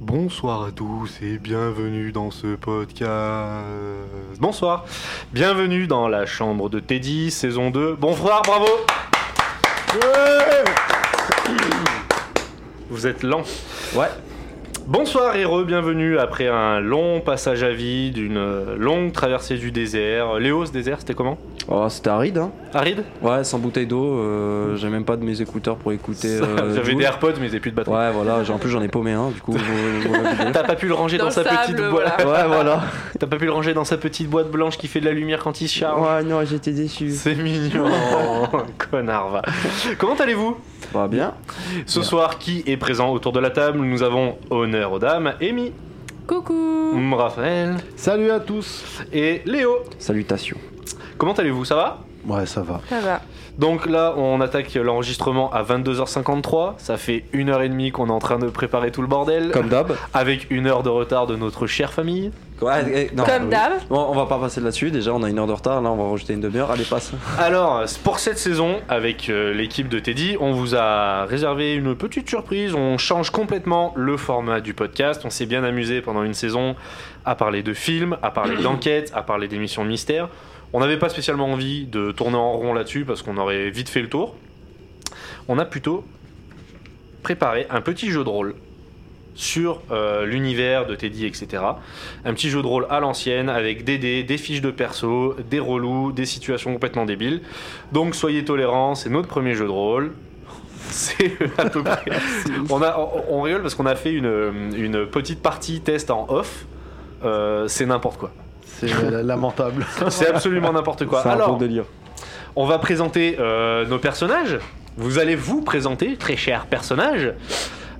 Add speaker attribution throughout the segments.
Speaker 1: Bonsoir à tous et bienvenue dans ce podcast. Bonsoir. Bienvenue dans la chambre de Teddy, saison 2. Bonsoir, bravo. Ouais. Vous êtes lent.
Speaker 2: Ouais.
Speaker 1: Bonsoir et re-bienvenue après un long passage à vide, une longue traversée du désert. Léo, ce désert, c'était comment
Speaker 2: Oh, c'était aride, hein
Speaker 1: Aride
Speaker 2: Ouais, sans bouteille d'eau, euh, j'ai même pas de mes écouteurs pour écouter. euh,
Speaker 1: J'avais
Speaker 2: Jules.
Speaker 1: des AirPods, mais j'ai plus de batterie.
Speaker 2: Ouais, voilà, j'ai- en plus j'en ai paumé un, du coup. vous- vous- vous l'avez
Speaker 1: T'as pas pu le ranger dans,
Speaker 3: Dans
Speaker 1: sa
Speaker 3: le sable,
Speaker 1: petite boîte.
Speaker 3: voilà.
Speaker 2: Ouais, voilà.
Speaker 1: T'as pas pu le ranger dans sa petite boîte blanche qui fait de la lumière quand il se charge.
Speaker 2: Ouais, non, j'étais déçu.
Speaker 1: C'est mignon, connard va. Comment allez-vous
Speaker 2: Bah, bien.
Speaker 1: Ce
Speaker 2: Bien.
Speaker 1: soir, qui est présent autour de la table Nous avons honneur aux dames, Amy,
Speaker 3: Coucou
Speaker 1: mm, Raphaël
Speaker 4: Salut à tous
Speaker 1: et Léo.
Speaker 2: Salutations.
Speaker 1: Comment allez-vous Ça va
Speaker 4: Ouais, ça va.
Speaker 3: Ça va.
Speaker 1: Donc là, on attaque l'enregistrement à 22h53. Ça fait une heure et demie qu'on est en train de préparer tout le bordel,
Speaker 2: Comme d'hab.
Speaker 1: avec une heure de retard de notre chère famille.
Speaker 2: Ouais, eh, non,
Speaker 3: Comme
Speaker 2: oui.
Speaker 3: d'hab.
Speaker 2: Bon, on va pas passer là-dessus, déjà on a une heure de retard, là on va rejeter une demi-heure, allez passe.
Speaker 1: Alors, pour cette saison, avec euh, l'équipe de Teddy, on vous a réservé une petite surprise. On change complètement le format du podcast. On s'est bien amusé pendant une saison à parler de films, à parler d'enquêtes, à parler d'émissions de mystère. On n'avait pas spécialement envie de tourner en rond là-dessus parce qu'on aurait vite fait le tour. On a plutôt préparé un petit jeu de rôle sur euh, l'univers de Teddy, etc. Un petit jeu de rôle à l'ancienne avec des dés, des fiches de perso, des relous, des situations complètement débiles. Donc soyez tolérants, c'est notre premier jeu de rôle. C'est à peu près. on, a, on, on rigole parce qu'on a fait une, une petite partie test en off. Euh, c'est n'importe quoi.
Speaker 4: C'est lamentable.
Speaker 1: C'est absolument n'importe quoi.
Speaker 2: euh, C'est un bon
Speaker 1: Alors,
Speaker 2: délire.
Speaker 1: on va présenter euh, nos personnages. Vous allez vous présenter, très chers personnages.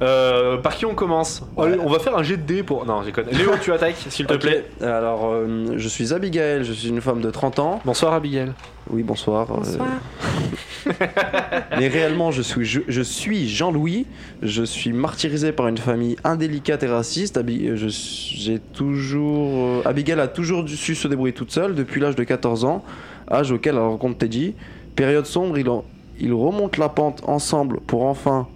Speaker 1: Euh, par qui on commence Allez, On va faire un jet de dés pour. Non, j'ai Léo, tu attaques, s'il te
Speaker 2: Ok,
Speaker 1: plaît.
Speaker 2: Alors, euh, je suis Abigail, je suis une femme de 30 ans.
Speaker 1: Bonsoir, Abigail.
Speaker 2: Oui, bonsoir. euh,
Speaker 3: Bonsoir.
Speaker 2: Mais réellement, je suis, je, je suis Jean-Louis. Je suis martyrisé par une famille indélicate et raciste. Abi- euh, je suis- J'ai toujours. euh, Abigail a toujours dû- su se débrouiller toute seule depuis l'âge de 14 ans, âge auquel elle rencontre Teddy. Période sombre, ils, en- ils remontent la pente ensemble pour enfin.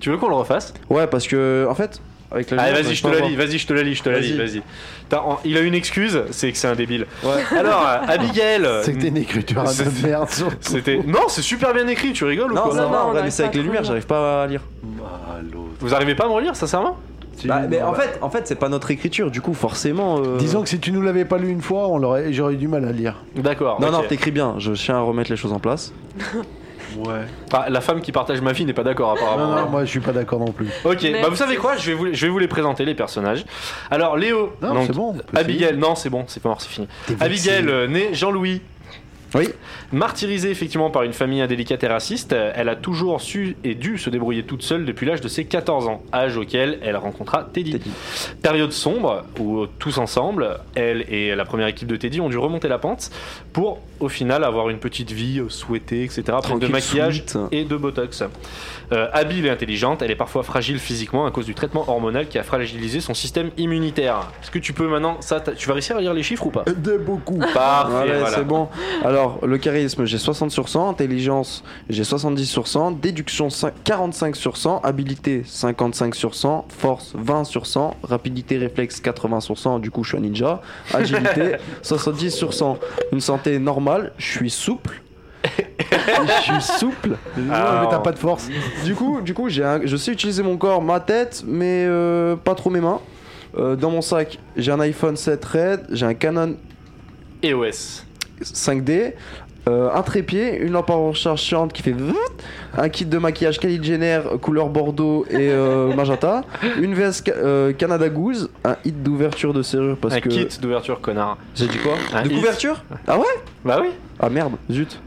Speaker 1: Tu veux qu'on le refasse
Speaker 2: Ouais, parce que en fait, avec la.
Speaker 1: Allez,
Speaker 2: lumière, on
Speaker 1: vas-y,
Speaker 2: peut
Speaker 1: je te
Speaker 2: pas
Speaker 1: la
Speaker 2: voir.
Speaker 1: lis, vas-y, je te la lis, je te la lis,
Speaker 2: Vas-y.
Speaker 1: vas-y. T'as- en- Il a une excuse, c'est que c'est un débile.
Speaker 2: Ouais.
Speaker 1: Alors, euh, Abigail.
Speaker 4: C'était une écriture
Speaker 1: C'est-
Speaker 4: de merde. surtout.
Speaker 1: C'était. Non, c'est super bien écrit, tu rigoles ou
Speaker 2: Non,
Speaker 1: quoi
Speaker 2: ça
Speaker 3: non,
Speaker 2: va, en
Speaker 3: on
Speaker 2: vrai,
Speaker 3: arrive
Speaker 2: mais c'est
Speaker 3: pas
Speaker 2: avec les
Speaker 3: à
Speaker 2: lumières,
Speaker 3: trouver.
Speaker 2: j'arrive pas à lire.
Speaker 4: Bah, l'autre.
Speaker 1: Vous arrivez pas à me relire, sincèrement
Speaker 4: Tu-
Speaker 2: Bah, mais
Speaker 4: bon,
Speaker 2: en
Speaker 4: bah,
Speaker 2: fait, en fait, c'est pas notre écriture, du coup, forcément. euh,
Speaker 4: Disons que si tu nous l'avais pas lu une fois, on l'aurait, j'aurais eu du mal à lire.
Speaker 1: D'accord.
Speaker 2: Non,
Speaker 1: ok.
Speaker 2: non, t'écris bien, je tiens à remettre les choses en place.
Speaker 4: Ouais.
Speaker 1: Ah, la femme qui partage ma vie n'est pas d'accord, apparemment.
Speaker 4: Non, non, moi je suis pas d'accord non plus.
Speaker 1: Ok, bah vous
Speaker 3: Merci.
Speaker 1: savez quoi je vais vous, je vais vous les présenter, les personnages. Alors, Léo.
Speaker 4: Non,
Speaker 1: donc, euh,
Speaker 4: c'est bon. on peut
Speaker 1: Abigail, non, c'est bon, c'est pas mort, c'est fini.
Speaker 4: essayer. T'es vexé.
Speaker 1: Abigail, euh, née Jean-Louis.
Speaker 2: Oui.
Speaker 1: Martyrisée effectivement par une famille indélicate et raciste, euh, elle a toujours su et dû se débrouiller toute seule depuis l'âge de ses 14 ans, âge auquel elle rencontra Teddy.
Speaker 2: Teddy.
Speaker 1: Période sombre où euh, tous ensemble, elle et la première équipe de Teddy ont dû remonter la pente pour au final avoir une petite vie euh, souhaitée, etc. Prendre de
Speaker 2: Tranquille,
Speaker 1: maquillage
Speaker 2: sweet.
Speaker 1: et de botox. Euh, habile et intelligente, elle est parfois fragile physiquement à cause du traitement hormonal qui a fragilisé son système immunitaire. Est-ce que tu peux maintenant, ça, t'as- tu vas réussir à lire les chiffres ou pas
Speaker 4: De beaucoup.
Speaker 1: Parfait,
Speaker 2: Voilà,
Speaker 1: voilà.
Speaker 2: Euh, c'est bon. Alors, le charisme, j'ai 60 sur 100. Intelligence, j'ai 70 sur 100. Déduction, cin- 45 sur 100. Habilité, 55 sur 100. Force, 20 sur 100. Rapidité, réflexe, 80 sur 100. Du coup, je suis un ninja. Agilité, 70 sur 100. Une santé normale, je suis souple. je suis souple.
Speaker 4: Non, mais t'as pas de force.
Speaker 2: Du coup, du coup j'ai un- je sais utiliser mon corps, ma tête, mais euh, pas trop mes mains. Euh, dans mon sac, j'ai un iPhone 7 Red, j'ai un Canon
Speaker 1: E EOS.
Speaker 2: 5D, euh, un trépied, une lampe à recharge chiante qui fait vvvt, un kit de maquillage Kylie Jenner couleur bordeaux et euh, magenta, une veste ca- euh, Canada Goose, un hit d'ouverture de serrure parce
Speaker 1: un
Speaker 2: que
Speaker 1: kit d'ouverture, connard.
Speaker 2: j'ai dit quoi
Speaker 1: Un
Speaker 2: De
Speaker 1: hit.
Speaker 2: couverture Ah ouais
Speaker 1: Bah oui.
Speaker 2: Ah merde, zut.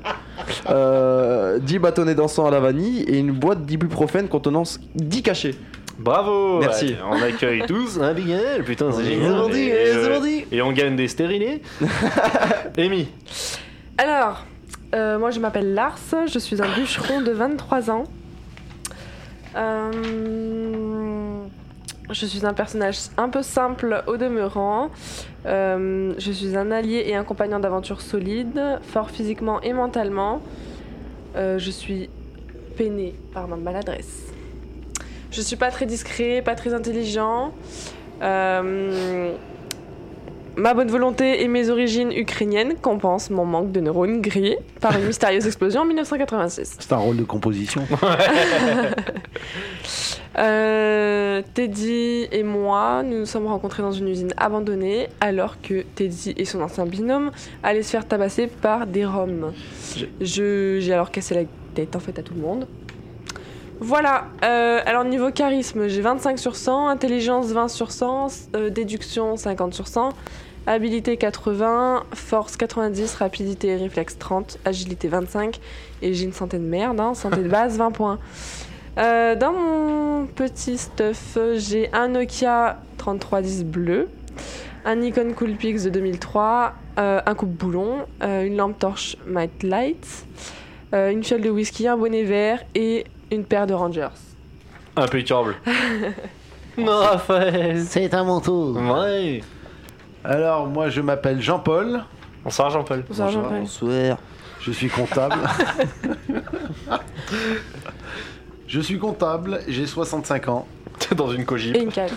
Speaker 2: Euh, 10 bâtonnets dansants à la vanille et une boîte d'ibuprofène contenant 10 cachets.
Speaker 1: Bravo.
Speaker 2: Merci.
Speaker 1: Ouais, on accueille tous. un Big L, putain, c'est
Speaker 2: C'est
Speaker 1: génial.
Speaker 2: bandit,
Speaker 1: Et,
Speaker 2: c'est
Speaker 1: euh,
Speaker 2: bandit.
Speaker 1: Et on gagne des stérilés. Amy.
Speaker 3: Alors, euh, moi je m'appelle Lars, je suis un bûcheron de 23 ans. Euh, je suis un personnage un peu simple au demeurant. Euh, je suis un allié et un compagnon d'aventure solide, fort physiquement et mentalement. Euh, je suis peinée par ma maladresse. Je suis pas très discret, pas très intelligent. Euh, ma bonne volonté et mes origines ukrainiennes compensent mon manque de neurones grillés par une mystérieuse explosion en 1986.
Speaker 4: C'est un rôle de composition.
Speaker 3: Euh, Teddy et moi, nous nous sommes rencontrés dans une usine abandonnée alors que Teddy et son ancien binôme allaient se faire tabasser par des Roms.
Speaker 2: J'ai-
Speaker 3: Je- J'ai alors cassé la tête en fait à tout le monde. Voilà, euh, alors niveau charisme, j'ai 25 sur 100, intelligence 20 sur 100, euh, déduction 50 sur 100, habilité 80, force 90, rapidité et réflexe 30, agilité 25, et j'ai une santé de merde, hein, santé de base 20 points. Euh, dans mon petit stuff, j'ai un Nokia 3310 bleu, un Nikon Coolpix de 2003, euh, un coupe-boulon, euh, une lampe torche Might Light, euh, une fiole de whisky, un bonnet vert et une paire de Rangers.
Speaker 1: Impeccable. non, Raphaël.
Speaker 5: C'est à mon tour.
Speaker 1: Ouais.
Speaker 4: Alors, moi, je m'appelle Jean-Paul.
Speaker 1: Bonsoir Jean-Paul.
Speaker 3: Bonsoir, Jean-Paul.
Speaker 2: Bonsoir.
Speaker 4: Je suis comptable. je suis comptable. J'ai 65 ans.
Speaker 1: T'es dans une
Speaker 3: Et
Speaker 1: cogip.
Speaker 3: une cale.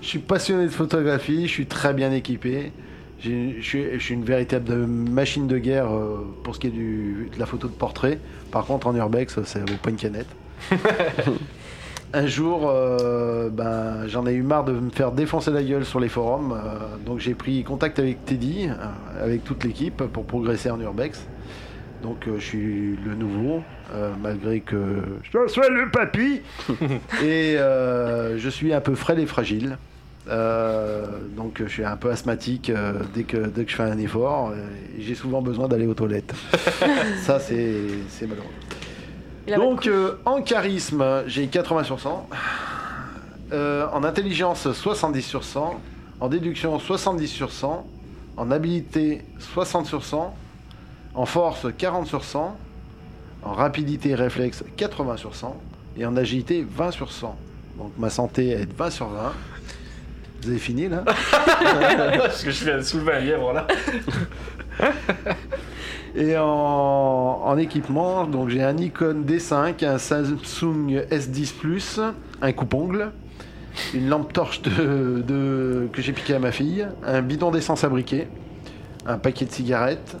Speaker 4: Je suis passionné de photographie, je suis très bien équipé. J'ai- Je suis, je suis une véritable machine de guerre euh, pour ce qui est du- de la photo de portrait. Par contre, en urbex, ça vaut pas une canette. Un jour, euh, ben, j'en ai eu marre de me faire défoncer la gueule sur les forums. euh, donc j'ai pris contact avec Teddy, euh, avec toute l'équipe, pour progresser en urbex. Donc euh, je suis le nouveau, euh, malgré que je sois le papy. et euh, je suis un peu frêle et fragile. Euh, donc je suis un peu asthmatique euh, dès, que, dès que je fais un effort. euh, et J'ai souvent besoin d'aller aux toilettes. Ça, c'est c'est malheureux.
Speaker 3: Il a pas de
Speaker 4: Donc euh, en charisme, j'ai 80 sur 100. Euh, en intelligence, 70 sur 100. En déduction, 70 sur 100. En habilité, 60 sur 100. En force, 40 sur 100. En rapidité et réflexe, 80 sur 100. Et en agilité, 20 sur 100. Donc ma santé est de 20 sur 20. Vous avez fini là
Speaker 1: Parce que je viens de soulever un lièvre là.
Speaker 4: Et en, en équipement, donc j'ai un Nikon D5, un Samsung S10 Plus, un coupe-ongle, une lampe torche de, de- que j'ai piqué à ma fille, un bidon d'essence à briquet, un paquet de cigarettes,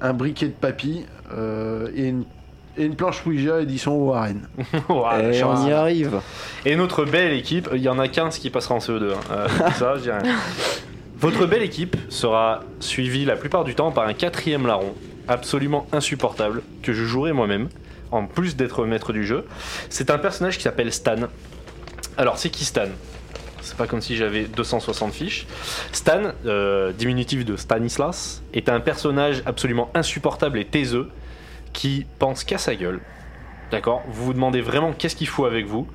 Speaker 4: un briquet de papy euh, et, une, et une planche Ouija édition Warren.
Speaker 1: Ouah, la
Speaker 2: Et
Speaker 1: chance.
Speaker 2: on y arrive.
Speaker 1: Et notre belle équipe, il y en a 15 qui passera en CE2. hein. Euh, comme ça, je dirais. Votre belle équipe sera suivie la plupart du temps par un quatrième larron, absolument insupportable, que je jouerai moi-même, en plus d'être maître du jeu. C'est un personnage qui s'appelle Stan. Alors, c'est qui Stan c'est pas comme si j'avais 260 fiches. Stan, euh, diminutif de Stanislas, est un personnage absolument insupportable et taiseux qui pense qu'à sa gueule. D'accord Vous vous demandez vraiment qu'est-ce qu'il faut avec vous. Vous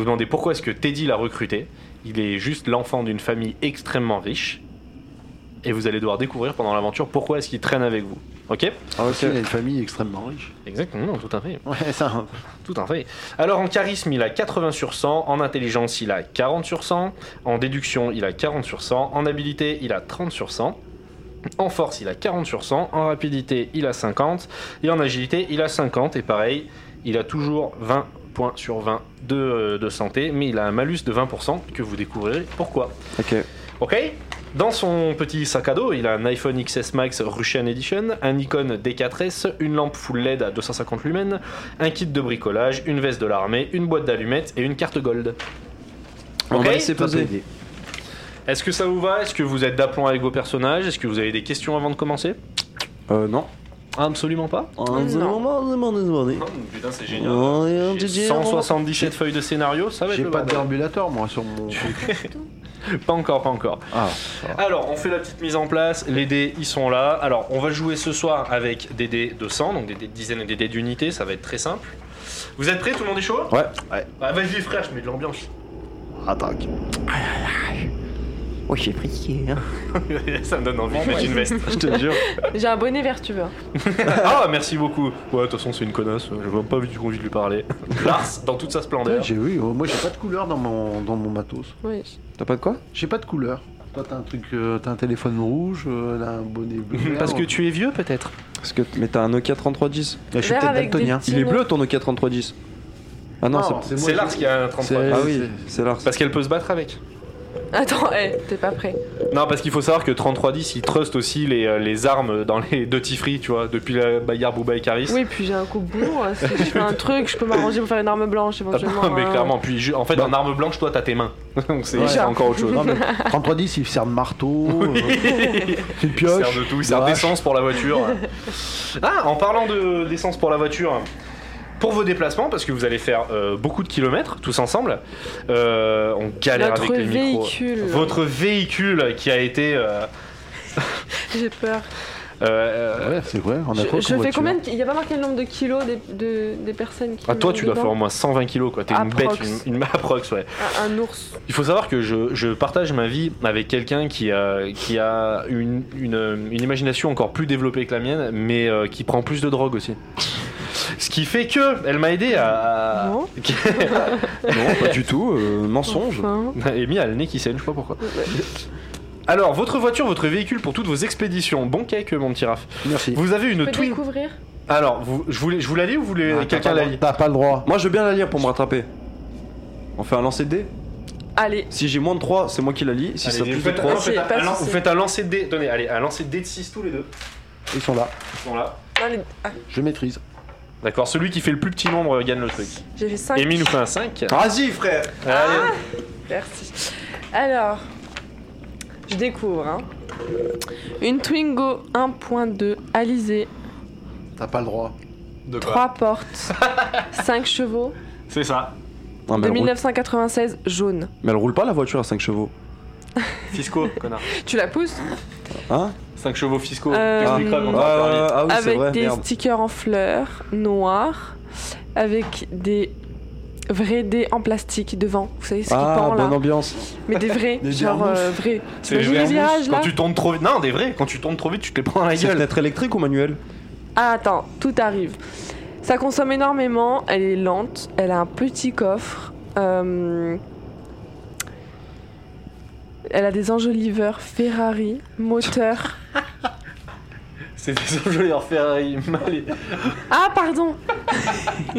Speaker 1: vous demandez pourquoi est-ce que Teddy l'a recruté. Il est juste l'enfant d'une famille extrêmement riche. Et vous allez devoir découvrir pendant l'aventure pourquoi est-ce qu'il traîne avec vous. Ok
Speaker 4: Aussi, Il a une famille extrêmement riche. Ah
Speaker 1: Exactement, tout à fait.
Speaker 4: Ouais, ça.
Speaker 1: Tout à fait. Alors en charisme, il a 80 sur 100, en intelligence, il a 40 sur 100, en déduction, il a 40 sur 100, en habilité, il a 30 sur 100. En force, il a 40 sur 100, en rapidité, il a 50, et en agilité, il a 50, et pareil, il a toujours 20 points sur 20 de, euh, de santé, mais il a un malus de 20% que vous découvrirez pourquoi.
Speaker 2: Ok.
Speaker 1: Ok Dans son petit sac à dos, il a un iPhone XS Max Russian Edition, un Nikon D4S, une lampe full LED à 250 lumens, un kit de bricolage, une veste de l'armée, une boîte d'allumettes et une carte gold.
Speaker 2: On
Speaker 1: Ok.
Speaker 2: va laisser
Speaker 4: Pas
Speaker 2: poser.
Speaker 4: aidé.
Speaker 1: Est-ce que ça vous va Est-ce que vous êtes d'aplomb avec vos personnages Est-ce que vous avez des questions avant de commencer
Speaker 2: Euh, non.
Speaker 1: Absolument pas.
Speaker 2: On
Speaker 3: Non.
Speaker 1: putain, c'est
Speaker 2: On est un DJ,
Speaker 1: J'ai
Speaker 2: on va-
Speaker 1: 177 feuilles de scénario, ça va être
Speaker 4: euh, J'ai
Speaker 1: le
Speaker 4: pas de
Speaker 1: bordel.
Speaker 4: déambulateur moi sur mon.
Speaker 1: Pas encore, pas encore.
Speaker 4: Ah,
Speaker 1: Alors, on fait la petite mise en place, les dés ils sont là. Alors, on va jouer ce soir avec des dés de 100, donc des dés de dizaines et des dés d'unité, ça va être très simple. Vous êtes prêts Tout le monde est chaud
Speaker 2: Ouais.
Speaker 1: Ah, vas-y frère, je mets de l'ambiance.
Speaker 4: attaque.
Speaker 5: Oh, j'ai pris. hein.
Speaker 1: ça me donne envie de mettre une veste.
Speaker 2: Je te jure.
Speaker 3: J'ai un bonnet vert, tu veux.
Speaker 1: ah, merci beaucoup. Ouais, de toute façon, c'est une connasse, je vois pas du envie de lui parler. Lars, dans toute sa splendeur.
Speaker 4: J'ai oui, oh, moi j'ai pas de couleur dans mon, dans mon matos.
Speaker 3: Oui.
Speaker 2: T'as pas de quoi
Speaker 4: J'ai pas de couleur. Toi, t'as un truc, euh, t'as un téléphone rouge, euh, là, un bonnet bleu.
Speaker 1: Parce que tu es vieux peut-être
Speaker 2: Parce que mais t'as un Nokia 3310.
Speaker 4: Là, je suis
Speaker 3: Vert
Speaker 4: peut-être
Speaker 3: avec des
Speaker 2: Ah,
Speaker 4: daltonien.
Speaker 3: petits-
Speaker 2: Il est
Speaker 3: Sinon-
Speaker 2: bleu ton Nokia 3310. Ah non,
Speaker 4: Non,
Speaker 2: c'est-
Speaker 4: moi,
Speaker 1: C'est
Speaker 4: je-
Speaker 1: Lars qui a un 33.
Speaker 4: C'est-
Speaker 2: ah oui, c'est Lars.
Speaker 1: Parce qu'elle peut se battre avec.
Speaker 3: Attends, hé, t'es pas prêt.
Speaker 1: Non, parce qu'il faut savoir que 3310, il trust aussi les, euh, les armes dans les Duty Free, tu vois, depuis la Bayard Bouba et Caris.
Speaker 3: Oui, puis j'ai un coup de bourre. Si je fais un truc, je peux m'arranger pour faire une arme blanche
Speaker 1: Ah,
Speaker 3: éventuellement.
Speaker 1: mais
Speaker 3: hein.
Speaker 1: clairement, puis ju- en fait, en arme blanche, toi, t'as tes mains. Donc c'est
Speaker 4: Ouais.
Speaker 1: c'est encore autre chose.
Speaker 4: Non, mais 3310, il sert de marteau, euh, c'est une
Speaker 1: Il sert
Speaker 4: pioche.
Speaker 1: de tout, il sert
Speaker 4: Vache.
Speaker 1: d'essence pour la voiture. ah, en parlant de- d'essence pour la voiture, pour vos déplacements, parce que vous allez faire euh, beaucoup de kilomètres tous ensemble, euh, on galère
Speaker 3: Notre
Speaker 1: avec les micros.
Speaker 3: véhicule.
Speaker 1: Votre véhicule qui a été. euh,
Speaker 3: J'ai peur.
Speaker 1: euh, euh,
Speaker 4: Ouais, c'est vrai, on a
Speaker 3: Je,
Speaker 4: trop
Speaker 3: je
Speaker 4: comme
Speaker 3: fais
Speaker 4: voiture.
Speaker 3: combien de- Il n'y a pas marqué le nombre de kilos des, de- des personnes qui.
Speaker 1: ah, toi,
Speaker 3: vont
Speaker 1: tu dois
Speaker 3: dedans
Speaker 1: faire au moins 120 kilos, quoi. T'es une bête,
Speaker 3: Approx.
Speaker 1: une, une approx, ouais.
Speaker 3: Ah, Un, un ours.
Speaker 1: Il faut savoir que je, je partage ma vie avec quelqu'un qui a, qui a une, une- une imagination encore plus développée que la mienne, mais euh, qui prend plus de drogue aussi. Ce qui fait que elle m'a aidé à.
Speaker 3: Non.
Speaker 2: Non, pas du tout, euh, mensonge.
Speaker 3: Enfin.
Speaker 1: Amy a le nez qui saigne, je sais pas pourquoi. Alors, votre voiture, votre véhicule pour toutes vos expéditions. Bon cake, mon petit Raph.
Speaker 4: Merci.
Speaker 1: Vous avez une
Speaker 3: Peut
Speaker 1: Twin.
Speaker 3: découvrir
Speaker 1: Alors, vous, je, voulais, je vous la lis ou vous voulez
Speaker 4: Ah, t'as
Speaker 1: quelqu'un
Speaker 4: pas
Speaker 1: la
Speaker 4: le-
Speaker 1: lit
Speaker 4: T'as pas le droit.
Speaker 2: Moi, je veux bien la lire pour me rattraper. On fait un lancer de dés
Speaker 3: Allez,
Speaker 2: Si j'ai moins de 3, c'est moi qui la lis. Si
Speaker 1: Allez,
Speaker 2: ça
Speaker 1: vous
Speaker 2: plus de
Speaker 1: faites-
Speaker 2: 3,
Speaker 1: vous faites un-
Speaker 3: Pas de
Speaker 1: un lan-
Speaker 3: souci.
Speaker 1: vous faites un lancer de dés. Donnez, allez, un lancer de dés de 6 tous les deux.
Speaker 4: Ils sont là.
Speaker 1: Ils sont là.
Speaker 3: allez. Ah,
Speaker 4: Je maîtrise.
Speaker 1: D'accord, celui qui fait le plus petit nombre euh, gagne le truc.
Speaker 3: j'ai fait 5.
Speaker 1: Amy nous fait un 5.
Speaker 2: Vas-y, frère
Speaker 1: Allez.
Speaker 3: Merci. Alors, je découvre. hein. Une Twingo 1.2 alisée,
Speaker 4: T'as pas le droit.
Speaker 1: De
Speaker 3: 3 portes, 5 chevaux,
Speaker 1: C'est ça.
Speaker 2: non, mais,
Speaker 3: de
Speaker 2: elle roule,
Speaker 3: 1996, jaune.
Speaker 2: mais elle roule pas la voiture à 5 chevaux.
Speaker 1: Fisco, connard.
Speaker 3: Tu la pousses
Speaker 2: Hein
Speaker 1: 5 chevaux fisco.
Speaker 3: Euh,
Speaker 1: T'expliqueras quand
Speaker 3: On
Speaker 2: ah,
Speaker 1: t'auras permis.
Speaker 2: euh, ah oui, c'est
Speaker 3: avec
Speaker 2: vrai,
Speaker 3: des
Speaker 2: merde.
Speaker 3: stickers en fleurs noires, avec des vrais dés en plastique devant. Vous savez ce qui
Speaker 2: Ah,
Speaker 3: pend là
Speaker 2: bonne ambiance.
Speaker 3: Mais des vrais,
Speaker 4: Des
Speaker 3: genre
Speaker 4: vermouches.
Speaker 3: euh, vrais.
Speaker 1: C'est
Speaker 3: T'imagines les
Speaker 1: vrai.
Speaker 3: virages
Speaker 1: Quand
Speaker 3: là
Speaker 1: tu tournes trop vite. Non, des vrais. Quand tu tournes trop vite, tu te les prends dans la
Speaker 2: C'est
Speaker 1: gueule.
Speaker 2: fenêtre électrique ou manuelle
Speaker 3: Ah, attends, tout arrive. Ça consomme énormément, elle est lente, elle a un petit coffre. euh, Elle a des enjoliveurs Ferrari, moteur.
Speaker 1: C'est désolé leur faire mal.
Speaker 3: Ah, pardon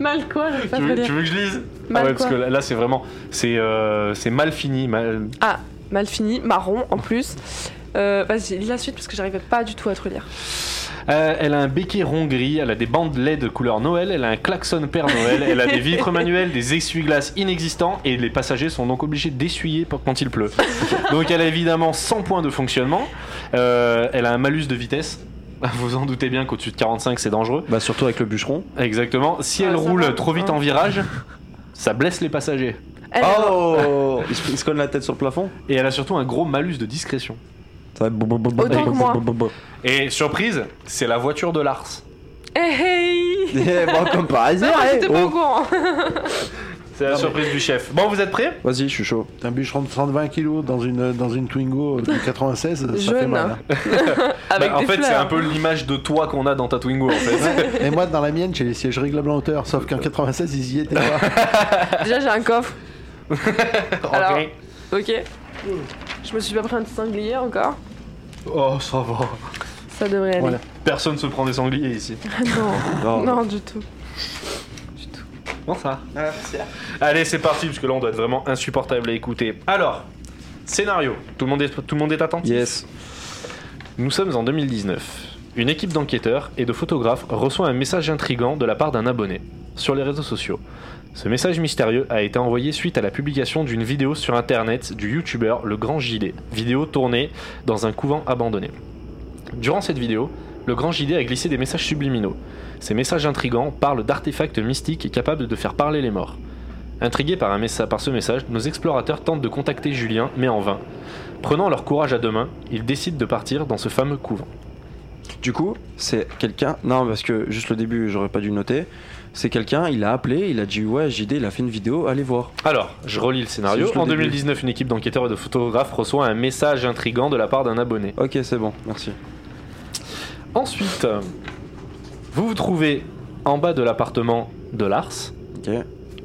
Speaker 3: Mal quoi, j'arrive pas à
Speaker 1: Tu
Speaker 3: te le
Speaker 1: veux,
Speaker 3: dire.
Speaker 1: tu veux que je lise
Speaker 3: Mal
Speaker 1: Ah ouais, parce que
Speaker 3: quoi
Speaker 1: là, là, c'est vraiment. C'est euh, c'est mal fini. mal-
Speaker 3: Ah, mal fini, marron en plus. Euh, Vas-y, lis la suite parce que j'arrivais pas du tout à te relire.
Speaker 1: Euh, elle a un béquet rond gris, elle a des bandes LED de couleur Noël, elle a un klaxon Père Noël, elle a des vitres manuelles, des essuie-glaces inexistants et les passagers sont donc obligés d'essuyer pour- quand il pleut. Donc elle a évidemment 100 points de fonctionnement, Euh, elle a un malus de vitesse. Vous en doutez bien qu'au-dessus de 45 c'est dangereux.
Speaker 2: Bah, surtout avec le bûcheron.
Speaker 1: Exactement. Si
Speaker 3: Ah,
Speaker 1: elle
Speaker 3: ça
Speaker 1: roule
Speaker 3: va.
Speaker 1: trop vite en virage, ça blesse les passagers.
Speaker 3: Elle, euh,
Speaker 2: Oh il, se, il se colle la tête sur le plafond.
Speaker 1: Et elle a surtout un gros malus de discrétion.
Speaker 2: Ça va être bo- bo- bo- bo-
Speaker 3: Autant
Speaker 2: bo-
Speaker 3: que moi.
Speaker 2: bo- bo- bo-
Speaker 1: Et surprise, c'est la voiture de Lars.
Speaker 3: Eh, Hey, hey
Speaker 2: Eh, bon, comme par hasard,
Speaker 3: Ah,
Speaker 2: eh,
Speaker 3: j'étais pas
Speaker 2: oh.
Speaker 3: au courant
Speaker 1: C'est la surprise du chef. Bon, vous êtes prêts
Speaker 2: Vas-y, je suis chaud.
Speaker 4: T'as un bûcheron de 120 kilos dans une, euh, dans une Twingo de 96, ça fait
Speaker 3: Jeune.
Speaker 4: mal. hein.
Speaker 3: Avec
Speaker 1: Bah, En
Speaker 3: des
Speaker 1: fait, c'est
Speaker 3: fleurs.
Speaker 1: un peu l'image de toi qu'on a dans ta Twingo en fait.
Speaker 4: Et moi, dans la mienne, j'ai les sièges réglables en hauteur, sauf qu'en 96, ils y étaient pas.
Speaker 3: Déjà, j'ai un coffre, Alors-
Speaker 1: Ok.
Speaker 3: ok Je me suis pas pris un petit sanglier encore.
Speaker 1: Oh, ça va.
Speaker 3: Ça devrait aller.
Speaker 4: Voilà.
Speaker 1: Personne se prend des sangliers ici.
Speaker 3: Non,
Speaker 2: Non.
Speaker 3: non, du tout. Du tout.
Speaker 1: Bon, ça. va. Allez, c'est parti, parce que là, on doit être vraiment insupportable à écouter. Alors, scénario. Tout le monde est, tout le monde est attentif
Speaker 2: Yes.
Speaker 1: Nous sommes en 2019. Une équipe d'enquêteurs et de photographes reçoit un message intrigant de la part d'un abonné sur les réseaux sociaux. Ce message mystérieux a été envoyé suite à la publication d'une vidéo sur internet du youtubeur Le Grand Gilet, vidéo tournée dans un couvent abandonné. Durant cette vidéo, Le Grand Gilet a glissé des messages subliminaux. Ces messages intrigants parlent d'artefacts mystiques et capables de faire parler les morts. Intrigués par, un messa- par ce message, nos explorateurs tentent de contacter Julien, mais en vain. Prenant leur courage à deux mains, ils décident de partir dans ce fameux couvent.
Speaker 2: Du coup, c'est quelqu'un. Non, parce que juste le début, j'aurais pas dû le noter. C'est quelqu'un, il a appelé, il a dit Ouais, JD, il a fait une vidéo, allez voir.
Speaker 1: Alors, je relis le scénario.
Speaker 2: C'est juste le
Speaker 1: en
Speaker 2: début.
Speaker 1: 2019, une équipe d'enquêteurs et de photographes reçoit un message intrigant de la part d'un abonné.
Speaker 2: Ok, c'est bon, merci.
Speaker 1: Ensuite, euh, vous vous trouvez en bas de l'appartement de Lars.
Speaker 2: Ok,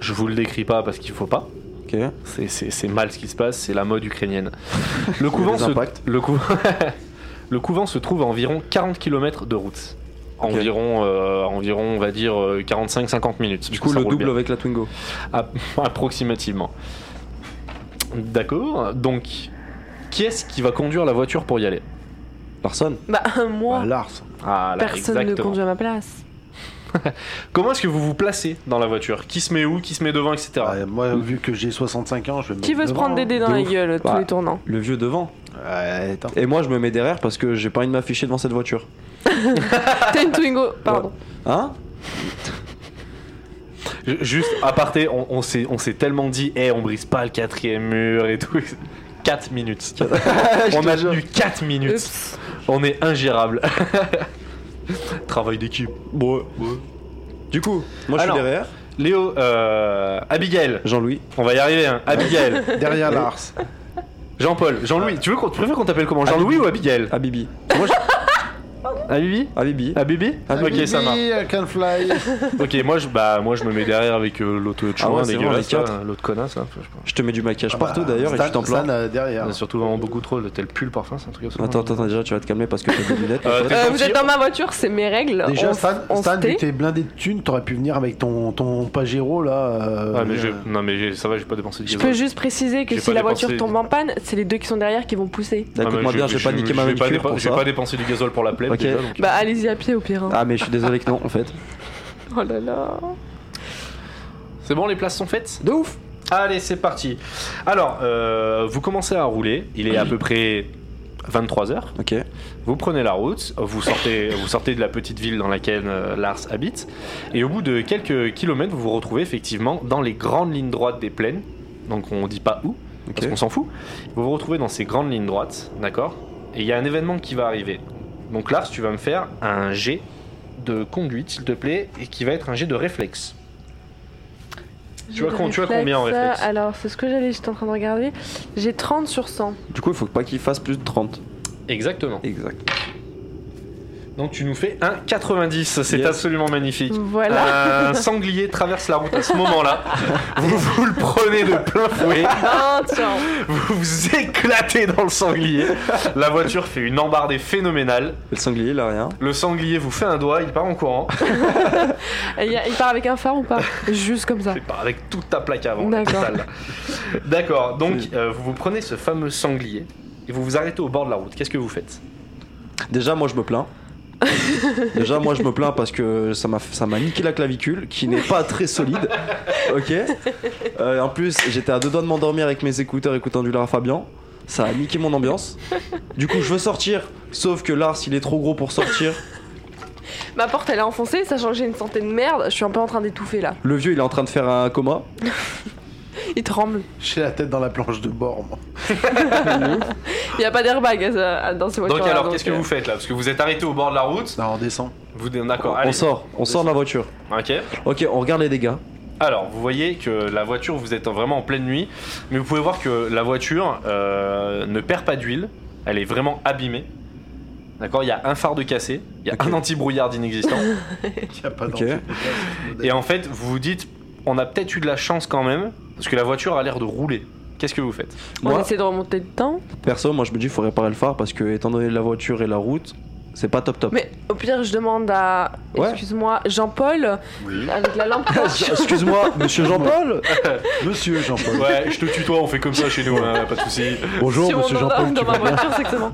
Speaker 1: Je vous le décris pas parce qu'il faut pas.
Speaker 2: ok.
Speaker 1: C'est- C'est c'est mal ce qui se passe, c'est la mode ukrainienne. Le
Speaker 2: Il y a
Speaker 1: couvent,
Speaker 2: des
Speaker 1: se,
Speaker 2: impacts.
Speaker 1: le, cou- le couvent se trouve à environ 40 km de route. environ, euh, environ, on va dire, euh, 45-50 minutes. parce
Speaker 2: Du coup,
Speaker 1: que ça
Speaker 2: le
Speaker 1: roule
Speaker 2: double
Speaker 1: bien.
Speaker 2: avec la Twingo.
Speaker 1: App- Ah, approximativement. D'accord. Donc, qui est-ce qui va conduire la voiture pour y aller
Speaker 2: Personne.
Speaker 3: Bah, moi,
Speaker 4: Bah, Lars.
Speaker 1: Ah, là,
Speaker 3: personne ne
Speaker 1: exactement.
Speaker 3: conduit à ma place.
Speaker 1: Comment est-ce que vous vous placez dans la voiture Qui se met où Qui se met devant, etc.
Speaker 4: Bah, moi, vu que j'ai 65 ans, je vais me
Speaker 3: Qui
Speaker 4: mettre
Speaker 3: veut se
Speaker 4: devant,
Speaker 3: prendre des
Speaker 4: hein.
Speaker 3: dés dans
Speaker 2: de
Speaker 3: la
Speaker 2: ouf.
Speaker 3: gueule tous
Speaker 2: Bah.
Speaker 3: les tournants
Speaker 2: Le vieux devant.
Speaker 4: Ouais, attends.
Speaker 2: Et moi, je me mets derrière parce que j'ai pas envie de m'afficher devant cette voiture.
Speaker 3: T'es une Twingo, pardon.
Speaker 2: Hein
Speaker 1: Ju- Juste, à aparté, on, on s'est on s'est tellement dit, Eh, on brise pas le quatrième mur et tout. 4 minutes. on a tenu 4 minutes.
Speaker 3: Oups.
Speaker 1: On est ingérable. Travail d'équipe.
Speaker 2: Bon. Du coup, moi, je suis
Speaker 1: Alors.
Speaker 2: derrière.
Speaker 1: Léo, euh, Abigail,
Speaker 2: Jean-Louis.
Speaker 1: on va y arriver. Hein. Abigail,
Speaker 4: Derrière Lars.
Speaker 1: Jean-Paul, Jean-Louis. Tu veux qu'on tu préfères qu'on t'appelle comment Jean-Louis ou Abigail
Speaker 2: Abibi. Moi, je-
Speaker 1: Abibi
Speaker 2: Abibi.
Speaker 1: Abibi
Speaker 4: Habibi,
Speaker 1: Ok, ça marche.
Speaker 4: I can fly.
Speaker 1: Ok, moi je, bah, moi je me mets derrière avec euh, l'autre chouin
Speaker 2: Ah ouais, c'est vrai,
Speaker 1: dégueulasse,
Speaker 2: les quatre.
Speaker 1: là, l'autre connasse. là. Enfin, je sais pas.
Speaker 2: Je te mets du maquillage
Speaker 1: Ah
Speaker 2: partout
Speaker 4: Bah,
Speaker 2: d'ailleurs et
Speaker 4: Stan-
Speaker 2: tu t'en plains.
Speaker 4: Stan, euh, derrière.
Speaker 1: On a surtout vraiment beaucoup trop, le tel pull parfum, c'est un truc absolument.
Speaker 2: Attends, attends, attends, déjà, tu vas te calmer parce que t'as des lunettes.
Speaker 1: Euh,
Speaker 2: mon pote.
Speaker 1: t'es
Speaker 3: Euh,
Speaker 1: gentil.
Speaker 3: vous êtes dans ma voiture, c'est mes règles.
Speaker 4: Déjà,
Speaker 3: on, s-
Speaker 4: Stan,
Speaker 3: on se
Speaker 4: Stan, vu
Speaker 3: tait.
Speaker 4: que t'es blindé de thunes, t'aurais pu venir avec ton, ton Pajero là. euh,
Speaker 1: Ah, mais
Speaker 4: euh,
Speaker 1: j'ai- non, mais j'ai- ça va, j'ai pas dépensé de
Speaker 3: Je
Speaker 1: gazole.
Speaker 3: peux juste préciser que
Speaker 1: J'ai
Speaker 3: si
Speaker 1: pas
Speaker 3: la
Speaker 1: dépensé.
Speaker 3: voiture tombe en panne, c'est les deux qui sont derrière qui vont pousser.
Speaker 1: Ah, mais
Speaker 2: Écoute-moi bien, j'ai pas niqué ma
Speaker 1: j'ai pas
Speaker 2: manucure
Speaker 1: dépen-
Speaker 2: pour
Speaker 1: J'ai
Speaker 2: ça.
Speaker 1: pas dépensé du gazole pour la plaie.
Speaker 2: Ok.
Speaker 3: Bah, allez-y à pied au pire. hein.
Speaker 2: Ah, mais je suis désolé que non, en fait.
Speaker 3: Oh là là.
Speaker 1: C'est bon, les places sont faites
Speaker 2: De ouf
Speaker 1: Allez, c'est parti. Alors, euh, vous commencez à rouler. Il est à peu près 23h.
Speaker 2: Ok.
Speaker 1: Vous prenez la route, vous sortez, vous sortez de la petite ville dans laquelle euh, Lars habite, et au bout de quelques kilomètres, vous vous retrouvez effectivement dans les grandes lignes droites des plaines. Donc on dit pas où,
Speaker 2: Ok.
Speaker 1: parce qu'on s'en fout. Vous vous retrouvez dans ces grandes lignes droites, d'accord Et il y a un événement qui va arriver. Donc Lars, tu vas me faire un jet de conduite, s'il te plaît, et qui va être un jet de réflexe. Tu as
Speaker 3: J'ai
Speaker 1: con-
Speaker 3: le
Speaker 1: tu as combien en réflexe
Speaker 3: Alors, c'est ce que j'allais, j'étais en train de regarder. J'ai 30 sur 100.
Speaker 2: Du coup, il faut pas qu'il fasse plus de 30.
Speaker 1: Exactement.
Speaker 2: Exact.
Speaker 1: Donc tu nous fais un 90, c'est
Speaker 2: Yes.
Speaker 1: absolument magnifique.
Speaker 3: Voilà.
Speaker 1: Un sanglier traverse la route à ce moment-là. vous vous le prenez de plein fouet.
Speaker 3: Ah, tiens.
Speaker 1: Vous vous éclatez dans le sanglier. La voiture fait une embardée phénoménale.
Speaker 2: Et le sanglier, il a rien.
Speaker 1: Le sanglier vous fait un doigt, il part en courant.
Speaker 3: Et il y a- il part avec un phare ou pas Juste comme ça.
Speaker 1: Il part avec toute ta plaque avant. la
Speaker 3: D'accord.
Speaker 1: totale. D'accord. Donc euh, vous vous prenez ce fameux sanglier et vous vous arrêtez au bord de la route. Qu'est-ce que vous faites
Speaker 2: Déjà, moi, je me plains. Déjà, moi, je me plains parce que ça m'a, ça m'a niqué la clavicule, qui n'est pas très solide. Ok. Euh, en plus, j'étais à deux doigts de m'endormir avec mes écouteurs écoutant du Lara Fabian. Ça a niqué mon ambiance. Du coup, je veux sortir. Sauf que Lars, il est trop gros pour sortir.
Speaker 3: Ma porte, elle est enfoncée, sachant que j'ai une santé de merde. Je suis un peu en train d'étouffer là.
Speaker 2: Le vieux, il est en train de faire un coma.
Speaker 3: Il tremble.
Speaker 4: J'ai la tête dans la planche de bord, moi.
Speaker 3: Il n'y a pas d'airbag à ça- à- dans ces euh, voitures.
Speaker 1: Donc alors qu'est-ce que vous faites là Parce que vous êtes arrêté au bord de la route.
Speaker 4: Non, on descend.
Speaker 1: Vous d'accord.
Speaker 2: on
Speaker 1: allez.
Speaker 2: sort. On sort de la voiture.
Speaker 1: Ok.
Speaker 2: Ok, on regarde les dégâts.
Speaker 1: Alors, vous voyez que la voiture, vous êtes vraiment en pleine nuit, mais vous pouvez voir que la voiture euh, ne perd pas d'huile, elle est vraiment abîmée. D'accord Il y a un phare de cassé, il y a
Speaker 2: Ok.
Speaker 1: un anti-brouillard d'inexistant.
Speaker 4: Il a pas
Speaker 2: Ok.
Speaker 4: d'entrée.
Speaker 1: et en fait, vous vous dites, on a peut-être eu de la chance quand même, parce que la voiture a l'air de rouler. Qu'est-ce que vous faites
Speaker 3: On
Speaker 2: Moi,
Speaker 3: essaie de remonter dedans.
Speaker 2: perso, moi, je me dis, il faut réparer le phare parce que, étant donné la voiture et la route, c'est pas top top.
Speaker 3: Mais au pire, je demande à.
Speaker 2: Ouais.
Speaker 3: Excuse-moi, Jean-Paul,
Speaker 1: Oui.
Speaker 3: avec la lampe torche.
Speaker 2: Excuse-moi, monsieur Jean-Paul
Speaker 4: Monsieur Jean-Paul.
Speaker 1: Ouais, je te tutoie, on fait comme ça chez nous, hein, pas de soucis.
Speaker 4: Bonjour,
Speaker 3: si on
Speaker 4: monsieur
Speaker 3: en a
Speaker 4: Jean-Paul.
Speaker 3: dans
Speaker 4: tu
Speaker 3: ma
Speaker 4: vas bien
Speaker 3: voiture, c'est que c'est bon.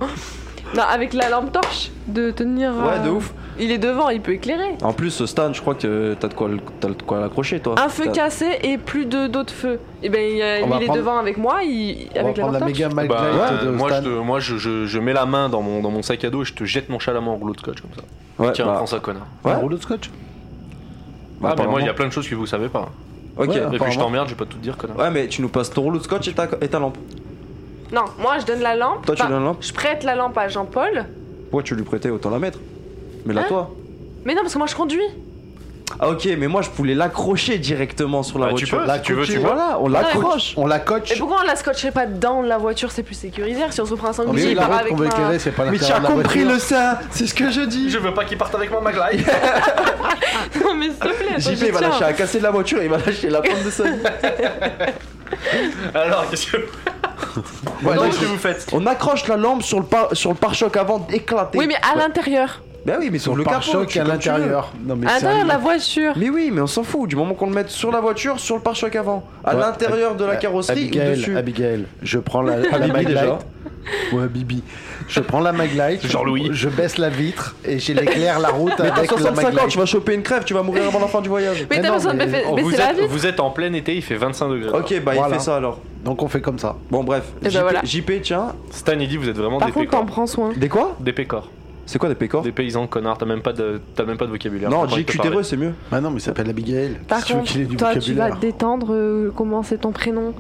Speaker 3: Non, avec la lampe torche, de tenir.
Speaker 2: Ouais,
Speaker 3: euh,
Speaker 2: de ouf.
Speaker 3: Il est devant, il peut éclairer.
Speaker 2: En plus, Stan, je crois que t'as de quoi, le- t'as de quoi l'accrocher, toi.
Speaker 3: Un feu
Speaker 2: T'as-
Speaker 3: cassé et plus de d'autres feux. Et ben il, euh,
Speaker 4: Ah, On va
Speaker 3: il est
Speaker 4: prendre-
Speaker 3: devant avec moi, il,
Speaker 4: On va
Speaker 3: avec la lampe
Speaker 4: prendre la
Speaker 3: torche.
Speaker 4: méga Maglite
Speaker 1: Bah,
Speaker 4: de
Speaker 1: moi, je,
Speaker 4: Stan.
Speaker 1: te- moi je, je- je mets la main dans mon, dans mon sac à dos et je te jette mon chalam en rouleau de scotch comme ça.
Speaker 2: Ouais,
Speaker 1: Tiens,
Speaker 2: bah,
Speaker 1: prends ça, connard.
Speaker 2: Ouais.
Speaker 4: Un rouleau de scotch
Speaker 2: bah,
Speaker 1: ah, mais moi, il y a
Speaker 2: apparemment.
Speaker 1: plein de choses que vous savez pas.
Speaker 2: Ok.
Speaker 4: Ouais.
Speaker 1: Et puis je
Speaker 4: Apparemment.
Speaker 1: t'emmerde, je vais pas tout te dire, connard.
Speaker 2: Ouais, mais tu nous passes ton rouleau de scotch et ta, et ta lampe.
Speaker 3: Non, moi je donne la lampe.
Speaker 2: Toi, tu
Speaker 3: Enfin,
Speaker 2: donnes la lampe
Speaker 3: Je prête la lampe à Jean-Paul.
Speaker 2: Ouais, tu lui prêtais, autant la mettre. Mais là,
Speaker 3: Hein
Speaker 2: toi
Speaker 3: Mais non, parce que moi je conduis.
Speaker 2: Ah, ok, mais moi, je voulais l'accrocher directement sur la
Speaker 1: Bah, tu
Speaker 2: voiture.
Speaker 1: peux,
Speaker 2: La
Speaker 1: si tu veux,
Speaker 2: coquille,
Speaker 1: tu peux.
Speaker 2: Voilà, on l'accroche
Speaker 4: On la coach
Speaker 3: Et pourquoi on la scotcherait pas dans la voiture C'est plus sécuritaire. Si on se prend un
Speaker 4: Mais
Speaker 3: sanglier,
Speaker 4: oui,
Speaker 3: il
Speaker 4: la
Speaker 3: part
Speaker 4: route
Speaker 3: avec
Speaker 4: qu'on veut
Speaker 3: ma-
Speaker 4: éclairer, c'est pas
Speaker 2: Mais tu
Speaker 4: l'intérieur
Speaker 2: as
Speaker 4: de la
Speaker 2: compris
Speaker 4: voiture.
Speaker 2: le sein, c'est ce que je dis
Speaker 1: Je veux pas qu'il parte avec moi, Maglai.
Speaker 3: Non, mais s'il te plaît, attends,
Speaker 2: JP,
Speaker 3: je
Speaker 2: il va
Speaker 3: tiens.
Speaker 2: lâcher à casser de la voiture et il va lâcher la pomme de sa vie.
Speaker 1: Alors, qu'est-ce que,
Speaker 4: Ouais,
Speaker 1: Qu'est-ce
Speaker 4: donc,
Speaker 1: que vous faites
Speaker 2: On accroche la lampe sur le, par- sur le pare-choc avant d'éclater.
Speaker 3: Oui, mais à l'intérieur.
Speaker 2: Bah oui, mais sauf le capot.
Speaker 4: pare-choc
Speaker 2: tu-
Speaker 4: à
Speaker 2: comme tu veux.
Speaker 4: l'intérieur. Non, mais
Speaker 3: À l'intérieur
Speaker 4: sérieux.
Speaker 3: de Ah, la voiture
Speaker 2: Mais oui, mais on s'en fout. Du moment qu'on le mette sur la voiture, sur le pare-choc avant, à
Speaker 4: Ouais,
Speaker 2: l'intérieur de la
Speaker 4: Ab-
Speaker 2: carrosserie ou
Speaker 4: Abigail,
Speaker 2: dessus.
Speaker 4: Abigail, je prends la,
Speaker 1: Ah,
Speaker 4: la
Speaker 2: Habibi
Speaker 4: Maglite.
Speaker 2: déjà.
Speaker 4: Ouais, Bibi. Je prends la Maglite.
Speaker 1: Jean-Louis.
Speaker 4: Je baisse la vitre et j'éclaire la route
Speaker 2: Mais t'as
Speaker 4: avec la
Speaker 2: 65 ans,
Speaker 4: Maglite.
Speaker 2: tu vas choper une crève, tu vas mourir avant la fin du voyage.
Speaker 3: Mais
Speaker 4: Mais
Speaker 3: t'as
Speaker 4: non,
Speaker 3: besoin de
Speaker 4: mais-
Speaker 3: baisser
Speaker 1: Oh,
Speaker 3: baisser
Speaker 1: vous,
Speaker 3: la
Speaker 1: êtes,
Speaker 3: vitre
Speaker 1: vous êtes en plein été, il fait 25 degrés.
Speaker 2: Ok, bah
Speaker 4: Voilà.
Speaker 2: il fait ça alors.
Speaker 4: Donc on fait comme ça.
Speaker 2: Bon, bref.
Speaker 3: ben
Speaker 2: JP,
Speaker 3: voilà.
Speaker 2: JP, tiens.
Speaker 1: Stan, il dit vous êtes vraiment
Speaker 3: Par
Speaker 1: des
Speaker 3: contre, t'en
Speaker 1: pécores.
Speaker 3: prends soin.
Speaker 2: Des quoi
Speaker 1: Des pécores.
Speaker 2: C'est quoi des pécores
Speaker 1: Des paysans connards, t'as même, pas de- t'as même pas de vocabulaire.
Speaker 2: Non,
Speaker 1: Faut pas que je te parle.
Speaker 2: JQTRE, E, c'est mieux.
Speaker 4: Bah non, mais il s'appelle Abigail.
Speaker 3: Par
Speaker 4: si tu veux qu'il ait
Speaker 3: contre,
Speaker 4: du
Speaker 3: toi, tu vas
Speaker 4: vocabulaire.
Speaker 3: te détendre. euh, Comment c'est ton prénom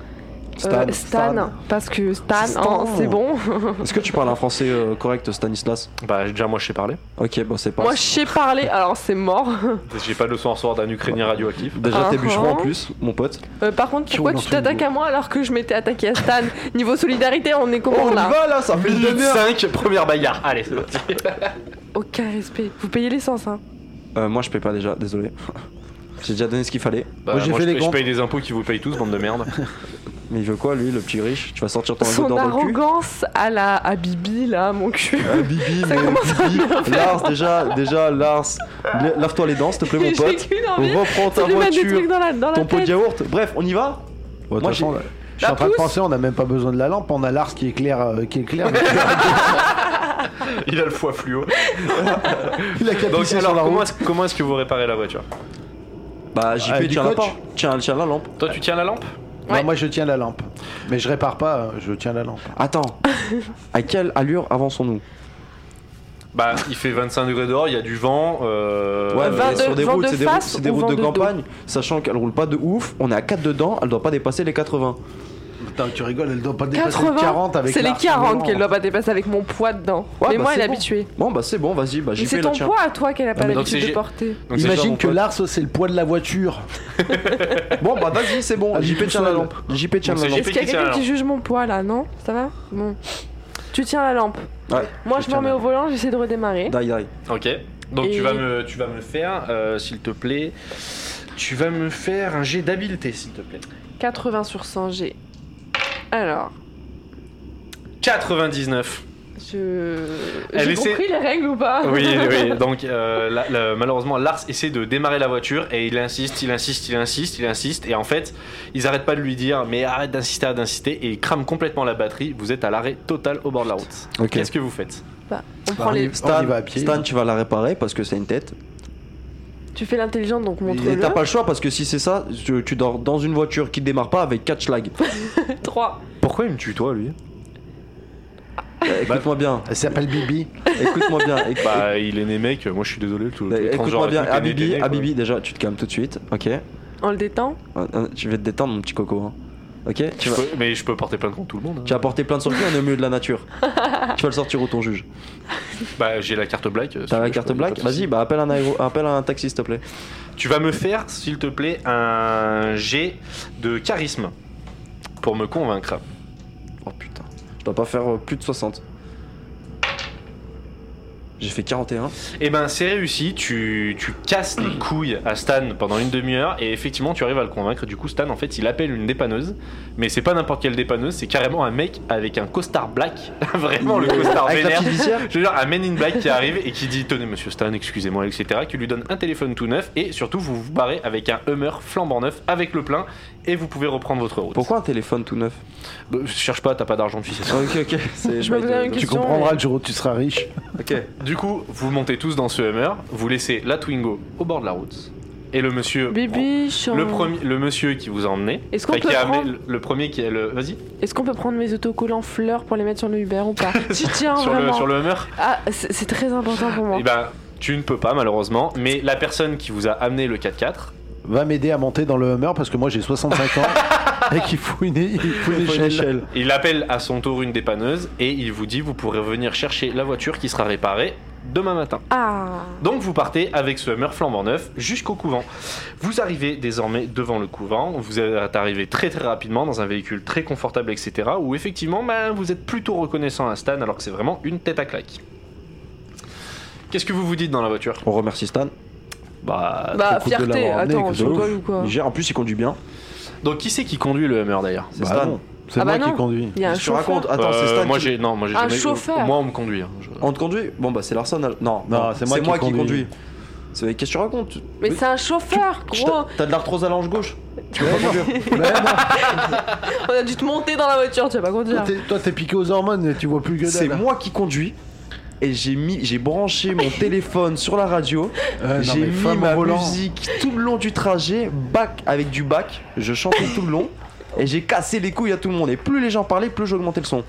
Speaker 3: Euh,
Speaker 4: Stan, Stan.
Speaker 3: Parce que Stan,
Speaker 2: Stan.
Speaker 3: hein, c'est bon.
Speaker 2: Est-ce que tu parles un français euh, correct, Stanislas
Speaker 1: Bah, déjà, moi, je sais parler.
Speaker 2: Ok, bon, c'est pas.
Speaker 3: Moi, je sais parler, alors c'est mort.
Speaker 1: J'ai pas le soin en soir d'un Ukrainien radioactif.
Speaker 2: Déjà, t'es
Speaker 3: Ah,
Speaker 2: bûcheron en
Speaker 3: ah.
Speaker 2: plus, mon pote.
Speaker 3: Euh, par contre,
Speaker 4: Qui
Speaker 3: pourquoi
Speaker 4: roule
Speaker 3: tu
Speaker 4: dans
Speaker 3: t'attaques
Speaker 4: son
Speaker 3: à moi alors que je m'étais attaqué à Stan Niveau solidarité, on est comment
Speaker 2: on y
Speaker 3: Oh là
Speaker 2: va là, ça fait une
Speaker 1: Minute
Speaker 2: demi-heure.
Speaker 1: 5, première bagarre. Allez, c'est parti.
Speaker 3: Aucun respect. Vous payez l'essence, hein
Speaker 2: Euh, moi, je paye pas déjà, désolé. J'ai déjà donné ce qu'il fallait.
Speaker 1: Bah,
Speaker 4: Moi, j'ai fait
Speaker 1: je,
Speaker 4: les
Speaker 1: paye- je
Speaker 4: comptes.
Speaker 1: paye des impôts qui vous payent tous, bande de merde.
Speaker 2: Mais il veut quoi, lui, le petit riche Tu vas sortir ton algodon
Speaker 3: Son
Speaker 2: dans le cul
Speaker 3: arrogance à la à Bibi là, mon cul.
Speaker 2: Ah, Bibi,
Speaker 3: Ça
Speaker 2: mais
Speaker 3: commence à
Speaker 2: Bibi, Lars, déjà, déjà, Lars, la- lave-toi les dents, s'il te plaît, mon
Speaker 3: J'ai
Speaker 2: pote.
Speaker 3: qu'une
Speaker 2: On
Speaker 3: envie,
Speaker 2: reprend ta
Speaker 3: c'est de lui mettre des trucs
Speaker 2: voiture,
Speaker 3: dans la, dans la
Speaker 2: ton pot de
Speaker 3: tête.
Speaker 2: yaourt. Bref, on y va
Speaker 4: Bon, de
Speaker 2: Moi,
Speaker 4: toute façon,
Speaker 2: j'ai-
Speaker 4: là, je suis en train de
Speaker 3: pousse.
Speaker 4: penser, on n'a même pas besoin de la lampe. On a Lars qui éclaire. euh, qui éclaire
Speaker 1: Il a le foie fluo.
Speaker 4: il a qu'à
Speaker 1: Donc,
Speaker 4: pisser
Speaker 1: alors,
Speaker 4: sur la
Speaker 1: comment
Speaker 4: route.
Speaker 1: est-ce, comment est-ce que vous réparez la voiture
Speaker 2: Bah,
Speaker 4: Ah,
Speaker 2: JP,
Speaker 4: du
Speaker 2: tiens la
Speaker 4: coach.
Speaker 2: pas. Tiens, tiens la lampe.
Speaker 1: Toi, tu tiens la lampe
Speaker 4: Non,
Speaker 3: Ouais.
Speaker 4: moi, je tiens la lampe. Mais je répare pas, euh, je tiens la lampe.
Speaker 2: Attends, à quelle allure avançons-nous
Speaker 1: Bah, il fait 25 degrés dehors, il y a du vent. euh,
Speaker 2: Ouais,
Speaker 3: Euh,
Speaker 2: mais
Speaker 3: vent de-
Speaker 2: sur des
Speaker 3: vent
Speaker 2: routes,
Speaker 3: de
Speaker 2: c'est des routes,
Speaker 3: face
Speaker 2: c'est des
Speaker 3: ou
Speaker 2: routes
Speaker 3: vent
Speaker 2: de
Speaker 3: de dos
Speaker 2: campagne, sachant qu'elle roule pas de ouf, on est à 4 dedans, elle doit pas dépasser les 80.
Speaker 4: Putain, tu rigoles, elle doit pas dépasser les
Speaker 3: 80
Speaker 4: 40 avec
Speaker 3: C'est les
Speaker 4: Lars,
Speaker 3: 40
Speaker 4: non.
Speaker 3: qu'elle doit pas dépasser avec mon poids dedans.
Speaker 2: Ouais,
Speaker 3: mais
Speaker 2: bah,
Speaker 3: moi,
Speaker 2: c'est
Speaker 3: elle est
Speaker 2: bon.
Speaker 3: habituée.
Speaker 2: Bon bah c'est bon, vas-y, bah
Speaker 3: Mais
Speaker 2: JP
Speaker 3: c'est
Speaker 2: là
Speaker 3: ton
Speaker 2: tiens.
Speaker 3: poids à toi qu'elle a pas
Speaker 1: mais donc
Speaker 3: l'habitude
Speaker 1: c'est
Speaker 3: de
Speaker 1: G-
Speaker 3: porter.
Speaker 1: donc c'est déjà mon
Speaker 4: Imagine que
Speaker 1: pote.
Speaker 4: Lars, c'est le poids de la voiture.
Speaker 2: Bon bah vas-y, c'est bon,
Speaker 4: Ah,
Speaker 2: JP
Speaker 4: JP
Speaker 2: tiens la
Speaker 4: seul.
Speaker 2: lampe. JP tiens
Speaker 1: Donc,
Speaker 2: la
Speaker 1: c'est
Speaker 2: lampe.
Speaker 1: JP.
Speaker 3: Est-ce qu'il y a
Speaker 1: Qui tient la
Speaker 3: quelqu'un qui
Speaker 1: lampe
Speaker 3: juge mon poids là, non Ça va Bon. Tu tiens la lampe.
Speaker 2: Ouais,
Speaker 3: Moi,
Speaker 4: je
Speaker 3: je me remets
Speaker 4: tiens la
Speaker 3: au volant, j'essaie de redémarrer.
Speaker 2: die die.
Speaker 1: Ok. Donc
Speaker 3: Et-
Speaker 1: tu, vas me, tu vas me faire, euh, s'il te plaît, tu vas me faire un jet d'habileté, s'il te plaît.
Speaker 3: 80 sur 100 G. Alors,
Speaker 1: 99.
Speaker 3: je.
Speaker 1: Elle
Speaker 3: J'ai
Speaker 1: essaie-
Speaker 3: compris les règles ou pas
Speaker 1: Oui, oui. Donc euh, la- la- malheureusement, Lars essaie de démarrer la voiture et il insiste, il insiste, il insiste, il insiste. Et en fait, ils arrêtent pas de lui dire, mais arrête d'insister, arrête d'insister. Et il crame complètement la batterie. Vous êtes à l'arrêt total au bord de la route.
Speaker 2: Ok.
Speaker 1: Qu'est-ce que vous faites
Speaker 3: On prend les...
Speaker 4: On
Speaker 2: Stan,
Speaker 4: y va à pied.
Speaker 2: Stan, tu vas la réparer parce que c'est une tête.
Speaker 3: Tu fais l'intelligente donc
Speaker 2: Et
Speaker 3: montre-le.
Speaker 2: t'as pas le choix parce que si c'est ça, tu, tu dors dans une voiture qui démarre pas avec 4 schlags.
Speaker 3: 3.
Speaker 1: Pourquoi il me tue, toi, lui
Speaker 2: Euh, Écoute-moi bien,
Speaker 4: Elle s'appelle Bibi.
Speaker 2: écoute-moi bien. écoute-
Speaker 1: Bah, il est né mec. Moi, je suis désolé. Tout,
Speaker 2: Bah,
Speaker 1: tout transgenre
Speaker 2: Écoute-moi
Speaker 1: et
Speaker 2: bien,
Speaker 1: tout, t'es né, t'es
Speaker 2: Habibi,
Speaker 1: né, quoi.
Speaker 2: Habibi, déjà tu te calmes tout de suite, ok
Speaker 3: On le détend.
Speaker 2: Euh, euh, Je vais te détendre mon petit coco, hein. ok tu
Speaker 1: Je
Speaker 2: vas,
Speaker 1: peux- mais je peux porter plainte contre tout le monde. hein.
Speaker 2: tu vas porter plainte sur lui, on est au milieu de la nature. tu vas le sortir où ton juge
Speaker 1: Bah, j'ai la carte black. euh, si
Speaker 2: T'as
Speaker 1: tu
Speaker 2: la
Speaker 1: veux,
Speaker 2: carte
Speaker 1: je peux-
Speaker 2: black
Speaker 1: pas de soucis.
Speaker 2: Vas-y, bah appelle un, aéro- appelle un taxi s'il te plaît.
Speaker 1: Tu vas me faire, s'il te plaît, un jet de charisme pour me convaincre.
Speaker 2: Oh putain, je dois pas faire euh, plus de 60. J'ai fait 41.
Speaker 1: Eh ben, c'est réussi. Tu, tu casses les couilles à Stan pendant une demi-heure et effectivement, tu arrives à le convaincre. Du coup, Stan, en fait, il appelle une dépanneuse, mais c'est pas n'importe quelle dépanneuse, c'est carrément un mec avec un costard black, vraiment le costard
Speaker 2: Avec la
Speaker 1: vénère.
Speaker 2: petite visière
Speaker 1: Je veux dire, un Men in Black qui arrive et qui dit Tenez, monsieur Stan, excusez-moi, etc. Qui lui donne un téléphone tout neuf et surtout vous vous barrez avec un Hummer flambant neuf avec le plein et vous pouvez reprendre votre route.
Speaker 2: Pourquoi un téléphone tout neuf
Speaker 1: Bah, Cherche pas, t'as pas d'argent de fixe.
Speaker 2: Ok, ok. c'est-
Speaker 3: Je
Speaker 2: bah,
Speaker 3: me posais
Speaker 2: de-
Speaker 3: une
Speaker 2: de-
Speaker 4: Tu
Speaker 3: Question,
Speaker 4: comprendras
Speaker 3: ouais.
Speaker 4: le jour où tu seras riche.
Speaker 2: Ok.
Speaker 1: Du coup, vous montez tous dans ce Hummer, vous laissez la Twingo au bord de la route et le monsieur.
Speaker 3: Bibi, je suis en-
Speaker 1: Le, premier, le monsieur qui vous a emmené.
Speaker 3: Est-ce qu'on
Speaker 1: enfin, qui
Speaker 3: peut
Speaker 1: a amené-
Speaker 3: prendre-
Speaker 1: le- le premier qui est le. Vas-y,
Speaker 3: Est-ce qu'on peut prendre mes autocollants fleurs pour les mettre sur le Uber ou pas Tu tiens
Speaker 1: sur le,
Speaker 3: vraiment.
Speaker 1: sur le Hummer.
Speaker 3: Ah, c'est c'est très important pour moi.
Speaker 1: Eh ben, tu ne peux pas malheureusement, mais la personne qui vous a amené le 4x4
Speaker 4: Va m'aider à monter dans le Hummer parce que moi j'ai 65 ans et qu'il faut une, il faut une échelle.
Speaker 1: Il appelle à son tour une dépanneuse et il vous dit vous pourrez venir chercher la voiture qui sera réparée demain matin.
Speaker 3: Ah.
Speaker 1: Donc vous partez avec ce Hummer flambant neuf jusqu'au couvent. Vous arrivez désormais devant le couvent, vous êtes arrivé très très rapidement dans un véhicule très confortable etc. où effectivement ben, vous êtes plutôt reconnaissant à Stan alors que c'est vraiment une tête à claque. Qu'est-ce que vous vous dites dans la voiture
Speaker 2: On remercie Stan.
Speaker 1: Bah...
Speaker 3: Bah,
Speaker 2: écoute, de l'avoir amené,
Speaker 3: fierté. Attends,
Speaker 2: écoute,
Speaker 3: je
Speaker 2: de
Speaker 3: rigole
Speaker 2: ouf.
Speaker 3: ou quoi
Speaker 2: Il gère, en plus il conduit bien.
Speaker 1: Donc qui c'est qui conduit le Hummer d'ailleurs
Speaker 2: C'est
Speaker 4: Bah
Speaker 2: Stan.
Speaker 4: non. C'est
Speaker 3: Ah bah
Speaker 4: moi qui
Speaker 3: non.
Speaker 4: conduis.
Speaker 3: Il y a un
Speaker 2: Je te
Speaker 3: chauffeur.
Speaker 2: raconte, attends, c'est
Speaker 1: Euh,
Speaker 2: Stan
Speaker 1: moi
Speaker 2: qui-
Speaker 1: j'ai non, moi j'ai
Speaker 3: Un
Speaker 1: jamais-
Speaker 3: chauffeur.
Speaker 1: Moi on me conduit. hein, je-
Speaker 2: On te conduit Bon bah c'est Larson alors. Non,
Speaker 4: Non, c'est moi qui conduis.
Speaker 2: C'est- Qu'est-ce que tu racontes
Speaker 3: Mais c'est un chauffeur,
Speaker 2: Tu-
Speaker 3: gros.
Speaker 2: T'as de l'arthrose à l'ange gauche Tu peux pas conduire.
Speaker 3: On a dû te monter dans la voiture, tu vas pas
Speaker 4: Toi,
Speaker 3: conduire.
Speaker 4: t'es- Toi, t'es piqué aux hormones et tu vois plus que
Speaker 2: C'est
Speaker 4: dalle.
Speaker 2: moi qui conduis. Et j'ai mis, j'ai branché mon téléphone sur la radio.
Speaker 4: Euh, non,
Speaker 2: j'ai
Speaker 4: mais
Speaker 2: mis
Speaker 4: femme
Speaker 2: ma
Speaker 4: au volant.
Speaker 2: musique tout le long du trajet, bac avec du bac. Je chantais tout le long. Et j'ai cassé les couilles à tout le monde. Et plus les gens parlaient, plus j'augmentais le son.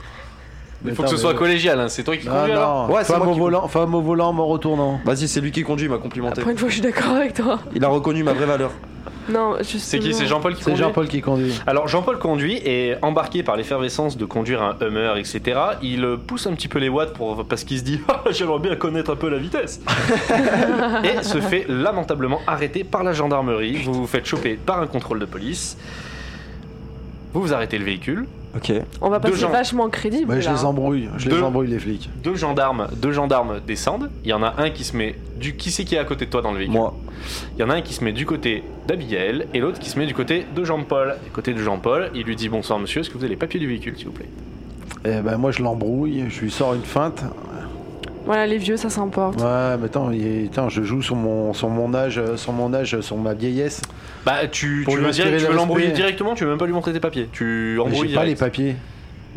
Speaker 1: Il faut que ce soit collégial, hein, c'est toi
Speaker 2: Ah,
Speaker 1: qui
Speaker 4: Non,
Speaker 1: conduis alors.
Speaker 4: Ah, non.
Speaker 2: Ouais, c'est
Speaker 4: femme,
Speaker 2: moi
Speaker 4: au
Speaker 2: qui-
Speaker 4: volant, femme au volant, mort au tournant.
Speaker 2: Vas-y, c'est lui qui conduit, il m'a complimenté.
Speaker 3: Pour une fois, je suis d'accord avec toi.
Speaker 2: Il a reconnu ma vraie valeur.
Speaker 3: Non, justement.
Speaker 1: C'est qui C'est Jean-Paul qui
Speaker 4: C'est
Speaker 1: conduit
Speaker 4: Jean-Paul qui conduit.
Speaker 1: Alors Jean-Paul conduit et embarqué par l'effervescence de conduire un Hummer, etc. Il euh, pousse un petit peu les watts pour, parce qu'il se dit Ah, j'aimerais bien connaître un peu la vitesse. et se fait lamentablement arrêter par la gendarmerie. Vous vous faites choper par un contrôle de police. Vous vous arrêtez le véhicule.
Speaker 2: Ok.
Speaker 3: On va
Speaker 1: Deux
Speaker 3: passer
Speaker 1: gens.
Speaker 3: vachement crédible.
Speaker 4: Bah, je
Speaker 3: là,
Speaker 4: les
Speaker 3: hein.
Speaker 4: embrouille, je
Speaker 1: Deux.
Speaker 4: les embrouille les flics.
Speaker 1: Deux gendarmes, deux gendarmes descendent. Il y en a un qui se met du qui c'est qui est à côté de toi dans le véhicule.
Speaker 2: Moi.
Speaker 1: Il y en a un qui se met du côté d'Abigail et l'autre qui se met du côté de Jean-Paul. Du côté de Jean-Paul, il lui dit bonsoir monsieur, est-ce que vous avez les papiers du véhicule s'il vous plaît
Speaker 4: Et ben moi je l'embrouille, je lui sors une feinte.
Speaker 3: Voilà, les vieux, ça s'emporte.
Speaker 4: Ouais, mais attends, il est- attends, je joue sur mon, sur mon âge, euh, sur mon âge, euh, sur ma vieillesse.
Speaker 1: Bah tu,
Speaker 4: Pour
Speaker 1: tu
Speaker 4: lui
Speaker 1: veux
Speaker 4: inspirer
Speaker 1: dire- tu
Speaker 4: le
Speaker 1: veux l'embrouiller
Speaker 4: respect.
Speaker 1: directement, tu veux même pas lui montrer tes papiers. Tu
Speaker 4: Mais
Speaker 1: embrouilles
Speaker 4: J'ai pas les
Speaker 1: direct.
Speaker 4: papiers.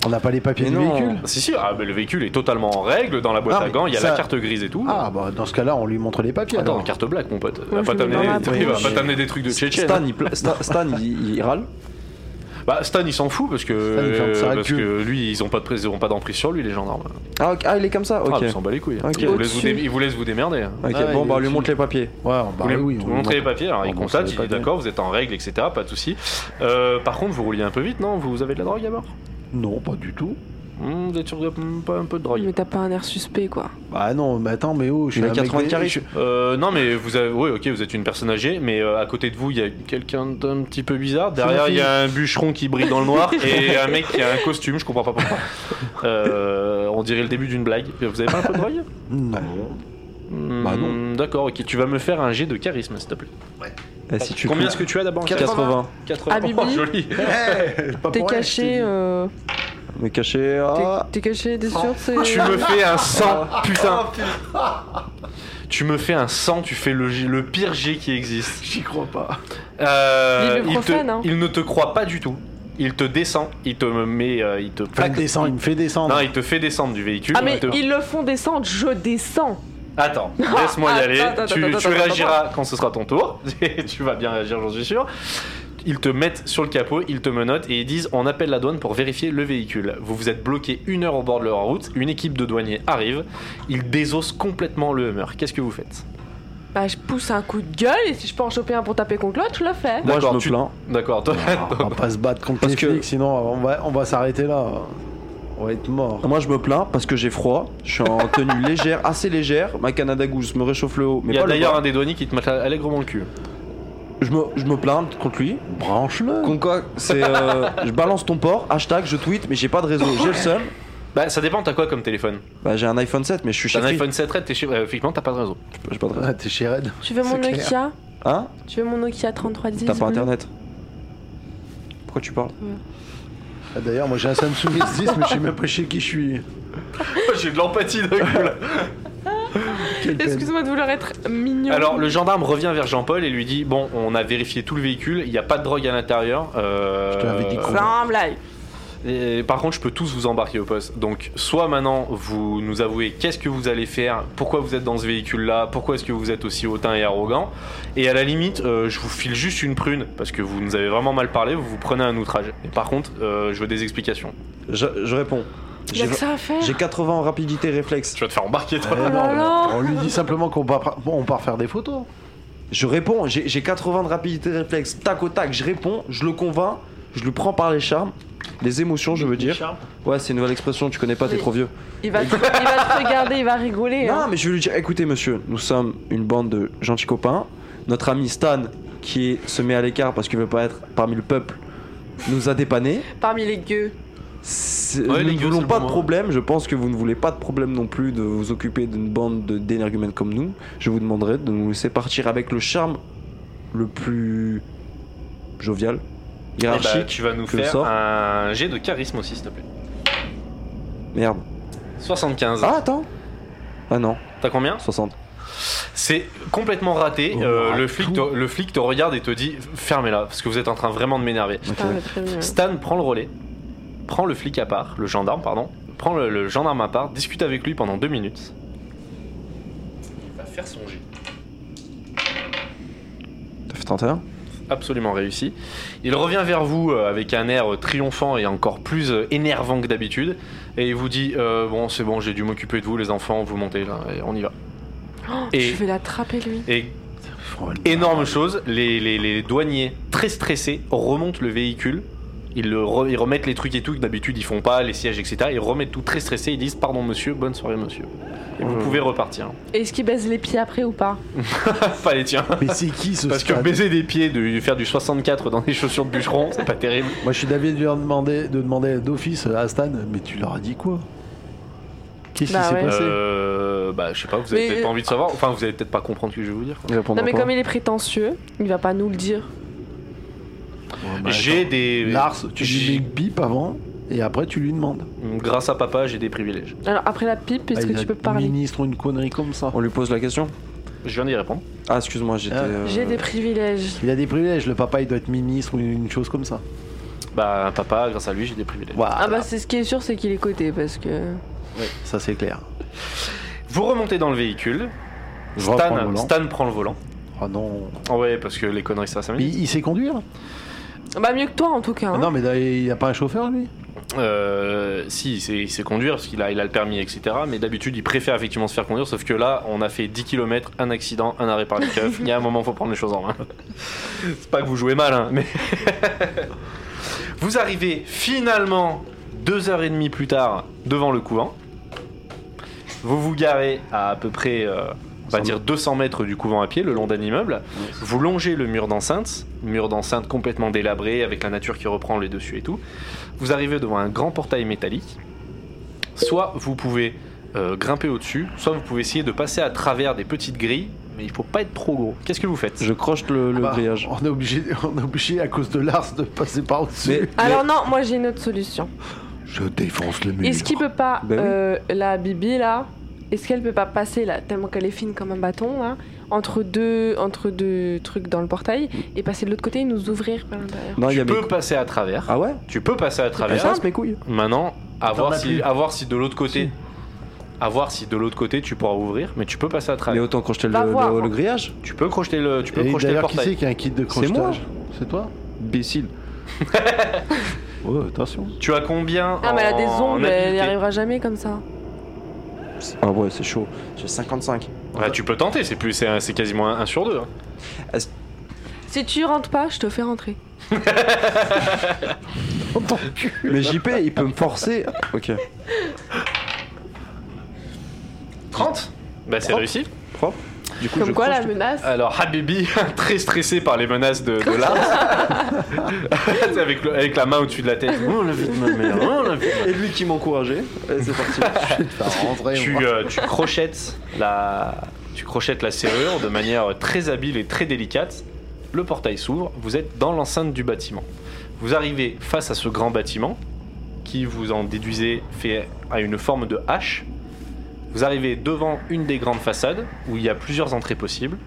Speaker 4: On n'a pas les papiers
Speaker 2: Mais
Speaker 4: du
Speaker 2: non.
Speaker 4: véhicule.
Speaker 1: Si si, ah, bah, le véhicule est totalement en règle dans la boîte
Speaker 4: Ah,
Speaker 1: à
Speaker 4: mais
Speaker 1: gants, il y a la
Speaker 4: ça-
Speaker 1: carte grise et tout.
Speaker 4: Ah bah dans ce cas-là, on lui montre les papiers.
Speaker 1: Attends,
Speaker 4: alors.
Speaker 1: carte black mon pote.
Speaker 3: Ouais,
Speaker 1: va
Speaker 3: je
Speaker 1: pas
Speaker 3: le
Speaker 1: t'amener-
Speaker 3: mets dans la
Speaker 1: il va
Speaker 4: poche.
Speaker 1: pas t'amener des trucs de Tchétchène. hein.
Speaker 2: Stan, il, pla- Sta- Stan, il- il râle.
Speaker 1: Bah Stan il s'en fout parce que
Speaker 4: Stan, il fait un sale
Speaker 1: parce
Speaker 4: cul.
Speaker 1: que lui ils ont pas de prise, ils ont pas d'emprise sur lui les gendarmes.
Speaker 2: Ah, ok. Ah, il est comme ça.
Speaker 1: Ah,
Speaker 2: Ok.
Speaker 1: ils s'en bat les couilles.
Speaker 2: Ok.
Speaker 1: Ils vous laissent vous
Speaker 3: Au-dessus.
Speaker 1: dé- ils vous laissent vous démerder. hein.
Speaker 2: Ok,
Speaker 4: Ah,
Speaker 2: bon,
Speaker 4: il est
Speaker 2: bah, on lui
Speaker 4: au-dessus.
Speaker 2: montre les papiers.
Speaker 4: Ouais, bah
Speaker 1: vous lui-
Speaker 4: oui,
Speaker 1: vous
Speaker 4: on lui
Speaker 1: montrez les
Speaker 4: montre.
Speaker 1: papiers, hein, alors
Speaker 4: on
Speaker 1: il
Speaker 4: montre
Speaker 1: constate,
Speaker 4: les
Speaker 1: il dit
Speaker 4: papiers.
Speaker 1: d'accord, vous êtes en règle, etc. Pas de souci. Euh, par contre, vous rouliez un peu vite, non Vous avez de la drogue à bord
Speaker 4: Non, pas du tout.
Speaker 1: Hmm, Vous êtes sur hmm, pas un peu de drogue
Speaker 3: Mais t'as pas un air suspect, quoi.
Speaker 4: Bah non, mais attends, mais oh, je suis
Speaker 2: Il a
Speaker 4: un mec
Speaker 2: 80
Speaker 4: dé-
Speaker 2: caries.
Speaker 4: je-
Speaker 1: euh, Non, mais vous avez. Oui, ok, vous êtes une personne âgée, mais euh, à côté de vous, il y a quelqu'un d'un petit peu bizarre. Derrière,
Speaker 4: ma
Speaker 1: il
Speaker 4: fille.
Speaker 1: y a un bûcheron qui brille dans le noir et un mec qui a un costume, je comprends pas pourquoi. Euh, on dirait le début d'une blague. Vous avez pas un peu de drogue
Speaker 4: Non.
Speaker 1: Bah non. D'accord, ok, tu vas me faire un jet de charisme, s'il te plaît.
Speaker 2: Eh, si tu
Speaker 1: Combien
Speaker 2: peux-
Speaker 1: est-ce que tu as d'abord
Speaker 2: 80.
Speaker 1: 80.
Speaker 3: Habibi.
Speaker 1: Oh, joli.
Speaker 4: Pas
Speaker 3: T'es
Speaker 4: pour rien, je
Speaker 3: caché.
Speaker 4: t'ai dit.
Speaker 3: euh,
Speaker 2: Me cacher.
Speaker 3: t'es-
Speaker 2: ah.
Speaker 3: T'es caché, t'es sûr c'est-
Speaker 1: Tu me fais un 100,
Speaker 4: Ah,
Speaker 1: putain. Tu me fais un 100, tu fais le, jet- le pire jet qui existe.
Speaker 4: J'y crois pas.
Speaker 1: Euh, il, te-
Speaker 3: Ibuprofène, hein.
Speaker 1: il ne te croit pas du tout. Il te descend, il te met, euh, il te
Speaker 4: Il
Speaker 1: plaque.
Speaker 4: me descend, il me fait descendre.
Speaker 1: Non, il te fait descendre du véhicule.
Speaker 3: Ah, mais
Speaker 1: Il te-
Speaker 3: ils le font descendre, je descends.
Speaker 1: Attends, laisse-moi y
Speaker 3: Ah, Attends,
Speaker 1: aller.
Speaker 3: attends,
Speaker 1: tu
Speaker 3: attends,
Speaker 1: tu
Speaker 3: attends,
Speaker 1: réagiras quand ce sera ton tour. tu vas bien réagir, j'en suis sûr. Ils te mettent sur le capot, ils te menottent et ils disent on appelle la douane pour vérifier le véhicule. Vous vous êtes bloqué une heure au bord de leur route, une équipe de douaniers arrive, ils désossent complètement le Hummer. Qu'est-ce que vous faites
Speaker 3: Bah, je pousse un coup de gueule et si je peux en choper un pour taper contre l'autre, je le fais.
Speaker 2: Moi, je
Speaker 1: D'accord,
Speaker 2: me
Speaker 1: tu-
Speaker 2: plains.
Speaker 1: D'accord, toi.
Speaker 4: Ah, On va pas se battre contre
Speaker 2: Parce
Speaker 4: les
Speaker 2: que-
Speaker 4: flics, sinon on va, on va s'arrêter là. On va être mort.
Speaker 2: Moi, je me plains parce que j'ai froid. Je suis en tenue légère, assez légère. Ma Canada Goose me réchauffe le haut, mais
Speaker 1: Il y a
Speaker 2: pas le
Speaker 1: d'ailleurs
Speaker 2: bas.
Speaker 1: un des douaniers qui te met allègrement le cul.
Speaker 2: Je me, je me plains contre lui.
Speaker 4: Branche-le.
Speaker 2: Comme quoi, c'est. euh, je balance ton port, hashtag, je tweet, mais j'ai pas de réseau. J'ai le seul.
Speaker 1: Bah, ça dépend, t'as quoi comme téléphone
Speaker 2: Bah, j'ai un iPhone 7, mais je suis
Speaker 1: T'as
Speaker 2: chez
Speaker 1: un
Speaker 2: Free.
Speaker 1: iPhone 7 Red, t'es chez- euh, effectivement, t'as pas de réseau.
Speaker 2: J'ai pas de réseau.
Speaker 4: Ah, T'es chez Red.
Speaker 3: Tu veux mon
Speaker 4: C'est
Speaker 3: Nokia
Speaker 2: Hein
Speaker 3: Tu veux mon Nokia 3310
Speaker 2: T'as pas
Speaker 3: bleu
Speaker 2: internet Pourquoi tu parles
Speaker 4: Ah, D'ailleurs, moi j'ai un Samsung S10, mais je sais même pas chez qui je suis.
Speaker 1: J'ai de l'empathie d'un coup là.
Speaker 4: Quelle peine.
Speaker 3: Excuse-moi de vouloir être mignon.
Speaker 1: Alors le gendarme revient vers Jean-Paul et lui dit bon on a vérifié tout le véhicule, il n'y a pas de drogue à l'intérieur. euh,
Speaker 4: Je te l'avais dit, gros.
Speaker 3: Sans blague.
Speaker 1: et par contre je peux tous vous embarquer au poste. Donc soit maintenant vous nous avouez qu'est-ce que vous allez faire, pourquoi vous êtes dans ce véhicule là, pourquoi est-ce que vous êtes aussi hautain et arrogant. Et à la limite euh, je vous file juste une prune parce que vous nous avez vraiment mal parlé, vous vous prenez un outrage. Et par contre euh, je veux des explications.
Speaker 2: je, je réponds.
Speaker 3: Il y a
Speaker 2: J'ai
Speaker 3: que ça à faire.
Speaker 2: j'ai 80 en rapidité réflexe.
Speaker 1: Tu vas te faire embarquer toi.
Speaker 4: Eh
Speaker 3: Oh
Speaker 4: non,
Speaker 3: là là.
Speaker 4: On lui dit simplement qu'on part, bon, on part faire des photos.
Speaker 2: Je réponds, j'ai j'ai 80 de rapidité réflexe, tac au tac, je réponds, je le convainc, je le prends par les charmes, les émotions, je veux dire. Ouais, c'est une nouvelle expression, tu connais pas, t'es
Speaker 3: Oui.
Speaker 2: trop vieux.
Speaker 3: Il va, te, il va te regarder, il va rigoler.
Speaker 2: Non,
Speaker 3: hein.
Speaker 2: mais je vais lui dire, écoutez, monsieur, nous sommes une bande de gentils copains. Notre ami Stan, qui est- se met à l'écart parce qu'il veut pas être parmi le peuple, nous a dépanné.
Speaker 3: Parmi les gueux.
Speaker 1: Ouais,
Speaker 2: nous
Speaker 1: les
Speaker 2: ne
Speaker 1: gueux, c'est
Speaker 2: voulons
Speaker 1: le
Speaker 2: pas
Speaker 1: bon
Speaker 2: de
Speaker 1: mot.
Speaker 2: problème, je pense que vous ne voulez pas de problème non plus de vous occuper d'une bande de- d'énergumènes comme nous. Je vous demanderai de nous laisser partir avec le charme le plus
Speaker 1: Eh
Speaker 2: jovial
Speaker 1: bah,
Speaker 2: hiérarchique.
Speaker 1: tu vas nous
Speaker 2: je le
Speaker 1: faire
Speaker 2: sors.
Speaker 1: un jet de charisme aussi, s'il te plaît.
Speaker 4: Ah.
Speaker 1: Eh ben,
Speaker 2: Merde.
Speaker 1: 75.
Speaker 2: Ah, attends. Ah non,
Speaker 1: T'as combien
Speaker 2: 60.
Speaker 1: C'est complètement raté.
Speaker 2: Oh,
Speaker 1: Euh,
Speaker 2: rate
Speaker 1: le, flic
Speaker 2: tout.
Speaker 1: te, le flic te regarde et te dit fermez-la, parce que vous êtes en train vraiment de m'énerver.
Speaker 2: Ok.
Speaker 3: Putain, le prévenu.
Speaker 1: Stan prend le relais, prend le flic à part, le gendarme, pardon, prend le, le gendarme à part, discute avec lui pendant deux minutes. Il va faire son jet.
Speaker 2: T'as fait 31
Speaker 1: Absolument réussi. Il revient vers vous euh, avec un air euh, triomphant et encore plus euh, énervant que d'habitude, et il vous dit euh, bon c'est bon j'ai dû m'occuper de vous les enfants, vous montez là, et on y va.
Speaker 3: Oh,
Speaker 1: Et-
Speaker 3: Je vais l'attraper lui.
Speaker 1: Et Énorme chose, les, les- les douaniers très stressés remontent le véhicule, ils, le re- ils remettent les trucs et tout que d'habitude ils font pas, les sièges etc. Ils remettent tout très stressés, ils disent pardon monsieur, bonne soirée monsieur. Et vous
Speaker 4: Mmh.
Speaker 2: Euh.
Speaker 1: pouvez repartir. hein.
Speaker 3: Et Est-ce qu'il baise les pieds après ou pas
Speaker 1: pas les tiens.
Speaker 4: Mais c'est qui ce
Speaker 1: Parce que
Speaker 4: stade
Speaker 1: baiser des pieds, de faire du 64 dans des chaussures de bûcheron, c'est pas terrible.
Speaker 4: Moi je suis d'avis de, leur demander, de demander d'office à Stan, mais tu leur as dit quoi Qu'est-ce
Speaker 3: Bah
Speaker 4: qui s'est
Speaker 3: ouais.
Speaker 4: passé
Speaker 1: Euh, bah je sais pas, vous avez
Speaker 3: Mais-
Speaker 1: peut-être pas envie de savoir, enfin vous avez peut-être pas comprendre ce que je vais vous dire. quoi.
Speaker 2: Il répondra
Speaker 3: Non mais
Speaker 2: pas.
Speaker 3: comme il est prétentieux, il va pas nous le dire.
Speaker 4: Ouais, bah,
Speaker 1: J'ai
Speaker 4: attends.
Speaker 1: des...
Speaker 4: Lars, tu lui
Speaker 1: j'ai-
Speaker 4: mets bip avant et après tu lui demandes.
Speaker 1: Grâce à papa, j'ai des privilèges.
Speaker 3: Alors après la pipe, est-ce
Speaker 4: Ah, il
Speaker 3: que
Speaker 4: a
Speaker 3: tu peux parler
Speaker 4: ministre une connerie comme ça.
Speaker 2: On lui pose la question
Speaker 1: Je viens d'y répondre.
Speaker 2: Ah, excuse-moi, j'étais.
Speaker 4: Ah.
Speaker 2: euh,
Speaker 3: J'ai des privilèges.
Speaker 4: Il a des privilèges, le papa il doit être ministre ou une chose comme ça.
Speaker 1: Bah papa, grâce à lui, j'ai des privilèges.
Speaker 4: Voilà,
Speaker 3: Ah bah c'est ce qui est sûr, c'est qu'il est coté parce que.
Speaker 4: ça c'est clair.
Speaker 1: Vous remontez dans le véhicule,
Speaker 4: Je reprends le
Speaker 1: Stan,
Speaker 4: volant.
Speaker 1: Stan prend le volant.
Speaker 4: Ah non.
Speaker 1: Ouais, parce que les conneries ça
Speaker 4: Mais
Speaker 1: s'amène.
Speaker 4: il il sait conduire
Speaker 3: Ah Bah mieux que toi en tout cas. hein.
Speaker 4: Non mais d'ailleurs, il n'y a pas un chauffeur lui
Speaker 1: Euh, si, il sait, il sait conduire parce qu'il a, il a le permis, etc. Mais d'habitude, il préfère effectivement se faire conduire. Sauf que là, on a fait 10 km, un accident, un arrêt par les keufs. Il y a un moment, faut prendre les choses en main. C'est pas que vous jouez mal, hein, mais. vous arrivez finalement, deux heures et demie plus tard, devant le couvent. Vous vous garez à à peu près, euh, on va
Speaker 4: Cent
Speaker 1: dire 200 mètres du couvent à pied, le long d'un immeuble. Vous longez le mur d'enceinte, mur d'enceinte complètement délabré, avec la nature qui reprend les dessus et tout. Vous arrivez devant un grand portail métallique. Soit vous pouvez euh, grimper au-dessus, soit vous pouvez essayer de passer à travers des petites grilles, mais il faut pas être trop gros. Qu'est-ce que vous faites
Speaker 2: Je croche le,
Speaker 1: Ah
Speaker 2: le
Speaker 4: Bah,
Speaker 2: grillage.
Speaker 4: On est obligé, on est obligé à cause de Lars de passer par au-dessus.
Speaker 3: Alors non, moi j'ai une autre solution.
Speaker 4: Je défonce le mur.
Speaker 3: Est-ce qu'il peut pas
Speaker 2: Ben oui.
Speaker 3: euh, la Bibi là Est-ce qu'elle peut pas passer là tellement qu'elle est fine comme un bâton là entre deux entre deux trucs dans le portail et passer de l'autre côté et nous ouvrir par l'intérieur.
Speaker 2: Non, Ah, il y
Speaker 1: Tu
Speaker 2: a mes-
Speaker 1: peux passer à travers.
Speaker 2: Ah ouais
Speaker 1: Tu peux passer à
Speaker 2: Elles
Speaker 1: travers.
Speaker 2: passent mes couilles.
Speaker 1: Maintenant, à
Speaker 4: T'en
Speaker 1: voir,
Speaker 4: as
Speaker 1: si,
Speaker 4: plus.
Speaker 1: à voir si de l'autre côté, à voir si de l'autre côté tu pourras ouvrir, mais tu peux passer à
Speaker 2: Mais
Speaker 1: travers.
Speaker 2: autant crocheter le,
Speaker 3: Va voir,
Speaker 2: le, le
Speaker 3: hein.
Speaker 2: grillage
Speaker 1: Tu peux crocheter le, tu peux
Speaker 4: Et
Speaker 1: crocheter le
Speaker 4: d'ailleurs qui
Speaker 1: portail.
Speaker 4: c'est qui a un kit de crochetage
Speaker 2: moi.
Speaker 4: C'est toi
Speaker 2: Bécile.
Speaker 4: Ouais, Oh, attention.
Speaker 1: Tu as combien
Speaker 3: Ah mais elle a des
Speaker 1: en
Speaker 3: ongles, elle n'y
Speaker 1: habileté
Speaker 3: arrivera jamais comme ça.
Speaker 2: Ah ouais, c'est chaud. J'ai 55.
Speaker 1: Bah, tu peux tenter, c'est plus, c'est c'est quasiment un, un sur deux. hein.
Speaker 3: Si tu rentres pas, je te fais rentrer.
Speaker 2: Mais JP, il peut me forcer. Ok.
Speaker 1: 30 Bah c'est
Speaker 2: Propre.
Speaker 1: réussi.
Speaker 2: Propre. Du coup,
Speaker 3: Comme
Speaker 2: je
Speaker 3: quoi la
Speaker 2: croche.
Speaker 3: menace
Speaker 1: Alors Habibi, très stressé par les menaces de, de Lars, avec, le- avec la main au-dessus de la tête. Oh, la vie de ma mère, oh, la vie de ma-
Speaker 2: Et lui qui m'encourageait. Allez, C'est parti.
Speaker 1: Tu, euh, tu crochettes la, tu crochettes la serrure de manière très habile et très délicate. Le portail s'ouvre. Vous êtes dans l'enceinte du bâtiment. Vous arrivez face à ce grand bâtiment qui, vous en déduisez, fait à une forme de H. Vous arrivez devant une des grandes façades où il y a plusieurs entrées possibles.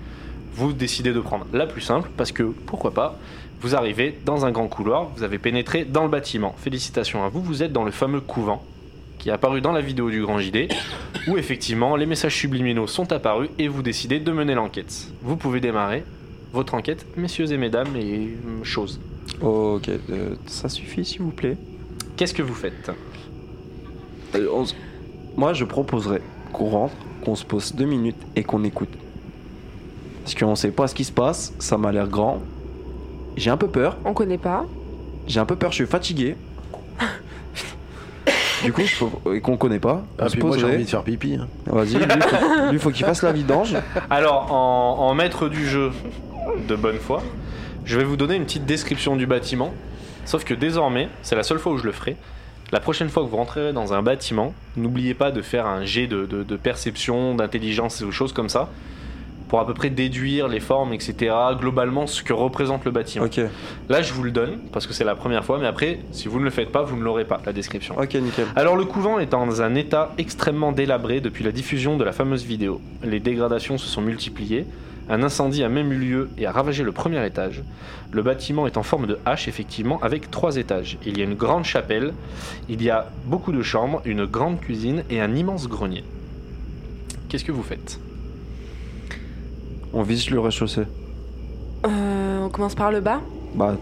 Speaker 1: Vous décidez de prendre la plus simple parce que pourquoi pas. Vous arrivez dans un grand couloir, vous avez pénétré dans le bâtiment. Félicitations à vous, vous êtes dans le fameux couvent qui est apparu dans la vidéo du grand JD où effectivement les messages subliminaux sont apparus et vous décidez de mener l'enquête. Vous pouvez démarrer votre enquête, messieurs et mesdames, et hum, choses.
Speaker 2: Ok, euh, ça suffit s'il vous plaît.
Speaker 1: Qu'est-ce que vous faites
Speaker 2: Euh, on s- Moi, je proposerais qu'on rentre, qu'on se pose deux minutes et qu'on écoute. Parce qu'on sait pas ce qui se passe, ça m'a l'air grand. J'ai un peu peur,
Speaker 3: On connaît pas.
Speaker 2: j'ai un peu peur, je suis fatigué. du coup, je peux- et qu'on connaît pas, on
Speaker 4: Ah,
Speaker 2: se
Speaker 4: puis moi j'ai envie
Speaker 2: poserait.
Speaker 4: de faire pipi. hein.
Speaker 2: Vas-y, lui, faut- lui, faut qu'il fasse la vidange.
Speaker 1: Alors, en, en maître du jeu de bonne foi, je vais vous donner une petite description du bâtiment. Sauf que désormais, c'est la seule fois où je le ferai. La prochaine fois que vous rentrerez dans un bâtiment, n'oubliez pas de faire un jet de, de- de perception, d'intelligence et des choses comme ça. pour à peu près déduire les formes, etc. Globalement, ce que représente le bâtiment.
Speaker 2: Ok,
Speaker 1: Là, je vous le donne parce que c'est la première fois, mais après, si vous ne le faites pas, vous ne l'aurez pas, la description.
Speaker 2: ok, nickel.
Speaker 1: Alors le couvent est dans un état extrêmement délabré depuis la diffusion de la fameuse vidéo. Les dégradations se sont multipliées. Un incendie a même eu lieu et a ravagé le premier étage. Le bâtiment est en forme de H effectivement avec trois étages. Il y a une grande chapelle, il y a beaucoup de chambres, une grande cuisine et un immense grenier. Qu'est-ce que vous faites
Speaker 2: On visite le rez-de-chaussée.
Speaker 3: Euh, on commence par le bas.
Speaker 2: Bah,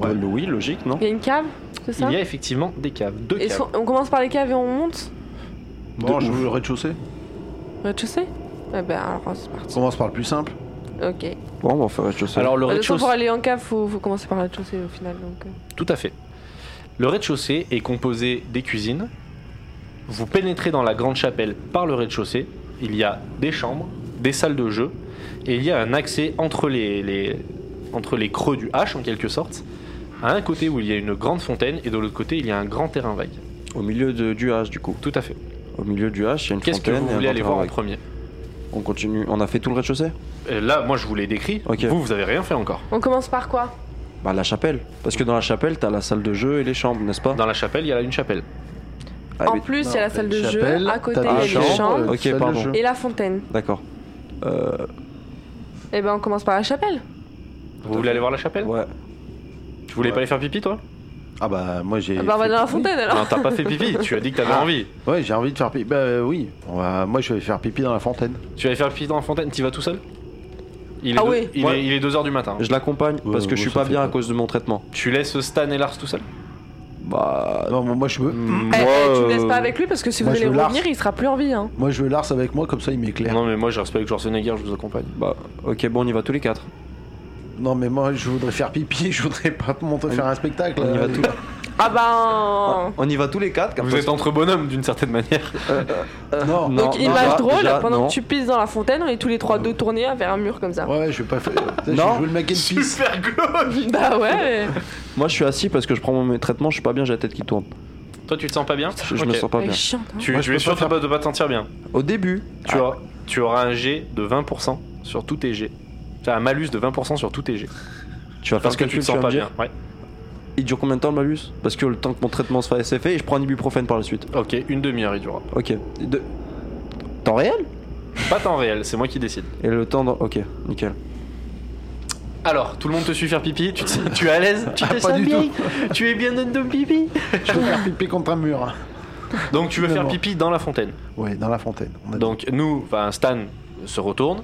Speaker 2: bah, le- oui, logique, non
Speaker 3: Il y a une cave, c'est ça
Speaker 1: Il y a effectivement des caves, deux
Speaker 3: Et
Speaker 1: caves.
Speaker 3: so- on commence par les caves et on monte
Speaker 4: Bon,
Speaker 2: De
Speaker 4: je
Speaker 2: ouf.
Speaker 4: veux le rez-de-chaussée.
Speaker 3: Rez-de-chaussée Eh ben alors c'est parti.
Speaker 4: On commence par le plus simple.
Speaker 3: Ok. De
Speaker 2: Bon, on va faire rez-de-chaussée.
Speaker 1: Alors le
Speaker 3: toute façon, Euh, pour
Speaker 1: rez-de-chaussée,
Speaker 3: aller en cave, faut, faut commencer par le rez-de-chaussée au final. Donc, euh.
Speaker 1: tout à fait. Le rez-de-chaussée est composé des cuisines. Vous pénétrez dans la grande chapelle par le rez-de-chaussée. Il y a des chambres, des salles de jeu, et il y a un accès entre les, les- entre les creux du H en quelque sorte. À un côté où il y a une grande fontaine et de l'autre côté il y a un grand terrain vague.
Speaker 2: Au milieu de- du H, du coup.
Speaker 1: Tout à fait.
Speaker 2: Au milieu du H, il y a une
Speaker 1: Qu'est-ce que
Speaker 2: fontaine.
Speaker 1: vous
Speaker 2: et un
Speaker 1: voulez
Speaker 2: grand
Speaker 1: aller voir en
Speaker 2: travail.
Speaker 1: premier
Speaker 2: On continue. On a fait tout le rez-de-chaussée
Speaker 1: Euh, Là, moi je vous l'ai décrit.
Speaker 2: Ok.
Speaker 1: Vous, vous avez rien fait encore.
Speaker 3: On commence par quoi
Speaker 2: Bah, la chapelle. Parce que dans la chapelle, t'as la salle de jeu et les chambres, n'est-ce pas
Speaker 1: Dans la chapelle, il y a une chapelle.
Speaker 2: Ah,
Speaker 3: En
Speaker 2: mais-
Speaker 3: plus, il y
Speaker 4: Non,
Speaker 3: a la
Speaker 4: t'as
Speaker 3: salle
Speaker 4: une
Speaker 3: de
Speaker 4: chapelle,
Speaker 3: jeu, à côté
Speaker 4: t'as
Speaker 3: il y
Speaker 2: des
Speaker 3: a les
Speaker 2: chambres,
Speaker 3: chambres
Speaker 4: euh,
Speaker 2: Ok,
Speaker 4: salle de
Speaker 2: pardon.
Speaker 4: jeu.
Speaker 3: et la fontaine.
Speaker 2: D'accord. Euh,
Speaker 3: Eh ben on commence par la chapelle.
Speaker 1: Vous voulez aller voir la chapelle
Speaker 2: ouais.
Speaker 1: Tu voulais
Speaker 4: Ouais.
Speaker 1: pas aller faire pipi toi
Speaker 4: Ah bah moi j'ai.
Speaker 3: Ah bah on va
Speaker 4: fait-
Speaker 3: dans la fontaine alors.
Speaker 1: Non, t'as pas fait pipi, tu as dit que t'avais
Speaker 4: Ah.
Speaker 1: envie.
Speaker 4: Ouais, j'ai envie de faire pipi. Bah euh, oui, on va- moi je vais faire pipi dans la fontaine.
Speaker 1: Tu vas aller faire pipi dans la fontaine, t'y vas tout seul il est
Speaker 3: Ah
Speaker 1: deux-
Speaker 3: ouais.
Speaker 1: il,
Speaker 2: Ouais.
Speaker 1: est, 2h du matin.
Speaker 2: Je l'accompagne
Speaker 4: Ouais,
Speaker 2: parce que
Speaker 4: ouais,
Speaker 2: je suis
Speaker 4: ça
Speaker 2: pas
Speaker 4: fait
Speaker 2: bien à
Speaker 4: pas.
Speaker 2: cause de mon traitement.
Speaker 1: Tu laisses Stan et Lars tout seul
Speaker 2: Bah.
Speaker 4: Ah, Non, Euh, moi je veux.
Speaker 3: Eh,
Speaker 1: Mm.
Speaker 2: moi,
Speaker 3: eh, tu me laisses
Speaker 2: euh,
Speaker 3: pas avec lui parce que si vous
Speaker 4: moi, je
Speaker 3: allez
Speaker 4: le largue.
Speaker 3: revenir, il sera plus en vie. Hein.
Speaker 4: Moi je veux Lars avec moi, comme ça il m'éclaire. Non.
Speaker 1: Non mais moi je respecte Schwarzenegger, je vous accompagne.
Speaker 2: Bah, ok, bon, on y va tous les quatre.
Speaker 4: mais moi je voudrais faire pipi, je voudrais pas te monter faire un spectacle.
Speaker 2: On y va
Speaker 4: Euh,
Speaker 2: tous.
Speaker 3: Ah bah.
Speaker 2: On y va tous les quatre. comme
Speaker 1: Vous
Speaker 2: ça-
Speaker 1: êtes entre bonhommes d'une certaine manière.
Speaker 4: euh,
Speaker 2: Non,
Speaker 4: Non.
Speaker 3: Donc
Speaker 2: non, déjà-
Speaker 3: image drôle,
Speaker 2: déjà,
Speaker 3: pendant
Speaker 2: non.
Speaker 3: que tu pisses dans la fontaine, on est tous les trois deux tournés vers un mur comme ça.
Speaker 4: Ouais, je vais pas faire. euh, Tu sais,
Speaker 2: Non.
Speaker 4: Je veux le mec and peace.
Speaker 1: Super glauque
Speaker 3: Bah ouais. mais-
Speaker 2: Moi, je suis assis parce que je prends mon mes traitements. Je suis pas bien, j'ai la tête qui tourne.
Speaker 1: Toi tu te sens pas bien
Speaker 2: Je, je me
Speaker 1: Ok.
Speaker 2: sens pas
Speaker 3: Elle
Speaker 2: bien.
Speaker 3: est chiante. hein.
Speaker 1: Tu,
Speaker 4: Moi,
Speaker 1: tu
Speaker 4: je peux
Speaker 1: es sûr
Speaker 4: pas faire-
Speaker 1: de pas- de pas te sentir bien
Speaker 2: Au début,
Speaker 1: tu, auras, tu auras un G de 20% sur tout tes G. Tu as un malus de 20% sur tout tes G.
Speaker 2: Ah, tu vas faire
Speaker 1: Parce
Speaker 2: ce
Speaker 1: que tu
Speaker 2: calcul,
Speaker 1: te
Speaker 2: tu
Speaker 1: sens
Speaker 2: vas
Speaker 1: pas
Speaker 2: me
Speaker 1: bien.
Speaker 2: dire.
Speaker 1: Ouais.
Speaker 2: Il dure combien de temps le malus Parce que le temps que mon traitement se fasse, c'est fait et je prends un ibuprofène par la suite.
Speaker 1: Ok, une demi-heure il durera.
Speaker 2: Ok. De... Temps réel
Speaker 1: Pas temps réel, c'est moi qui décide.
Speaker 2: Et le temps. Dans... Ok, nickel.
Speaker 1: Alors, tout le monde te suit faire pipi, tu, te- tu es à l'aise, tu
Speaker 4: Ah,
Speaker 1: te
Speaker 4: pas
Speaker 1: sens
Speaker 4: du
Speaker 1: bien,
Speaker 4: tout.
Speaker 1: tu es bien dans ton pipi.
Speaker 4: Je veux faire pipi contre un mur.
Speaker 1: Donc tu veux faire
Speaker 4: Finalement.
Speaker 1: pipi dans la fontaine.
Speaker 4: Ouais, dans la fontaine. On a-
Speaker 1: Donc nous, enfin Stan se retourne.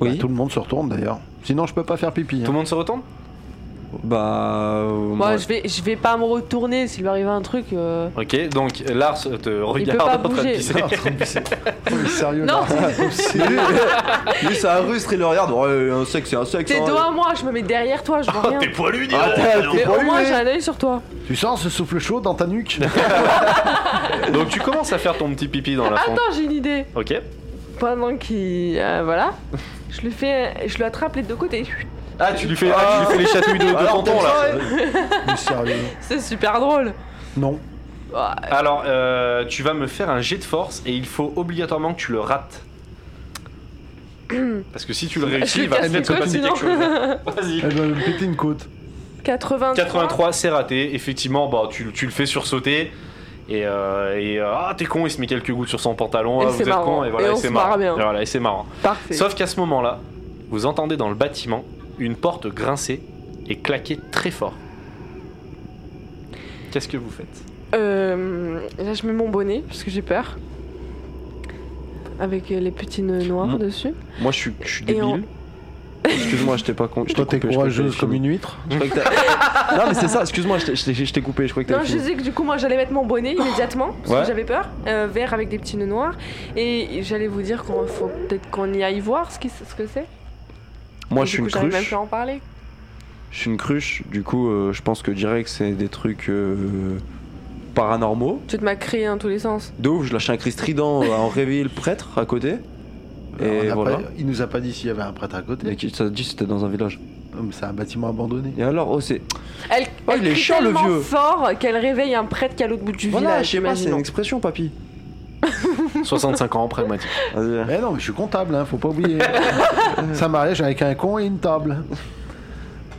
Speaker 4: Bah,
Speaker 2: Oui.
Speaker 4: tout le monde se retourne d'ailleurs. Sinon je peux pas faire pipi. hein.
Speaker 1: Tout le monde se retourne
Speaker 2: Bah. euh,
Speaker 3: Moi,
Speaker 2: moi-
Speaker 3: je vais, je vais pas me retourner s'il lui arrive un truc. euh.
Speaker 1: Ok, donc Lars euh, te regarde
Speaker 3: pas
Speaker 1: en train de
Speaker 3: bouger.
Speaker 1: pisser.
Speaker 4: Non, Ah, trop bizarre. Oh, mais Sérieux
Speaker 3: Non,
Speaker 4: Lars, c'est-
Speaker 2: lui, lui, c'est un rustre, il le regarde. Ouais, un sexe, c'est un sexe.
Speaker 3: T'es
Speaker 2: hein.
Speaker 3: dos à moi, je me mets derrière toi, je vois rien.
Speaker 1: euh. Oh, poilu, dis
Speaker 2: Ah, t'es- t'es
Speaker 3: Mais
Speaker 2: pas
Speaker 3: au moins
Speaker 2: lui,
Speaker 3: j'ai
Speaker 2: hein.
Speaker 3: un œil sur toi.
Speaker 4: Tu sens ce souffle chaud dans ta nuque
Speaker 1: Donc tu commences à faire ton petit pipi dans la fonte.
Speaker 3: Attends, j'ai une idée.
Speaker 1: Ok.
Speaker 3: Pendant qu'il. euh, voilà. Je lui fais. Je lui attrape les deux côtés.
Speaker 1: Ah, tu lui fais, ah, tu lui fais les chatouilles de, de
Speaker 2: Alors,
Speaker 1: tonton
Speaker 2: t'es
Speaker 1: là.
Speaker 4: Mais sérieux
Speaker 3: C'est super drôle.
Speaker 4: Non.
Speaker 3: Ah,
Speaker 1: Alors, euh, tu vas me faire un jet de force et il faut obligatoirement que tu le rates. Parce que si tu le réussis,
Speaker 3: lui
Speaker 1: il va
Speaker 3: casse les
Speaker 1: peut-être se
Speaker 3: côtes,
Speaker 1: passer quelque chose. Vas-y.
Speaker 4: Elle va me péter Eh ben, une côte.
Speaker 3: 83.
Speaker 1: 83, c'est raté. Effectivement, bah, tu, tu le fais sursauter. Et, euh, et, euh, ah, t'es con, il se met quelques gouttes sur son pantalon.
Speaker 3: Et
Speaker 1: ah,
Speaker 3: c'est
Speaker 1: vous êtes
Speaker 3: marrant.
Speaker 1: con, et voilà,
Speaker 3: Et
Speaker 1: et
Speaker 3: on
Speaker 1: c'est
Speaker 3: se
Speaker 1: marrant.
Speaker 3: marre bien.
Speaker 1: Et voilà, et c'est marrant.
Speaker 3: Parfait.
Speaker 1: Sauf qu'à ce moment-là, vous entendez dans le bâtiment une porte grincer et claquer très fort. Qu'est-ce que vous faites
Speaker 3: Euh, là, je mets mon bonnet parce que j'ai peur. Avec euh, les petits nœuds noirs
Speaker 2: Mon-
Speaker 3: dessus.
Speaker 2: Moi, je suis, je suis
Speaker 3: Et on-
Speaker 2: débile. Excuse-moi, je t'ai pas con... je t'ai
Speaker 4: Toi
Speaker 2: coupé,
Speaker 4: t'es
Speaker 2: je croyais que
Speaker 4: courageuse
Speaker 2: t'avais
Speaker 4: comme
Speaker 2: fini.
Speaker 4: une huître.
Speaker 2: Je croyais que t'as- non, mais c'est ça, excuse-moi, je t'ai- je t'ai je t'ai coupé. Je croyais que
Speaker 3: Non,
Speaker 2: t'avais
Speaker 3: je
Speaker 2: fini.
Speaker 3: disais que du coup, moi, j'allais mettre mon bonnet immédiatement parce
Speaker 2: Ouais.
Speaker 3: que j'avais peur. Euh, vert avec des petits nœuds noirs. Et j'allais vous dire qu'on faut peut-être qu'on y aille voir ce, qui, ce que c'est.
Speaker 2: Moi,
Speaker 3: Et
Speaker 2: je
Speaker 3: du
Speaker 2: suis une
Speaker 3: coup, j'arrive même
Speaker 2: cruche.
Speaker 3: plus à en parler.
Speaker 2: Je suis une cruche, du coup, euh, je pense que direct, c'est des trucs euh, paranormaux.
Speaker 3: Tu te m'as crié dans tous les sens.
Speaker 2: De ouf, je lâche un cri strident euh, à en réveiller le prêtre à côté.
Speaker 4: Alors, on
Speaker 2: Et
Speaker 4: a
Speaker 2: voilà.
Speaker 4: pas- Il nous a pas dit s'il y avait un prêtre à
Speaker 2: Mais
Speaker 4: côté.
Speaker 2: qui- ça te dit c'était dans un village.
Speaker 4: Oh, mais C'est un bâtiment abandonné.
Speaker 2: Et alors, oh, c'est.
Speaker 3: Elle,
Speaker 2: Oh,
Speaker 3: elle
Speaker 2: il est
Speaker 3: crie
Speaker 2: chiant, le
Speaker 3: tellement
Speaker 2: vieux.
Speaker 3: fort qu'elle réveille un prêtre qui est à l'autre bout du
Speaker 2: Voilà,
Speaker 3: village.
Speaker 2: je sais pas, c'est
Speaker 3: imaginons.
Speaker 2: une expression, papy.
Speaker 1: 65 ans, pragmatique.
Speaker 2: Vas-y.
Speaker 4: Eh non, mais je suis comptable, hein, faut pas oublier. C'est un mariage avec un con et une table.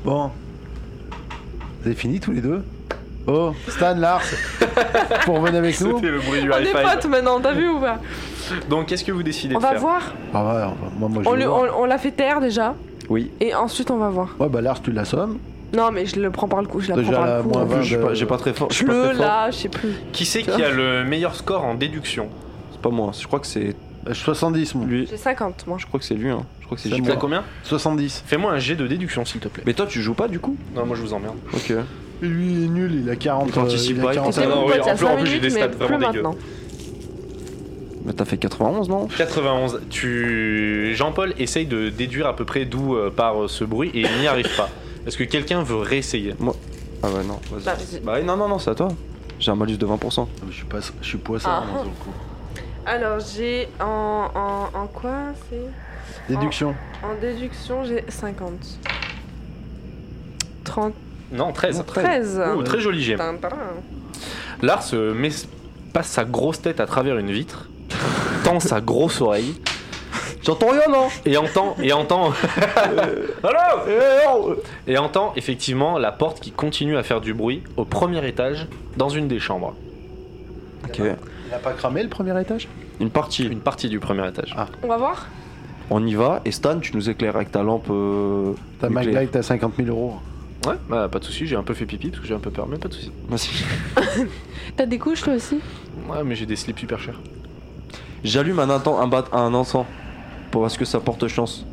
Speaker 4: Bon. Vous avez fini tous les deux Oh, Stan, Lars, vous revenez avec nous
Speaker 1: C'était le bruit du
Speaker 3: On est
Speaker 1: high
Speaker 3: potes
Speaker 1: five.
Speaker 3: maintenant, t'as vu ou pas
Speaker 1: Donc, qu'est-ce que vous décidez
Speaker 3: On
Speaker 1: de
Speaker 3: va
Speaker 1: faire
Speaker 3: voir.
Speaker 4: Ah ouais, on va- moi, moi je
Speaker 3: On,
Speaker 4: vais
Speaker 3: le-
Speaker 4: voir.
Speaker 3: on- on l'a fait taire déjà.
Speaker 2: Oui.
Speaker 3: Et ensuite, on va voir.
Speaker 4: Ouais, bah Lars, tu l'assommes.
Speaker 3: Non, mais je le prends par le cou. Je la
Speaker 4: Déjà,
Speaker 3: prends par
Speaker 4: la
Speaker 3: le cou.
Speaker 4: moins
Speaker 2: En plus, je suis pas,
Speaker 4: de-
Speaker 2: j'ai pas très fort. je
Speaker 3: Je
Speaker 2: suis pas
Speaker 3: le
Speaker 2: très fort.
Speaker 3: là, je sais plus.
Speaker 1: Qui c'est qui a le meilleur score en déduction
Speaker 2: C'est pas moi. Je crois que c'est
Speaker 4: Euh, 70, moi.
Speaker 2: lui.
Speaker 3: J'ai 50, moi.
Speaker 2: Je crois que c'est lui. Hein. Je crois que c'est
Speaker 4: C'est
Speaker 2: lui.
Speaker 1: T'as combien
Speaker 4: 70.
Speaker 1: Fais-moi un jet de déduction, s'il te plaît.
Speaker 2: Mais toi, tu joues pas du coup
Speaker 1: Non, moi je vous emmerde.
Speaker 2: Ok.
Speaker 4: Et Lui, il est nul, il a 40.
Speaker 2: Il participe
Speaker 4: euh,
Speaker 2: pas, il
Speaker 4: il a
Speaker 2: Oh, ça
Speaker 3: C'était
Speaker 1: va,
Speaker 3: mon
Speaker 1: oui,
Speaker 3: pote il y
Speaker 1: en
Speaker 3: a
Speaker 1: plus, en
Speaker 3: 5
Speaker 1: plus, j'ai
Speaker 3: minutes,
Speaker 1: des stats
Speaker 3: mais
Speaker 1: vraiment
Speaker 3: plus
Speaker 1: dégueu.
Speaker 3: maintenant.
Speaker 2: Mais t'as fait 91, non
Speaker 1: 91. Tu... Jean-Paul essaye de déduire à peu près d'où euh, part euh, ce bruit et il n'y arrive pas. Est-ce que quelqu'un veut réessayer
Speaker 2: Ah ouais, non. Vas-y.
Speaker 3: Bah, vas-y.
Speaker 2: Bah, non, non, non, c'est à toi. J'ai un malus de 20%.
Speaker 4: Je suis, pas, je suis poisson,
Speaker 3: Ah.
Speaker 4: moi, sur le coup.
Speaker 3: Alors, j'ai en, en, en quoi c'est
Speaker 4: Déduction.
Speaker 3: En déduction, j'ai 50. 30.
Speaker 1: Non, 13.
Speaker 2: Non,
Speaker 3: 13.
Speaker 1: Oh, très joli jet.
Speaker 3: Tin, tin.
Speaker 1: Lars euh, met, passe sa grosse tête à travers une vitre, tend sa grosse oreille. J'entends rien, non Euh, Et entend. Et entend. Allô Et entend effectivement la porte qui continue à faire du bruit au premier étage dans une des chambres.
Speaker 2: Ok.
Speaker 4: Il a pas cramé le premier étage
Speaker 2: Une partie.
Speaker 1: Une partie du premier étage.
Speaker 3: On va voir
Speaker 2: On y va. Et Stan, tu nous éclaires avec ta lampe. euh,
Speaker 4: T'as
Speaker 2: nucléaire.
Speaker 4: McLeod, t'as 50 000 euros.
Speaker 1: Ouais, bah, pas de soucis, j'ai un peu fait pipi parce que j'ai un peu peur, mais pas de soucis.
Speaker 2: Merci.
Speaker 3: T'as des couches toi aussi
Speaker 1: Ouais, mais j'ai des slips super chers.
Speaker 2: J'allume un, inten- un, bat- un encens pour parce que ça porte chance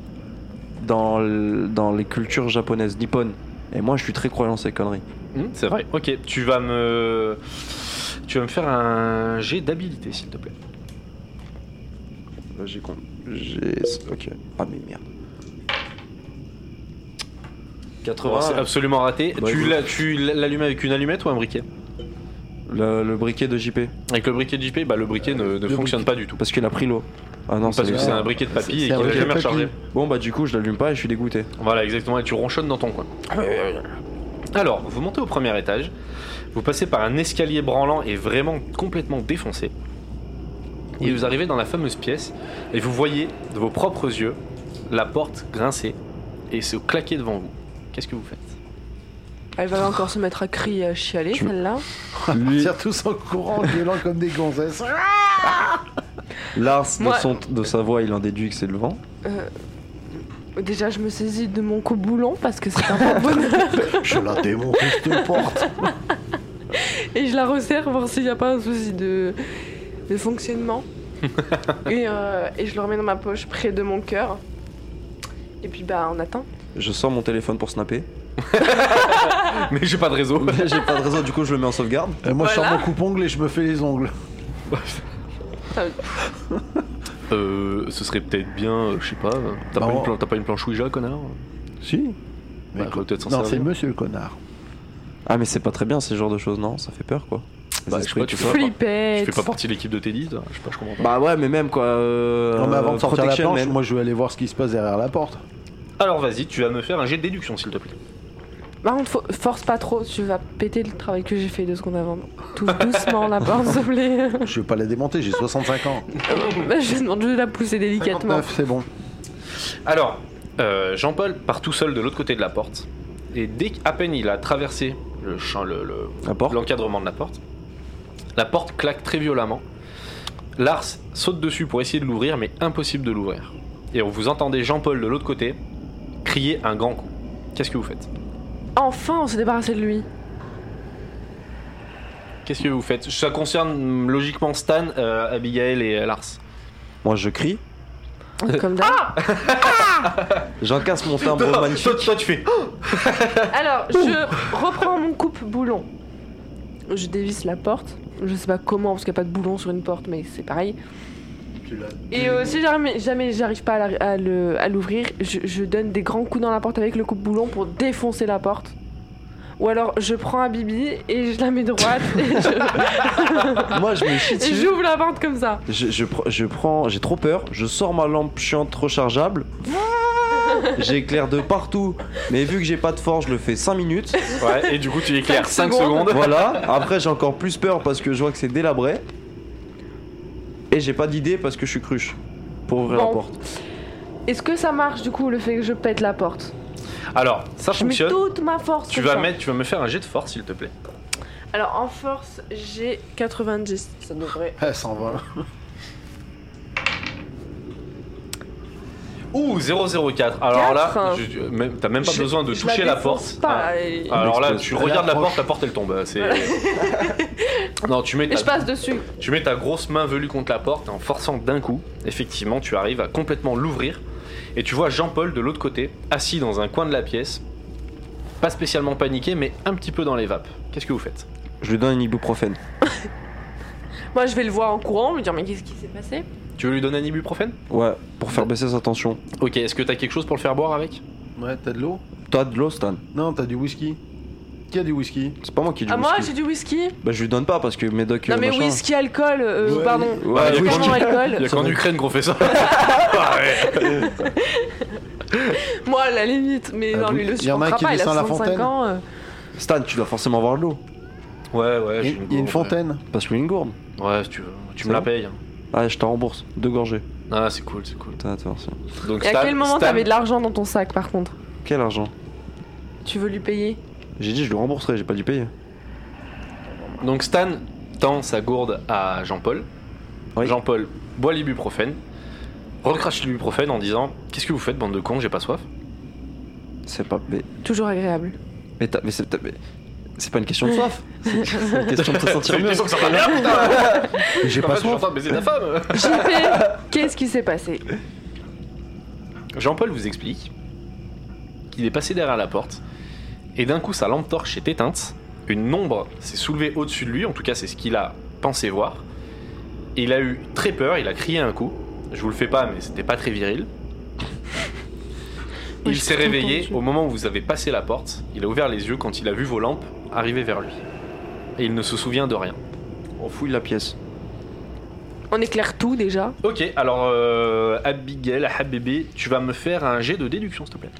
Speaker 2: dans, l- dans les cultures japonaises nippones. Et moi, je suis très croyant en ces conneries.
Speaker 1: Hmm, c'est vrai. Ok, tu vas me. Tu vas me faire un jet d'habilité, s'il te plaît.
Speaker 2: Là, j'ai con. J'ai. Ok. Ah, mais merde.
Speaker 1: Bon,
Speaker 2: 80.
Speaker 1: Oh, c'est absolument raté.
Speaker 2: Bah,
Speaker 1: tu
Speaker 2: écoute.
Speaker 1: l'as- tu l'allumes avec une allumette ou un briquet
Speaker 2: le, le briquet de JP.
Speaker 1: Avec le briquet de JP, bah, le briquet ne, ne
Speaker 4: le
Speaker 1: fonctionne pas du tout.
Speaker 2: Parce qu'il a pris l'eau. Ah non,
Speaker 1: Parce que c'est
Speaker 4: c'est-
Speaker 1: un briquet de
Speaker 4: c'est-
Speaker 1: papy et
Speaker 4: c'est un
Speaker 1: qu'il n'a
Speaker 4: briquet
Speaker 1: jamais
Speaker 4: de papy.
Speaker 1: rechargé.
Speaker 2: Bon, bah, du coup, je l'allume pas et je suis dégoûté.
Speaker 1: Voilà, exactement. Et tu ronchonnes dans ton coin. Alors, vous montez au premier étage. Vous passez par un escalier branlant et vraiment complètement défoncé. Et vous arrivez dans la fameuse pièce. Et vous voyez de vos propres yeux la porte grincer et se claquer devant vous. Qu'est-ce que vous faites
Speaker 3: Elle va encore se mettre à crier, à chialer
Speaker 2: Tu-
Speaker 3: celle-là.
Speaker 2: Lui,
Speaker 4: Tire tous en courant, violent comme des gonzesses.
Speaker 2: Lars, de,
Speaker 3: Moi-
Speaker 2: son, de sa voix, il en déduit que c'est le vent.
Speaker 3: Déjà je me saisis de mon coup boulon parce que c'est un bon bonheur
Speaker 4: Je la démonte, je te porte.
Speaker 3: et je la resserre voir s'il n'y a pas un souci de, de fonctionnement. et, euh, et je le remets dans ma poche près de mon cœur. Et puis bah on attend.
Speaker 2: Je sors mon téléphone pour snapper.
Speaker 1: Mais j'ai pas de réseau.
Speaker 2: Mais j'ai pas de réseau, du coup, je le mets en sauvegarde.
Speaker 4: Et moi, je sors
Speaker 3: Voilà.
Speaker 4: mon coupe-ongle et je me fais les ongles.
Speaker 1: Euh, ce serait peut-être bien, euh, je sais pas. euh, T'as
Speaker 4: Bah,
Speaker 1: pas,
Speaker 4: on-
Speaker 1: une plan- t'as pas une planche Ouija, connard
Speaker 4: Si.
Speaker 1: Bah, faut peut-être s'en
Speaker 4: non, c'est
Speaker 1: servir.
Speaker 4: monsieur le connard.
Speaker 2: Ah, mais c'est pas très bien ces genres de choses, non Ça fait peur, quoi. Les
Speaker 1: Bah, je sais
Speaker 2: esprits
Speaker 1: pas,
Speaker 2: et
Speaker 1: tu
Speaker 2: tout
Speaker 1: fais
Speaker 2: ça.
Speaker 1: pas- Tu
Speaker 3: Flippette
Speaker 1: fais pas partie de l'équipe de Teddy, toi je sais pas, je comprends pas.
Speaker 2: Bah ouais, mais même quoi. euh,
Speaker 4: non, mais avant de sortir la
Speaker 2: protection,
Speaker 4: planche,
Speaker 2: même.
Speaker 4: moi, je vais aller voir ce qui se passe derrière la porte.
Speaker 1: Alors vas-y, tu vas me faire un jet de déduction, s'il te plaît.
Speaker 3: Par contre, faut- force pas trop, tu vas péter le travail que j'ai fait deux secondes avant. Tout doucement la porte, s'il vous plaît.
Speaker 4: Je vais pas la démonter, j'ai 65 ans.
Speaker 3: Bah, je demande de la pousser délicatement.
Speaker 4: 59, c'est bon.
Speaker 1: Alors, euh, Jean-Paul part tout seul de l'autre côté de la porte. Et dès qu'à peine il a traversé le champ, le- le-
Speaker 2: La porte.
Speaker 1: l'encadrement de la porte, la porte claque très violemment. Lars saute dessus pour essayer de l'ouvrir, mais impossible de l'ouvrir. Et on vous entendez Jean-Paul de l'autre côté crier un grand coup. Qu'est-ce que vous faites
Speaker 3: Enfin, on s'est débarrassé de lui.
Speaker 1: Qu'est-ce que vous faites Ça concerne hum, logiquement Stan, euh, Abigail et euh, Lars.
Speaker 2: Moi, je crie.
Speaker 3: Comme d'hab.
Speaker 2: J'encasse mon timbre magnifique.
Speaker 1: toi, tu fais.
Speaker 3: Alors, je reprends mon coupe-boulon. Je dévisse la porte. Je sais pas comment, parce qu'il n'y a pas de boulon sur une porte, mais c'est pareil. Et euh, si jamais, jamais j'arrive pas à la- à le- à l'ouvrir, je, je donne des grands coups dans la porte avec le coupe-boulon pour défoncer la porte. Ou alors je prends un bibi et je la mets droite et je-
Speaker 2: Moi, je me chie
Speaker 3: et
Speaker 2: dessus.
Speaker 3: j'ouvre la porte comme ça.
Speaker 2: Je, je, pr- je prends, j'ai trop peur, je sors ma lampe chiante trop chargeable.
Speaker 3: Ah
Speaker 2: J'éclaire de partout, mais vu que j'ai pas de force, je le fais 5 minutes.
Speaker 1: Ouais, et du coup, tu éclaires
Speaker 3: Cinq
Speaker 1: 5 secondes.
Speaker 2: Voilà, après j'ai encore plus peur parce que je vois que c'est délabré. Et Et j'ai pas d'idée parce que je suis cruche pour ouvrir la
Speaker 3: Bon.
Speaker 2: porte.
Speaker 3: Est-ce que ça marche du coup le fait que je pète la porte
Speaker 1: Alors, ça
Speaker 3: Je mets
Speaker 1: fonctionne.
Speaker 3: toute ma force.
Speaker 1: Tu
Speaker 3: pour
Speaker 1: vas,
Speaker 3: ça.
Speaker 1: mettre, tu vas me faire un jet de force, s'il te plaît.
Speaker 3: Alors en force, j'ai 90. Ça devrait.
Speaker 4: Ah, 120.
Speaker 1: Ouh, 004. Alors là,
Speaker 3: Quatre.
Speaker 1: je- même- t'as même pas
Speaker 3: Je-
Speaker 1: besoin de
Speaker 3: je
Speaker 1: toucher la,
Speaker 3: défonce
Speaker 1: porte.
Speaker 3: pas, et-
Speaker 1: Ah, Alors là,
Speaker 2: Explose.
Speaker 1: tu
Speaker 4: Elle
Speaker 1: regardes la
Speaker 4: approche.
Speaker 1: porte, la porte elle tombe. hein, C'est... non, tu mets,
Speaker 3: et je
Speaker 1: ta,
Speaker 3: passe dessus.
Speaker 1: tu mets ta grosse main velue contre la porte et en forçant d'un coup, effectivement, tu arrives à complètement l'ouvrir. Et tu vois Jean-Paul de l'autre côté, assis dans un coin de la pièce, pas spécialement paniqué, mais un petit peu dans les vapes. Qu'est-ce que vous faites
Speaker 2: Je lui donne une ibuprofène.
Speaker 3: Moi, je vais le voir en courant, me dire mais qu'est-ce qui s'est passé
Speaker 1: Tu veux lui donner un ibuprofène
Speaker 2: Ouais, pour
Speaker 3: Bah.
Speaker 2: faire baisser sa tension.
Speaker 1: Ok, est-ce que t'as quelque chose pour le faire boire avec
Speaker 3: Euh,
Speaker 4: Ouais, t'as de l'eau
Speaker 2: T'as de l'eau, Stan
Speaker 4: Non, t'as du whisky. Qui a du whisky
Speaker 2: C'est pas moi qui ai du
Speaker 3: Ah moi,
Speaker 2: whisky.
Speaker 3: j'ai du whisky.
Speaker 2: Bah, je lui donne pas parce que Médoc.
Speaker 3: non
Speaker 2: euh,
Speaker 3: mais
Speaker 2: machin.
Speaker 3: whisky alcool, euh,
Speaker 4: Ouais,
Speaker 3: pardon.
Speaker 2: Ouais,
Speaker 1: Ah, il y a
Speaker 2: whisky.
Speaker 1: quand
Speaker 3: Vraiment
Speaker 1: même-
Speaker 3: alcool.
Speaker 1: Il y a
Speaker 2: Ça
Speaker 1: qu'en
Speaker 2: va.
Speaker 1: Ukraine qu'on fait ça. Ah ouais.
Speaker 3: Moi, à la limite, mais
Speaker 4: Ah
Speaker 3: non,
Speaker 4: bon
Speaker 3: lui, le
Speaker 4: Il y en a un
Speaker 3: supportera
Speaker 4: qui
Speaker 3: pas, il a
Speaker 4: descend la
Speaker 3: 65
Speaker 4: fontaine.
Speaker 3: ans. euh.
Speaker 2: Stan, tu dois forcément avoir de l'eau.
Speaker 1: Ouais, ouais,
Speaker 4: Il
Speaker 1: j'ai
Speaker 4: y a une,
Speaker 1: gourde.
Speaker 4: fontaine.
Speaker 2: Parce que lui, une gourde.
Speaker 1: Ouais, si tu veux. Tu
Speaker 2: C'est
Speaker 1: me la
Speaker 2: bon
Speaker 1: payes. hein.
Speaker 2: Ah, je te rembourse. Deux gorgées.
Speaker 1: Ah, c'est cool, c'est cool.
Speaker 2: Putain, attends, c'est-
Speaker 1: Donc,
Speaker 3: Et à
Speaker 1: Stan-
Speaker 3: quel moment
Speaker 1: Stan-
Speaker 3: t'avais de l'argent dans ton sac, par contre
Speaker 2: Quel argent
Speaker 3: Tu veux lui payer
Speaker 2: J'ai dit, je le rembourserai, j'ai pas dû payer.
Speaker 1: Donc Stan tend sa gourde à Jean-Paul.
Speaker 2: Oui.
Speaker 1: Jean-Paul boit l'ibuprofène, recrache l'ibuprofène en disant Qu'est-ce que vous faites, bande de cons, j'ai pas soif
Speaker 2: C'est pas. Mais,
Speaker 3: Toujours agréable.
Speaker 2: mais, t'as- mais c'est t'as- mais- c'est pas une question de soif. C'est c'est une question de te sentir mieux.
Speaker 1: que ça va bien, putain
Speaker 4: J'ai
Speaker 1: En fait,
Speaker 4: pas
Speaker 1: je suis en
Speaker 4: soif.
Speaker 1: train de baiser ta femme
Speaker 3: JP, qu'est-ce qui s'est passé
Speaker 1: Jean-Paul vous explique qu'il est passé derrière la porte et d'un coup sa lampe torche est éteinte, une ombre s'est soulevée au-dessus de lui, en tout cas c'est ce qu'il a pensé voir. Et il a eu très peur, il a crié un coup. Je vous le fais pas, mais c'était pas très viril.
Speaker 3: Oui,
Speaker 1: Il
Speaker 3: je
Speaker 1: s'est
Speaker 3: suis
Speaker 1: réveillé
Speaker 3: entendue.
Speaker 1: au moment où vous avez passé la porte. Il a ouvert les yeux quand il a vu vos lampes arriver vers lui. Et il ne se souvient de rien.
Speaker 2: On fouille la pièce.
Speaker 3: On éclaire tout déjà.
Speaker 1: Ok, alors euh, Abigail, Habibi, tu vas me faire un jet de déduction, s'il te plaît.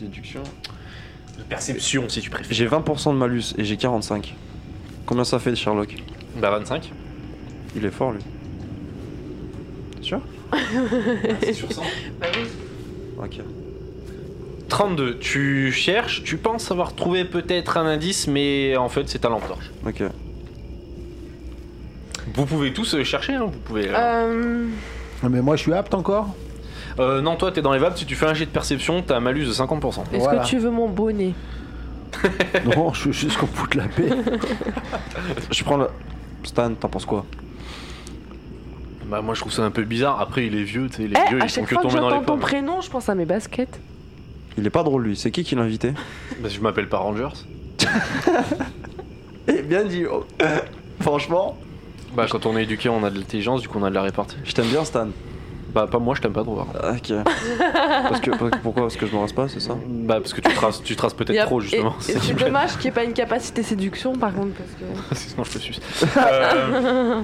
Speaker 2: Déduction.
Speaker 1: De perception, si tu préfères.
Speaker 2: J'ai 20% de malus et j'ai 45. Combien ça fait, Sherlock
Speaker 1: Bah 25.
Speaker 2: Il est fort, lui. T'es sûr Ok.
Speaker 1: 32, tu cherches, tu penses avoir trouvé peut-être un indice, mais en fait c'est ta lampe torche.
Speaker 2: Ok.
Speaker 1: Vous pouvez tous euh, chercher, hein, vous pouvez. euh.
Speaker 3: Euh,
Speaker 4: Mais moi, je suis apte encore
Speaker 1: Euh, non, toi t'es dans les vapes, si tu fais un jet de perception, t'as un malus de 50%.
Speaker 3: Est-ce
Speaker 4: Voilà.
Speaker 3: que tu veux mon bonnet
Speaker 4: Non, je veux juste qu'on foute la paix.
Speaker 2: Je prends le. Stan, t'en penses quoi
Speaker 1: Bah moi je trouve ça un peu bizarre, après il est vieux, tu sais, les
Speaker 3: Eh,
Speaker 1: vieux
Speaker 3: à
Speaker 1: ils font
Speaker 3: chaque
Speaker 1: que
Speaker 3: fois que
Speaker 1: tomber dans les
Speaker 3: j'entends ton
Speaker 1: pommes.
Speaker 3: prénom, je pense à mes baskets.
Speaker 2: Il est pas drôle, lui. C'est qui qui l'a invité
Speaker 1: Parce que Bah, je m'appelle pas Rangers.
Speaker 2: Eh, bien dit. Franchement.
Speaker 1: Bah quand on est éduqué on a de l'intelligence, du coup on a de la répartie.
Speaker 2: Je t'aime bien, Stan.
Speaker 1: Bah pas moi je t'aime pas trop. par contre.
Speaker 2: Ok. parce que, parce que- pourquoi Parce que je me rase pas, c'est ça
Speaker 1: Bah parce que tu traces, tu traces
Speaker 3: Il y
Speaker 1: peut-être
Speaker 3: a-
Speaker 1: trop justement.
Speaker 3: et- et
Speaker 1: C'est-
Speaker 3: C'est dommage qu'il n'y ait pas une capacité séduction, par contre, parce que.
Speaker 1: Sinon je te suce. Euh,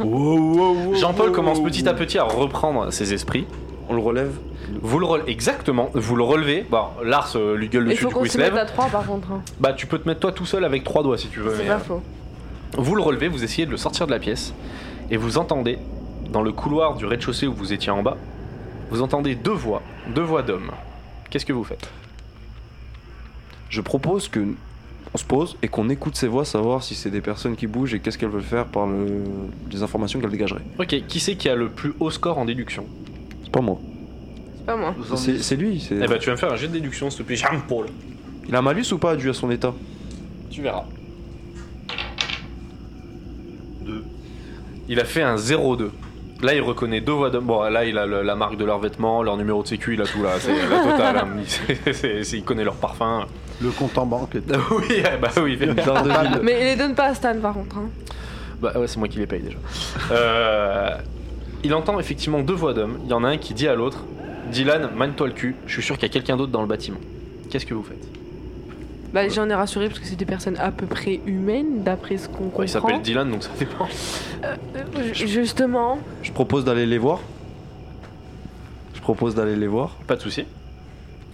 Speaker 1: Jean-Paul commence petit à petit à reprendre ses esprits.
Speaker 2: On le relève
Speaker 1: Vous le relevez, exactement, vous le relevez. Bon, Lars euh, lui gueule
Speaker 3: Il
Speaker 1: dessus,
Speaker 3: faut
Speaker 1: du coup
Speaker 3: qu'on
Speaker 1: il
Speaker 3: se
Speaker 1: se
Speaker 3: mette
Speaker 1: lève.
Speaker 3: à trois, par contre. hein.
Speaker 1: Bah, tu peux te mettre toi tout seul avec trois doigts si tu veux.
Speaker 3: C'est
Speaker 1: mais,
Speaker 3: pas
Speaker 1: euh,
Speaker 3: faux.
Speaker 1: vous le relevez, vous essayez de le sortir de la pièce, et vous entendez, dans le couloir du rez-de-chaussée où vous étiez en bas, vous entendez deux voix, deux voix d'hommes. Qu'est-ce que vous faites
Speaker 2: Je propose que on se pose et qu'on écoute ces voix, savoir si c'est des personnes qui bougent et qu'est-ce qu'elles veulent faire par le... les informations qu'elles dégageraient.
Speaker 1: Ok, qui c'est qui a le plus haut score en déduction
Speaker 2: C'est pas moi.
Speaker 3: C'est pas moi.
Speaker 2: C'est c'est lui. c'est-
Speaker 1: Eh bah, tu vas me faire un jet de déduction, s'il te plaît, Jean-Paul.
Speaker 2: Il a un malus ou pas dû à son état
Speaker 1: Tu verras. Deux. Il a fait un 0-2. Là, il reconnaît deux voix d'hommes. Bon, là, il a le- la marque de leurs vêtements, leur numéro de sécu, il a tout là. C'est la totale. hein. Il, c'est- c'est- c'est- il connaît leur parfum.
Speaker 4: Le compte en banque.
Speaker 1: oui, bah oui.
Speaker 2: Dans deux villes.
Speaker 3: Mais il les donne pas à Stan, par contre. hein.
Speaker 1: Bah ouais, c'est moi qui les paye déjà. Euh, il entend effectivement deux voix d'hommes. Il y en a un qui dit à l'autre Dylan, manie-toi le cul, je suis sûr qu'il y a quelqu'un d'autre dans le bâtiment. Qu'est-ce que vous faites
Speaker 3: Bah, j'en ai rassuré parce que c'est des personnes à peu près humaines, d'après ce
Speaker 1: Bah,
Speaker 3: qu'on comprend.
Speaker 1: Il s'appelle Dylan, donc ça dépend.
Speaker 3: Euh, ju- Justement,
Speaker 2: Je propose d'aller les voir. Je propose d'aller les voir.
Speaker 1: Pas de souci.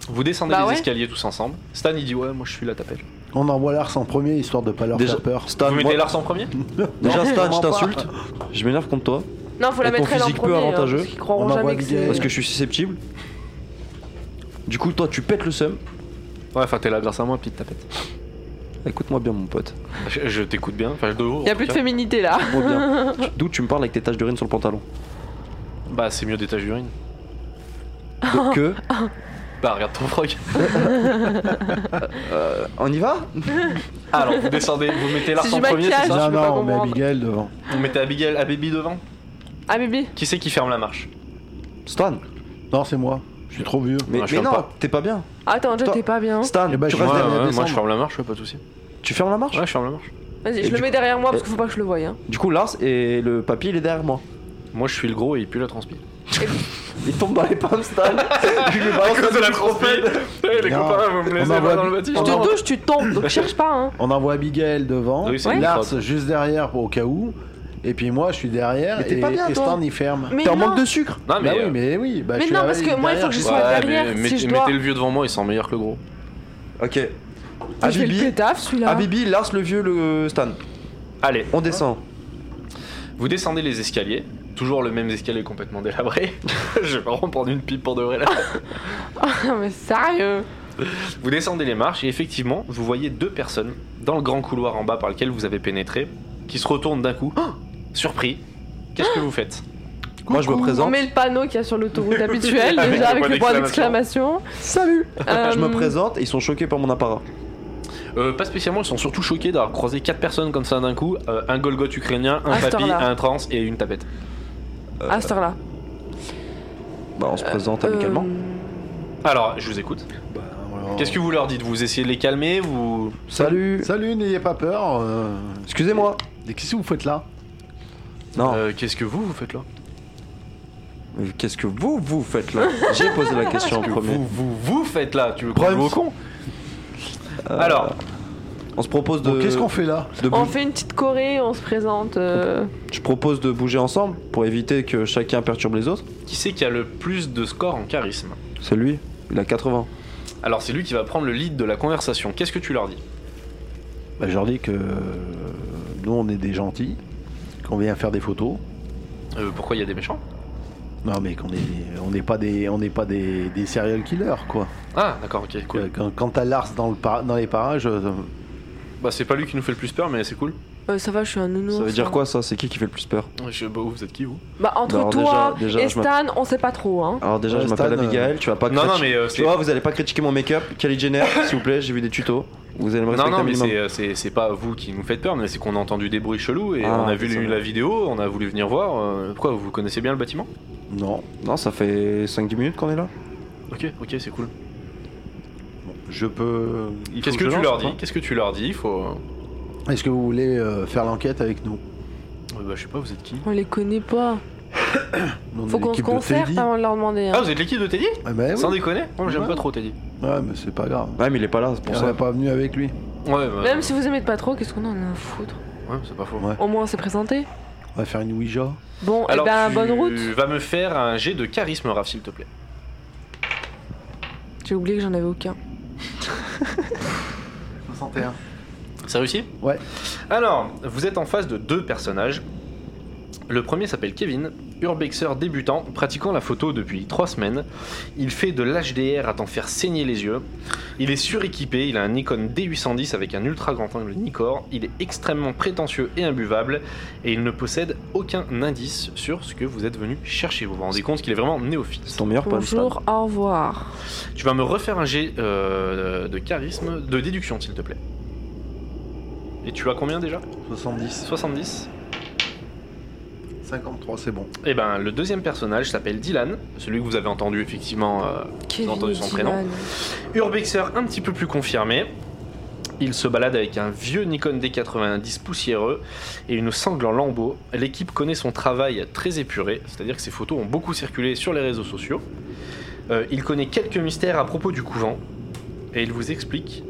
Speaker 1: Vous descendez
Speaker 3: Bah
Speaker 1: les
Speaker 3: ouais.
Speaker 1: escaliers tous ensemble. Stan il dit ouais moi je suis là t'appelles.
Speaker 4: On envoie Lars en premier histoire de pas leur
Speaker 2: Déjà-
Speaker 4: faire peur.
Speaker 2: Stan,
Speaker 1: Vous
Speaker 2: moi-
Speaker 1: mettez Lars en premier
Speaker 2: Déjà,
Speaker 4: Non,
Speaker 2: Stan,
Speaker 4: vraiment
Speaker 2: je
Speaker 4: pas.
Speaker 2: t'insulte. Je m'énerve contre toi.
Speaker 3: Non, faut la
Speaker 2: Et ton
Speaker 3: mettre elle en
Speaker 2: physique peu
Speaker 3: premier. hein,
Speaker 2: avantageux.
Speaker 3: parce qu'ils
Speaker 4: On
Speaker 3: croiront
Speaker 4: envoie
Speaker 3: jamais que
Speaker 4: Miguel.
Speaker 3: c'est.
Speaker 2: Parce que je suis susceptible. Du coup, toi, tu pètes le seum.
Speaker 1: Ouais, enfin, t'es là grâce à moi, puis t'as pète.
Speaker 2: Écoute-moi bien, mon pote.
Speaker 1: Je, je t'écoute bien. Enfin, de haut.
Speaker 3: Y a
Speaker 1: en
Speaker 3: plus de
Speaker 1: tout cas.
Speaker 3: féminité là.
Speaker 2: Écoute-moi bien. Tu- D'où tu me parles avec tes taches d'urine sur le pantalon
Speaker 1: Bah, c'est mieux des taches d'urine.
Speaker 2: De que.
Speaker 1: Bah, regarde ton froc.
Speaker 2: On y va
Speaker 1: Alors, vous descendez, vous mettez Lars
Speaker 3: Si
Speaker 1: en
Speaker 3: je me
Speaker 1: premier, c'est
Speaker 3: cache-
Speaker 1: ça
Speaker 3: je
Speaker 4: Non,
Speaker 3: peux pas
Speaker 4: non, on met
Speaker 3: comprendre.
Speaker 4: Abigail devant.
Speaker 1: Vous mettez Abigail, Abébi devant
Speaker 3: Ah, bébé.
Speaker 1: Qui c'est qui ferme la marche
Speaker 2: Stan
Speaker 4: Non, c'est moi. Je suis trop vieux.
Speaker 2: Mais,
Speaker 1: Moi, je
Speaker 2: mais
Speaker 1: ferme
Speaker 2: non,
Speaker 1: pas.
Speaker 2: t'es pas bien.
Speaker 3: Attends, déjà,
Speaker 2: Toi-
Speaker 3: t'es pas bien.
Speaker 2: Stan,
Speaker 4: Eh ben,
Speaker 2: tu
Speaker 4: je-
Speaker 2: restes
Speaker 4: ouais,
Speaker 2: derrière
Speaker 4: ouais,
Speaker 2: les
Speaker 1: moi
Speaker 2: descendre.
Speaker 1: je ferme la marche, ouais, pas de soucis.
Speaker 2: Tu fermes la marche
Speaker 1: Ouais, je ferme la marche.
Speaker 3: Vas-y,
Speaker 2: Et
Speaker 3: je le
Speaker 2: du
Speaker 3: mets derrière moi
Speaker 2: Et-
Speaker 3: parce
Speaker 1: Euh,
Speaker 3: qu'il faut pas que je le voie. hein.
Speaker 2: Du coup, Lars et le papy, il est derrière moi.
Speaker 1: Moi je suis le gros et il pue la transpire.
Speaker 2: Il tombe dans les pommes, Stan. Je lui balance
Speaker 1: cause de la Les
Speaker 4: Non.
Speaker 1: copains, vous me
Speaker 4: On
Speaker 1: laissez pas
Speaker 4: envoie-
Speaker 1: dans le bâtiment.
Speaker 3: Je
Speaker 4: non.
Speaker 3: te touche, tu tombes, donc cherche pas. Hein.
Speaker 4: On envoie Abigail devant.
Speaker 1: Oui, c'est une
Speaker 4: Lars
Speaker 1: crotte.
Speaker 4: juste derrière pour- au cas où. Et puis moi, je suis derrière.
Speaker 2: Mais t'es
Speaker 4: et,
Speaker 2: pas bien,
Speaker 4: et
Speaker 2: toi.
Speaker 4: Stan, il ferme.
Speaker 3: Mais
Speaker 2: T'es en
Speaker 3: non.
Speaker 2: manque de sucre.
Speaker 1: Non mais.
Speaker 4: bah oui,
Speaker 1: euh,
Speaker 4: mais oui. bah,
Speaker 3: Mais
Speaker 4: je suis
Speaker 3: non,
Speaker 4: là-
Speaker 3: parce que moi, il faut que je sois-
Speaker 4: derrière.
Speaker 1: ouais,
Speaker 3: derrière,
Speaker 1: mais
Speaker 3: si
Speaker 1: mettez,
Speaker 3: je dois.
Speaker 1: mettez le vieux devant moi, il sent meilleur que le gros.
Speaker 2: Ok. Ah,
Speaker 3: Je vais le
Speaker 2: Abibi,
Speaker 3: pétaf celui-là.
Speaker 2: Abibi, Lars, le vieux, le Stan.
Speaker 1: Allez,
Speaker 2: On descend.
Speaker 1: vous descendez les escaliers. Toujours le même escalier complètement délabré. je vais vraiment prendre une pipe pour de vrai là.
Speaker 3: Non, mais sérieux.
Speaker 1: Vous descendez les marches et effectivement, vous voyez deux personnes dans le grand couloir en bas par lequel vous avez pénétré qui se retournent d'un coup. Ah Surpris. Qu'est-ce que vous faites
Speaker 2: Moi, je me
Speaker 3: On
Speaker 2: présente.
Speaker 3: met le panneau qu'il y a sur l'autoroute habituelle,
Speaker 1: Avec le
Speaker 3: déjà avec
Speaker 1: point
Speaker 3: le point d'exclamation.
Speaker 2: Salut
Speaker 3: Euh,
Speaker 2: Je me présente et ils sont choqués par mon apparat.
Speaker 1: Euh, Pas spécialement, ils sont surtout choqués d'avoir croisé quatre personnes comme ça d'un coup. euh, un Golgoth ukrainien, un
Speaker 3: À cette
Speaker 1: papy,
Speaker 3: heure-là.
Speaker 1: un trans et une tapette.
Speaker 3: À cette heure-là.
Speaker 2: Bah, on se présente
Speaker 3: Euh,
Speaker 2: amicalement.
Speaker 1: Alors, je vous écoute.
Speaker 4: Bah, alors-
Speaker 1: Qu'est-ce que vous leur dites Vous essayez de les calmer Vous
Speaker 3: euh,
Speaker 2: Salut
Speaker 4: Salut, n'ayez pas peur. euh,
Speaker 2: Excusez-moi
Speaker 4: et Qu'est-ce que vous faites là
Speaker 2: Non,
Speaker 1: Euh, Qu'est-ce que vous vous faites là
Speaker 2: mais qu'est-ce que vous, vous faites là J'ai posé la question en premier.
Speaker 1: Vous vous vous faites là Tu veux qu'on
Speaker 4: Bruns.
Speaker 1: joue au con Alors,
Speaker 2: Euh, On se propose de.
Speaker 4: Bon, Qu'est-ce qu'on fait là
Speaker 2: de
Speaker 3: On
Speaker 2: bou-
Speaker 3: fait une petite Corée, on se présente. euh,
Speaker 2: Je propose de bouger ensemble pour éviter que chacun perturbe les autres.
Speaker 1: qui c'est qui a le plus de score en charisme
Speaker 2: C'est lui, il a 80.
Speaker 1: Alors, c'est lui qui va prendre le lead de la conversation. Qu'est-ce que tu leur dis
Speaker 4: bah, Je leur dis que euh, nous, on est des gentils, qu'on vient faire des photos.
Speaker 1: Euh, Pourquoi il y a des méchants
Speaker 4: Non, mais qu'on est, on n'est pas des, on n'est pas des, des serial killers, quoi.
Speaker 1: Ah, d'accord, ok, cool.
Speaker 4: Euh, Quand, quand t'as Lars dans, le par- dans les parages, euh,
Speaker 1: Bah, c'est pas lui qui nous fait le plus peur, mais c'est cool.
Speaker 3: euh, ça va, je suis un nounours.
Speaker 2: Ça veut dire quoi ça C'est qui qui fait le plus peur
Speaker 1: Je, bah, vous êtes qui, vous
Speaker 3: hein. Bah, entre
Speaker 2: Alors,
Speaker 3: toi
Speaker 2: déjà- déjà,
Speaker 3: et
Speaker 2: je Ah. me-
Speaker 3: Stan, on sait pas trop. Hein.
Speaker 2: Alors déjà,
Speaker 4: Ouais,
Speaker 2: je m'appelle
Speaker 4: Stan, euh,
Speaker 2: Abigail, tu vas pas
Speaker 1: Non, non,
Speaker 2: criti-
Speaker 1: mais euh,
Speaker 2: Tu
Speaker 1: c'est.
Speaker 2: vois, vous allez pas critiquer mon make-up, Kylie Jenner, s'il vous plaît, j'ai vu des tutos. Vous allez
Speaker 1: Non,
Speaker 2: me respecter
Speaker 1: non,
Speaker 2: un
Speaker 1: mais
Speaker 2: minimum.
Speaker 1: c'est, euh, c'est, c'est pas vous qui nous faites peur, mais c'est qu'on a entendu des bruits chelous et
Speaker 2: Ah,
Speaker 1: on a vu
Speaker 2: désolé.
Speaker 1: la vidéo, on a voulu venir voir. euh, Pourquoi Vous connaissez bien le bâtiment
Speaker 4: non.
Speaker 2: Non, ça fait 5-10 minutes qu'on est là.
Speaker 1: Ok, ok, c'est cool.
Speaker 4: Bon, Je peux. il faut
Speaker 1: Qu'est-ce que,
Speaker 4: je
Speaker 1: tu
Speaker 4: lance,
Speaker 1: leur dis
Speaker 4: hein
Speaker 1: Qu'est-ce que tu leur dis Faut.
Speaker 4: Est-ce que vous voulez euh, faire l'enquête avec nous
Speaker 1: Euh, bah, je sais pas, vous êtes qui
Speaker 3: On les connaît pas.
Speaker 4: Nous, on est
Speaker 3: Faut qu'on se
Speaker 4: l'équipe de
Speaker 3: concerte
Speaker 4: Teddy.
Speaker 3: avant de leur demander. hein.
Speaker 1: Ah, vous êtes l'équipe de Teddy
Speaker 4: Ah, bah, oui.
Speaker 1: Sans déconner Moi, Oh, j'aime
Speaker 4: Ouais.
Speaker 1: pas trop Teddy.
Speaker 4: Ouais, mais c'est pas grave.
Speaker 2: Ouais, mais il est pas là,
Speaker 1: Ah
Speaker 2: c'est pour
Speaker 4: on
Speaker 2: ça.
Speaker 4: n'est pas venu avec lui.
Speaker 1: Ouais, bah,
Speaker 3: Même si vous aimez pas trop, qu'est-ce qu'on en a à foutre
Speaker 1: ouais, c'est pas faux.
Speaker 4: Ouais.
Speaker 3: Au moins, on s'est présenté.
Speaker 4: On va faire une Ouija.
Speaker 3: Bon, et
Speaker 1: Alors,
Speaker 3: ben,
Speaker 1: tu
Speaker 3: bonne route.
Speaker 1: vas me faire un jet de charisme, Raph, s'il te plaît.
Speaker 3: J'ai oublié que j'en avais aucun.
Speaker 4: 61.
Speaker 1: C'est réussi
Speaker 4: Ouais.
Speaker 1: Alors, vous êtes en face de deux personnages. Le premier s'appelle Kevin, urbexeur débutant, pratiquant la photo depuis trois semaines. Il fait de l'HDR à t'en faire saigner les yeux. Il est suréquipé, il a un Nikon D810 avec un ultra grand angle Nikkor. Il est extrêmement prétentieux et imbuvable, et il ne possède aucun indice sur ce que vous êtes venu chercher. Vous vous rendez compte qu'il est vraiment
Speaker 2: C'est
Speaker 1: néophyte.
Speaker 2: ton meilleur pote. Stan.
Speaker 3: Bonjour, au revoir.
Speaker 1: Tu vas me refaire un jet euh, de charisme, de déduction, s'il te plaît. Et tu as combien déjà
Speaker 4: 70.
Speaker 1: 70
Speaker 4: 53, c'est bon.
Speaker 1: Et ben le deuxième personnage s'appelle Dylan, celui que vous avez entendu effectivement euh,
Speaker 3: Kevin
Speaker 1: entendu son
Speaker 3: Dylan.
Speaker 1: prénom urbexeur un petit peu plus confirmé. Il se balade avec un vieux Nikon D90 poussiéreux et une sangle en lambeaux. L'équipe connaît son travail très épuré, c'est-à-dire que ses photos ont beaucoup circulé sur les réseaux sociaux. Euh, il connaît quelques mystères à propos du couvent et il vous explique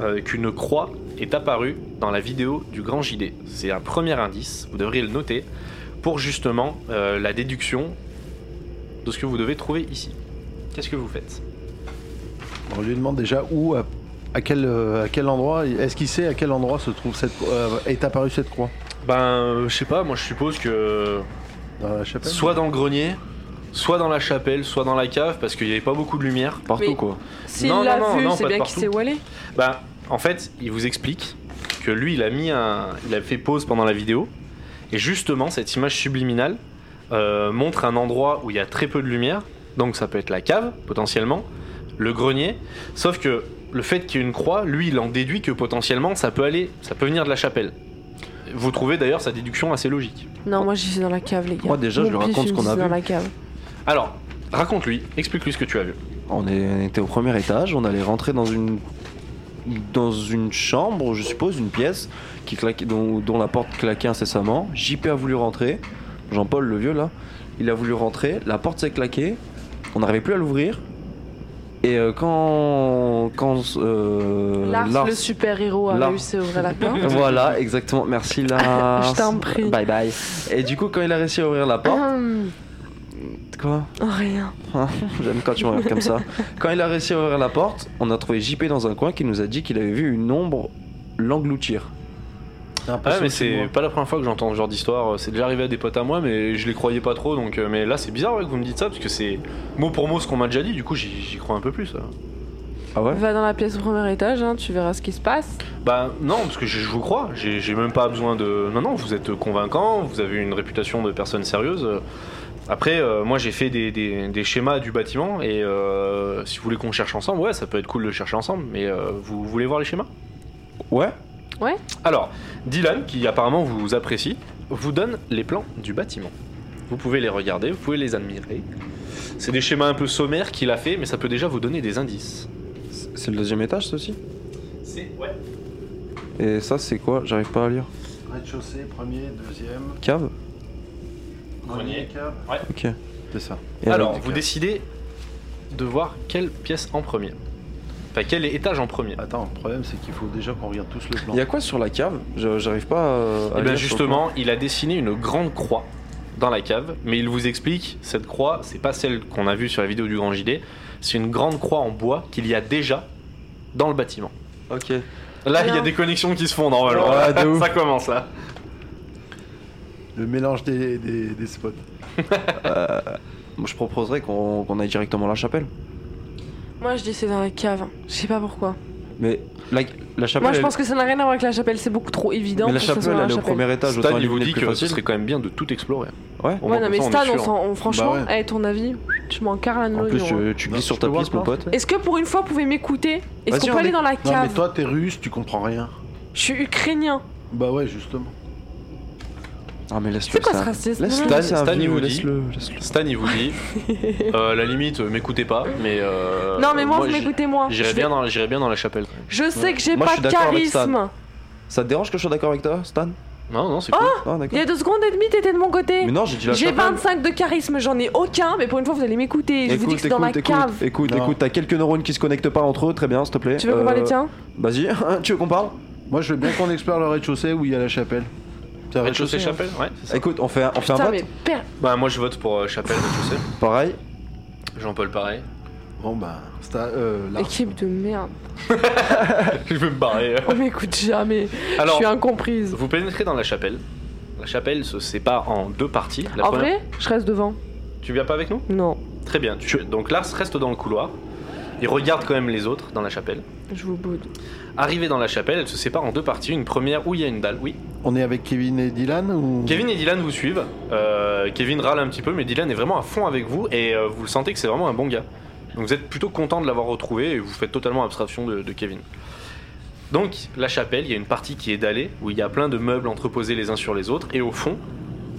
Speaker 1: euh, qu'une croix est apparue dans la vidéo du grand JD. C'est un premier indice, vous devriez le noter, pour justement euh, la déduction de ce que vous devez trouver ici. Qu'est-ce que vous faites
Speaker 4: On lui demande déjà où a- à quel, euh, à quel endroit Est-ce qu'il sait à quel endroit se trouve cette euh, est apparue cette croix
Speaker 1: Ben, euh, je sais pas, moi je suppose que
Speaker 4: Dans la chapelle
Speaker 1: soit dans le grenier, soit dans la chapelle, soit dans la cave, parce qu'il n'y avait pas beaucoup de lumière.
Speaker 2: Partout
Speaker 3: Mais-
Speaker 2: quoi.
Speaker 3: S'il
Speaker 1: Non,
Speaker 3: l'a
Speaker 1: non, non,
Speaker 3: vu,
Speaker 1: non,
Speaker 3: c'est
Speaker 1: pas de
Speaker 3: bien qu'il
Speaker 1: partout.
Speaker 3: sait où aller.
Speaker 1: Bah, en fait, il vous explique que lui, il a mis un, il a fait pause pendant la vidéo, et justement, cette image subliminale euh, montre un endroit où il y a très peu de lumière, donc ça peut être la cave potentiellement, le grenier, sauf que le fait qu'il y ait une croix, lui, il en déduit que potentiellement ça peut aller, ça peut venir de la chapelle. Vous trouvez d'ailleurs sa déduction assez logique.
Speaker 3: Non, moi j'y suis dans la cave, les gars.
Speaker 2: Moi, déjà, je
Speaker 3: Mon
Speaker 2: lui
Speaker 3: pif,
Speaker 2: raconte
Speaker 3: il
Speaker 2: ce
Speaker 3: me
Speaker 2: qu'on a
Speaker 3: dit dans
Speaker 2: vu.
Speaker 3: la cave.
Speaker 1: Alors, raconte-lui, explique-lui ce que tu as vu.
Speaker 2: On, est- on était au premier étage, on allait rentrer dans une dans une chambre, je suppose, une pièce qui claquait- dont, dont la porte claquait incessamment. JP a voulu rentrer, Jean-Paul le vieux là, il a voulu rentrer, la porte s'est claquée, on n'arrivait plus à l'ouvrir. Et euh, quand quand euh,
Speaker 3: Lars,
Speaker 2: Lars-
Speaker 3: le super héros, a
Speaker 2: Lars.
Speaker 3: réussi à ouvrir la porte.
Speaker 2: voilà, exactement. Merci Lars.
Speaker 3: Je t'en prie.
Speaker 2: Bye bye. Et du coup, quand il a réussi à ouvrir la porte,
Speaker 3: Hum,
Speaker 2: quoi
Speaker 3: oh, rien.
Speaker 2: J'aime quand tu me regardes comme ça. Quand il a réussi à ouvrir la porte, on a trouvé JP dans un coin qui nous a dit qu'il avait vu une ombre l'engloutir.
Speaker 4: Un peu
Speaker 1: Ah, mais
Speaker 4: sous- sous
Speaker 1: c'est
Speaker 4: moi.
Speaker 1: pas la première fois que j'entends ce genre d'histoire. Euh, C'est déjà arrivé à des potes à moi, mais je les croyais pas trop. Donc, euh, mais là, c'est bizarre ouais, que vous me dites ça parce que c'est mot pour mot ce qu'on m'a déjà dit. Du coup, j'y j'y crois un peu plus. euh.
Speaker 2: Ah ouais
Speaker 3: Va dans la pièce au premier étage, hein, tu verras ce qui se passe.
Speaker 1: Bah non, parce que je je vous crois. J'ai j'ai même pas besoin de. Non, non, vous êtes convaincant. Vous avez une réputation de personne sérieuse. Euh, Après, euh, moi, j'ai fait des, des- des schémas du bâtiment et euh, si vous voulez qu'on cherche ensemble, ouais, ça peut être cool de le chercher ensemble. Mais euh, vous voulez voir les schémas
Speaker 2: Ouais
Speaker 1: Alors, Dylan, qui apparemment vous apprécie, vous donne les plans du bâtiment. Vous pouvez les regarder, vous pouvez les admirer. C'est des schémas un peu sommaires qu'il a fait, mais ça peut déjà vous donner des indices.
Speaker 2: C'est le deuxième étage, ça aussi
Speaker 1: C'est ouais.
Speaker 2: Et ça, c'est quoi J'arrive pas à lire.
Speaker 4: Rez-de-chaussée, premier, deuxième,
Speaker 2: Cave
Speaker 1: Grenier.
Speaker 4: cave.
Speaker 2: Ok.
Speaker 4: C'est ça.
Speaker 2: Et
Speaker 1: Alors, vous décidez de voir quelle pièce en premier. Enfin, quel étage en premier. Eh
Speaker 4: Attends, le problème c'est qu'il faut déjà qu'on regarde tous le plan.
Speaker 2: Il y a quoi sur la cave Je- J'arrive pas euh, à.
Speaker 1: Et Ah, bien
Speaker 2: lire sur le
Speaker 1: ben, Eh
Speaker 2: plan.
Speaker 1: justement, il a dessiné une grande croix dans la cave, mais il vous explique, cette croix, c'est pas celle qu'on a vue sur la vidéo du grand gilet, c'est une grande croix en bois qu'il y a déjà dans le bâtiment.
Speaker 2: Ok.
Speaker 1: Là, il y a
Speaker 3: Alors.
Speaker 1: des connexions qui se font normalement.
Speaker 2: Ouais, de ouf.
Speaker 1: Ça commence là.
Speaker 4: Le mélange des, des, des spots.
Speaker 2: Moi, je proposerais qu'on qu'on aille directement à la chapelle.
Speaker 3: Moi je dis c'est dans la cave, je sais pas pourquoi.
Speaker 2: Mais la, la chapelle.
Speaker 3: Moi je
Speaker 2: elle-
Speaker 3: pense que ça n'a rien à voir avec la chapelle, c'est beaucoup trop évident.
Speaker 2: mais la
Speaker 3: pour que
Speaker 2: chapelle,
Speaker 3: ce soit dans
Speaker 2: elle est au
Speaker 3: chapelle.
Speaker 2: premier étage,
Speaker 1: Stan,
Speaker 2: autant
Speaker 1: il vous
Speaker 2: éliminer
Speaker 1: dit
Speaker 2: le
Speaker 1: que
Speaker 2: plus
Speaker 1: ce
Speaker 2: facile.
Speaker 1: serait quand même bien de tout explorer.
Speaker 2: Ouais.
Speaker 1: Au moins,
Speaker 3: Ouais, non
Speaker 1: comme
Speaker 3: mais
Speaker 1: ça, on est
Speaker 3: Stan, on,
Speaker 1: sûr.
Speaker 3: s'en- on- franchement,
Speaker 4: Bah
Speaker 3: eh, ton avis, tu m'en carles
Speaker 2: En
Speaker 3: un
Speaker 2: plus,
Speaker 3: oignon. hein.
Speaker 2: tu, tu
Speaker 4: Non,
Speaker 2: glisses sur
Speaker 4: je peux
Speaker 2: ta
Speaker 4: voir
Speaker 2: piste,
Speaker 4: le
Speaker 2: mon
Speaker 4: plan,
Speaker 2: pote.
Speaker 3: Est-ce que pour une fois, vous pouvez m'écouter Est-ce
Speaker 2: Vas-y,
Speaker 3: qu'on
Speaker 2: on
Speaker 3: peut aller
Speaker 2: est-
Speaker 3: dans la
Speaker 4: Non
Speaker 3: cave
Speaker 4: mais toi t'es russe, tu comprends rien.
Speaker 3: Je suis ukrainien.
Speaker 4: Bah ouais justement.
Speaker 2: Ah, mais laisse-le
Speaker 3: C'est quoi ce
Speaker 2: ça.
Speaker 3: racisme
Speaker 2: Laisse-le,
Speaker 1: Stan-
Speaker 2: c'est un
Speaker 1: Stan, il
Speaker 2: vieux,
Speaker 1: vous dit-
Speaker 2: laisse-le, laisse-le.
Speaker 1: hein. Stan, il vous dit, euh, à la limite, euh, m'écoutez pas, mais. euh,
Speaker 3: Non mais moi,
Speaker 1: moi,
Speaker 3: vous
Speaker 1: j-
Speaker 3: m'écoutez moi.
Speaker 1: J'irai
Speaker 3: Je
Speaker 1: bien,
Speaker 3: vais-
Speaker 1: dans- j'irai bien dans la chapelle.
Speaker 3: Je sais que j'ai
Speaker 2: Moi, je
Speaker 3: pas
Speaker 2: suis
Speaker 3: de
Speaker 2: d'accord avec Stan.
Speaker 3: charisme.
Speaker 2: Ça te dérange que je sois d'accord avec toi, Stan
Speaker 1: Non, non, c'est cool.
Speaker 2: Ah,
Speaker 3: Il y
Speaker 2: d'accord.
Speaker 3: a deux secondes et demie, t'étais de mon côté.
Speaker 2: Mais non, j'ai dit la
Speaker 3: J'ai
Speaker 2: chapelle.
Speaker 3: 25 de charisme, j'en ai aucun, mais pour une fois, vous allez m'écouter. Je vous dis que c'est dans la
Speaker 2: écoute,
Speaker 3: cave.
Speaker 2: Écoute,
Speaker 4: Non.
Speaker 2: écoute, t'as quelques neurones qui se connectent pas entre eux, très bien, s'il te plaît.
Speaker 3: Tu veux qu'on parle
Speaker 2: Euh,
Speaker 3: les tiens
Speaker 2: Vas-y, hein, tu veux qu'on parle
Speaker 4: Moi je veux bien qu'on explore le rez-de-chaussée où il y a la chapelle. C'est un
Speaker 1: Rez-de-chaussée,
Speaker 4: hein.
Speaker 1: chapelle Ouais, c'est ça.
Speaker 2: Écoute, on fait, un- on fait un
Speaker 3: Putain,
Speaker 2: vote.
Speaker 3: mais per-
Speaker 1: Bah, moi, je vote pour euh, chapelle, rez-de-chaussée.
Speaker 2: Pareil.
Speaker 1: Jean-Paul, pareil.
Speaker 4: Bon bah, c'est à- euh, là.
Speaker 3: Équipe de merde.
Speaker 1: je vais me barrer.
Speaker 3: On m'écoute jamais. je
Speaker 1: Alors,
Speaker 3: suis incomprise.
Speaker 1: vous pénétrez dans la chapelle. La chapelle se sépare en deux parties. La
Speaker 3: En
Speaker 1: première-
Speaker 3: vrai, je reste devant.
Speaker 1: Tu viens pas avec nous
Speaker 3: Non,
Speaker 1: Très bien. tu- Donc, Lars reste dans le couloir. Il regarde quand même les autres dans la chapelle.
Speaker 3: je vous boude.
Speaker 1: Arrivé dans la chapelle, elle se sépare en deux parties. Une première où il y a une dalle, oui.
Speaker 4: On est avec Kevin et Dylan ou
Speaker 1: Kevin et Dylan vous suivent. Euh, Kevin râle un petit peu, mais Dylan est vraiment à fond avec vous et euh, vous le sentez que c'est vraiment un bon gars. Donc vous êtes plutôt content de l'avoir retrouvé et vous faites totalement abstraction de, de Kevin. Donc la chapelle, il y a une partie qui est dallée où il y a plein de meubles entreposés les uns sur les autres et au fond,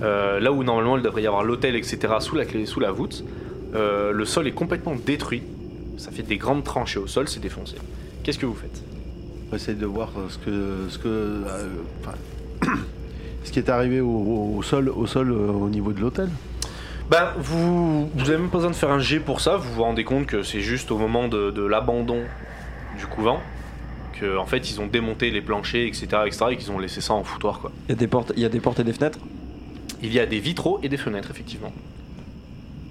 Speaker 1: euh, là où normalement il devrait y avoir l'hôtel, etc. sous la clé, sous la voûte, euh, le sol est complètement détruit. Ça fait des grandes tranchées au sol, c'est défoncé. Qu'est-ce que vous faites
Speaker 4: On essaie de voir euh, ce que ce que euh, enfin, ce qui est arrivé au, au- au sol au sol euh, au niveau de l'hôtel.
Speaker 1: Ben, vous, vous avez même pas besoin de faire un G pour ça, vous vous rendez compte que c'est juste au moment de, de l'abandon du couvent que en fait ils ont démonté les planchers, etc., etc., et qu'ils ont laissé ça en foutoir, quoi.
Speaker 2: Il y, a des portes, il y a des portes et des fenêtres.
Speaker 1: Il y a des vitraux et des fenêtres, effectivement.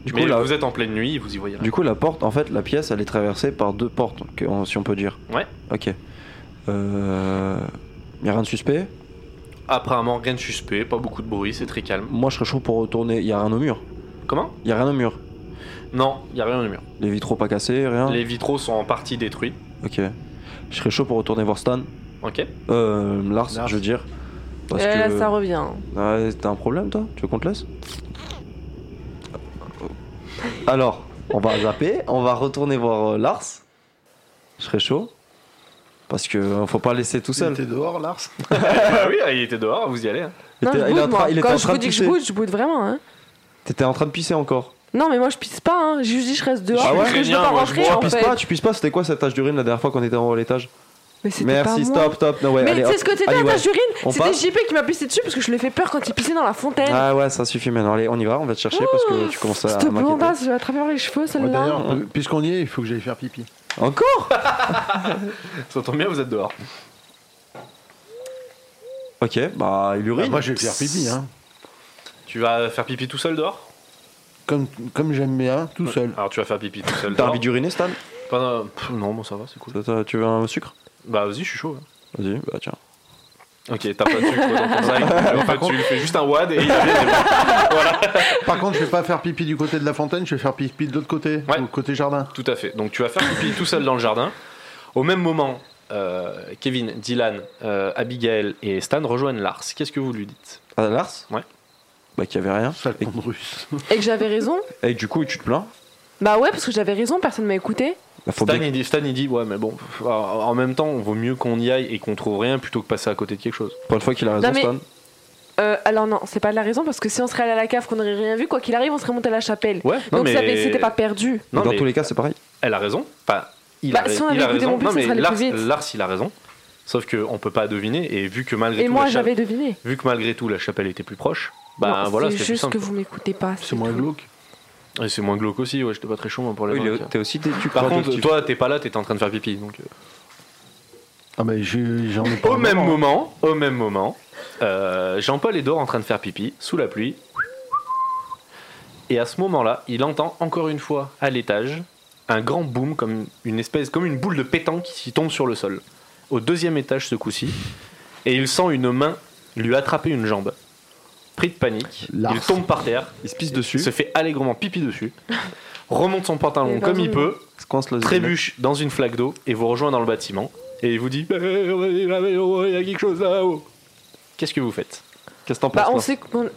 Speaker 2: Du
Speaker 1: mais
Speaker 2: coup, la-
Speaker 1: vous êtes en pleine nuit, vous y voyez rien.
Speaker 2: Du coup, la porte, en fait, la pièce, elle est traversée par deux portes, que- en- si on peut dire.
Speaker 1: Ouais.
Speaker 2: Ok. Euh... Y a rien de suspect.
Speaker 1: Apparemment, rien de suspect, pas beaucoup de bruit, c'est très calme.
Speaker 2: Moi, je serais chaud pour retourner. Y a rien au mur.
Speaker 1: Comment
Speaker 2: Y a rien au mur.
Speaker 1: Non, il y a rien au mur.
Speaker 2: Les vitraux pas cassés, rien.
Speaker 1: Les vitraux sont en partie détruits.
Speaker 2: Ok. Je serais chaud pour retourner voir Stan.
Speaker 1: Ok.
Speaker 2: Euh, Lars,
Speaker 4: Lars.
Speaker 2: je veux dire. Parce
Speaker 3: Et là,
Speaker 2: que.
Speaker 3: Euh, Eh, ça revient.
Speaker 2: Ouais, Bah, T'as un problème, toi Tu veux qu'on te laisse Alors, on va zapper, on va retourner voir euh, Lars. Je serais chaud. Parce que euh, faut pas laisser tout seul.
Speaker 4: T'es dehors, Lars
Speaker 2: Ah
Speaker 1: bah oui, il était dehors, vous y allez. hein.
Speaker 3: Non,
Speaker 2: était-
Speaker 3: je
Speaker 2: il est en
Speaker 3: boude,
Speaker 2: train-
Speaker 3: moi.
Speaker 2: il était en
Speaker 3: Quand je
Speaker 2: train
Speaker 3: vous
Speaker 2: de
Speaker 3: dis que je
Speaker 2: pisser.
Speaker 3: boude, je boude vraiment. Hein.
Speaker 2: T'étais en train de pisser encore.
Speaker 3: Non, mais moi, je pisse pas. Hein. Je dis, je reste dehors
Speaker 2: Ah ouais
Speaker 3: parce que je veux
Speaker 1: Ukrainien,
Speaker 3: pas
Speaker 1: moi, je
Speaker 3: rentrer,
Speaker 1: bois,
Speaker 3: en
Speaker 2: Tu Ah, pisses
Speaker 3: fait.
Speaker 2: pas, tu pisses pas. C'était quoi cette tache d'urine la dernière fois qu'on était en haut à l'étage
Speaker 3: Mais c'était pas
Speaker 2: Merci,
Speaker 3: moi.
Speaker 2: stop, stop. Non, ouais,
Speaker 3: mais
Speaker 2: allez,
Speaker 3: tu sais
Speaker 2: hop.
Speaker 3: ce que t'étais
Speaker 2: Allez,
Speaker 3: à
Speaker 2: ouais.
Speaker 3: ta jurine
Speaker 2: On
Speaker 3: C'était
Speaker 2: passe
Speaker 3: JP qui m'a pissé dessus parce que je lui ai fait peur quand il pissait dans la fontaine.
Speaker 2: Ah ouais, ça suffit maintenant. Allez, on y va, on va te chercher parce que tu commences à
Speaker 3: Oh, S'il te plaît, on
Speaker 2: m'inquiéter.
Speaker 3: passe, je vais attraper par les cheveux
Speaker 4: Ouais,
Speaker 3: celle-là.
Speaker 4: D'ailleurs, puisqu'on y est, il faut que j'aille faire pipi.
Speaker 2: Encore
Speaker 1: Ça tombe bien, vous êtes dehors.
Speaker 2: Ok, bah il urine.
Speaker 4: Bah, moi, je vais faire pipi, hein.
Speaker 1: Tu vas faire pipi tout seul dehors
Speaker 4: Comme, comme j'aime bien, tout seul.
Speaker 1: Alors tu vas faire pipi tout seul
Speaker 2: T'as
Speaker 1: dehors.
Speaker 2: envie d'uriner, Stan
Speaker 1: Pendant- Pff, Non, bon, ça va, c'est cool.
Speaker 2: T'as- t'as- Tu veux un sucre
Speaker 1: Bah vas-y, je suis chaud. hein.
Speaker 2: Vas-y, bah tiens.
Speaker 1: Ok, t'as pas de sucre dans ton sac. En fait, tu lui fais juste un wad et il a bien des bons.
Speaker 4: Par contre, je vais pas faire pipi du côté de la fontaine, je vais faire pipi de l'autre côté,
Speaker 1: Ouais.
Speaker 4: ou côté jardin.
Speaker 1: Tout à fait. Donc tu vas faire pipi tout seul dans le jardin. Au même moment, euh, Kevin, Dylan, euh, Abigail et Stan rejoignent Lars. Qu'est-ce que vous lui dites
Speaker 2: Ah, Lars
Speaker 1: Ouais.
Speaker 2: Bah qu'il y avait rien.
Speaker 4: Sale
Speaker 2: Et,
Speaker 4: con de russe.
Speaker 3: Et que j'avais raison.
Speaker 2: et du coup, tu te plains
Speaker 3: Bah ouais, parce que j'avais raison, personne m'a écouté.
Speaker 2: Bah, faut
Speaker 1: Stan
Speaker 2: bien-
Speaker 1: il, dit, Stan, il dit, ouais, mais bon, pff, en- en même temps, vaut mieux qu'on y aille et qu'on trouve rien plutôt que passer à côté de quelque chose.
Speaker 2: Pour une fois qu'il a raison,
Speaker 3: Non, mais-
Speaker 2: Stan.
Speaker 3: Euh, alors non, c'est pas de la raison parce que si on serait allé à la cave, qu'on n'aurait rien vu, quoi qu'il arrive, on serait monté à la chapelle.
Speaker 1: Ouais, non,
Speaker 3: Donc
Speaker 1: mais.
Speaker 3: ça avait- c'était pas perdu.
Speaker 1: Non,
Speaker 2: dans
Speaker 1: mais
Speaker 2: tous les cas, c'est pareil.
Speaker 1: Elle a raison. Enfin, il
Speaker 3: Bah,
Speaker 1: a,
Speaker 3: si on
Speaker 1: il
Speaker 3: avait
Speaker 1: a
Speaker 3: écouté
Speaker 1: raison.
Speaker 3: mon but,
Speaker 1: non,
Speaker 3: ça
Speaker 1: mais
Speaker 3: serait allé
Speaker 1: Lars,
Speaker 3: plus vite.
Speaker 1: Lars, il a raison. Sauf qu'on peut pas deviner, et vu que malgré
Speaker 3: Et
Speaker 1: tout.
Speaker 3: moi,
Speaker 1: la chapelle-
Speaker 3: j'avais deviné.
Speaker 1: Vu que malgré tout la chapelle était plus proche, bah
Speaker 3: Non,
Speaker 1: voilà,
Speaker 3: c'est
Speaker 1: c'était plus
Speaker 3: juste
Speaker 1: simple.
Speaker 3: que vous m'écoutez pas.
Speaker 4: C'est moins
Speaker 3: tout.
Speaker 4: glauque.
Speaker 1: Et c'est moins glauque aussi, ouais, j'étais pas très chaud moi, pour les mains, tiens.
Speaker 2: Ah T'es aussi tu
Speaker 1: Par contre, toi t'es pas là, t'étais en train de faire pipi. Donc, euh.
Speaker 4: Ah, mais j'ai- j'en ai pas.
Speaker 1: Au même
Speaker 4: vraiment.
Speaker 1: moment, au même moment, euh, Jean-Paul est dehors en train de faire pipi, sous la pluie. Et à ce moment-là, il entend encore une fois à l'étage un grand boom, comme une espèce, comme une boule de pétanque qui tombe sur le sol. Au deuxième étage ce coup-ci, et il sent une main lui attraper une jambe. Pris de panique, il
Speaker 4: Lars.
Speaker 1: tombe par terre,
Speaker 2: il se pisse dessus.
Speaker 1: se fait allègrement pipi dessus, remonte son
Speaker 3: Il
Speaker 1: pantalon
Speaker 3: est
Speaker 1: comme
Speaker 3: dans
Speaker 1: il
Speaker 3: une-
Speaker 1: peut,
Speaker 2: se coince le
Speaker 1: trébuche dans une flaque d'eau et vous rejoint dans le bâtiment. Et il vous dit Eh, Il y a quelque chose là-haut. Qu'est-ce que vous faites
Speaker 2: Qu'est-ce que t'en
Speaker 3: Bah on
Speaker 2: penses
Speaker 3: sait qu'on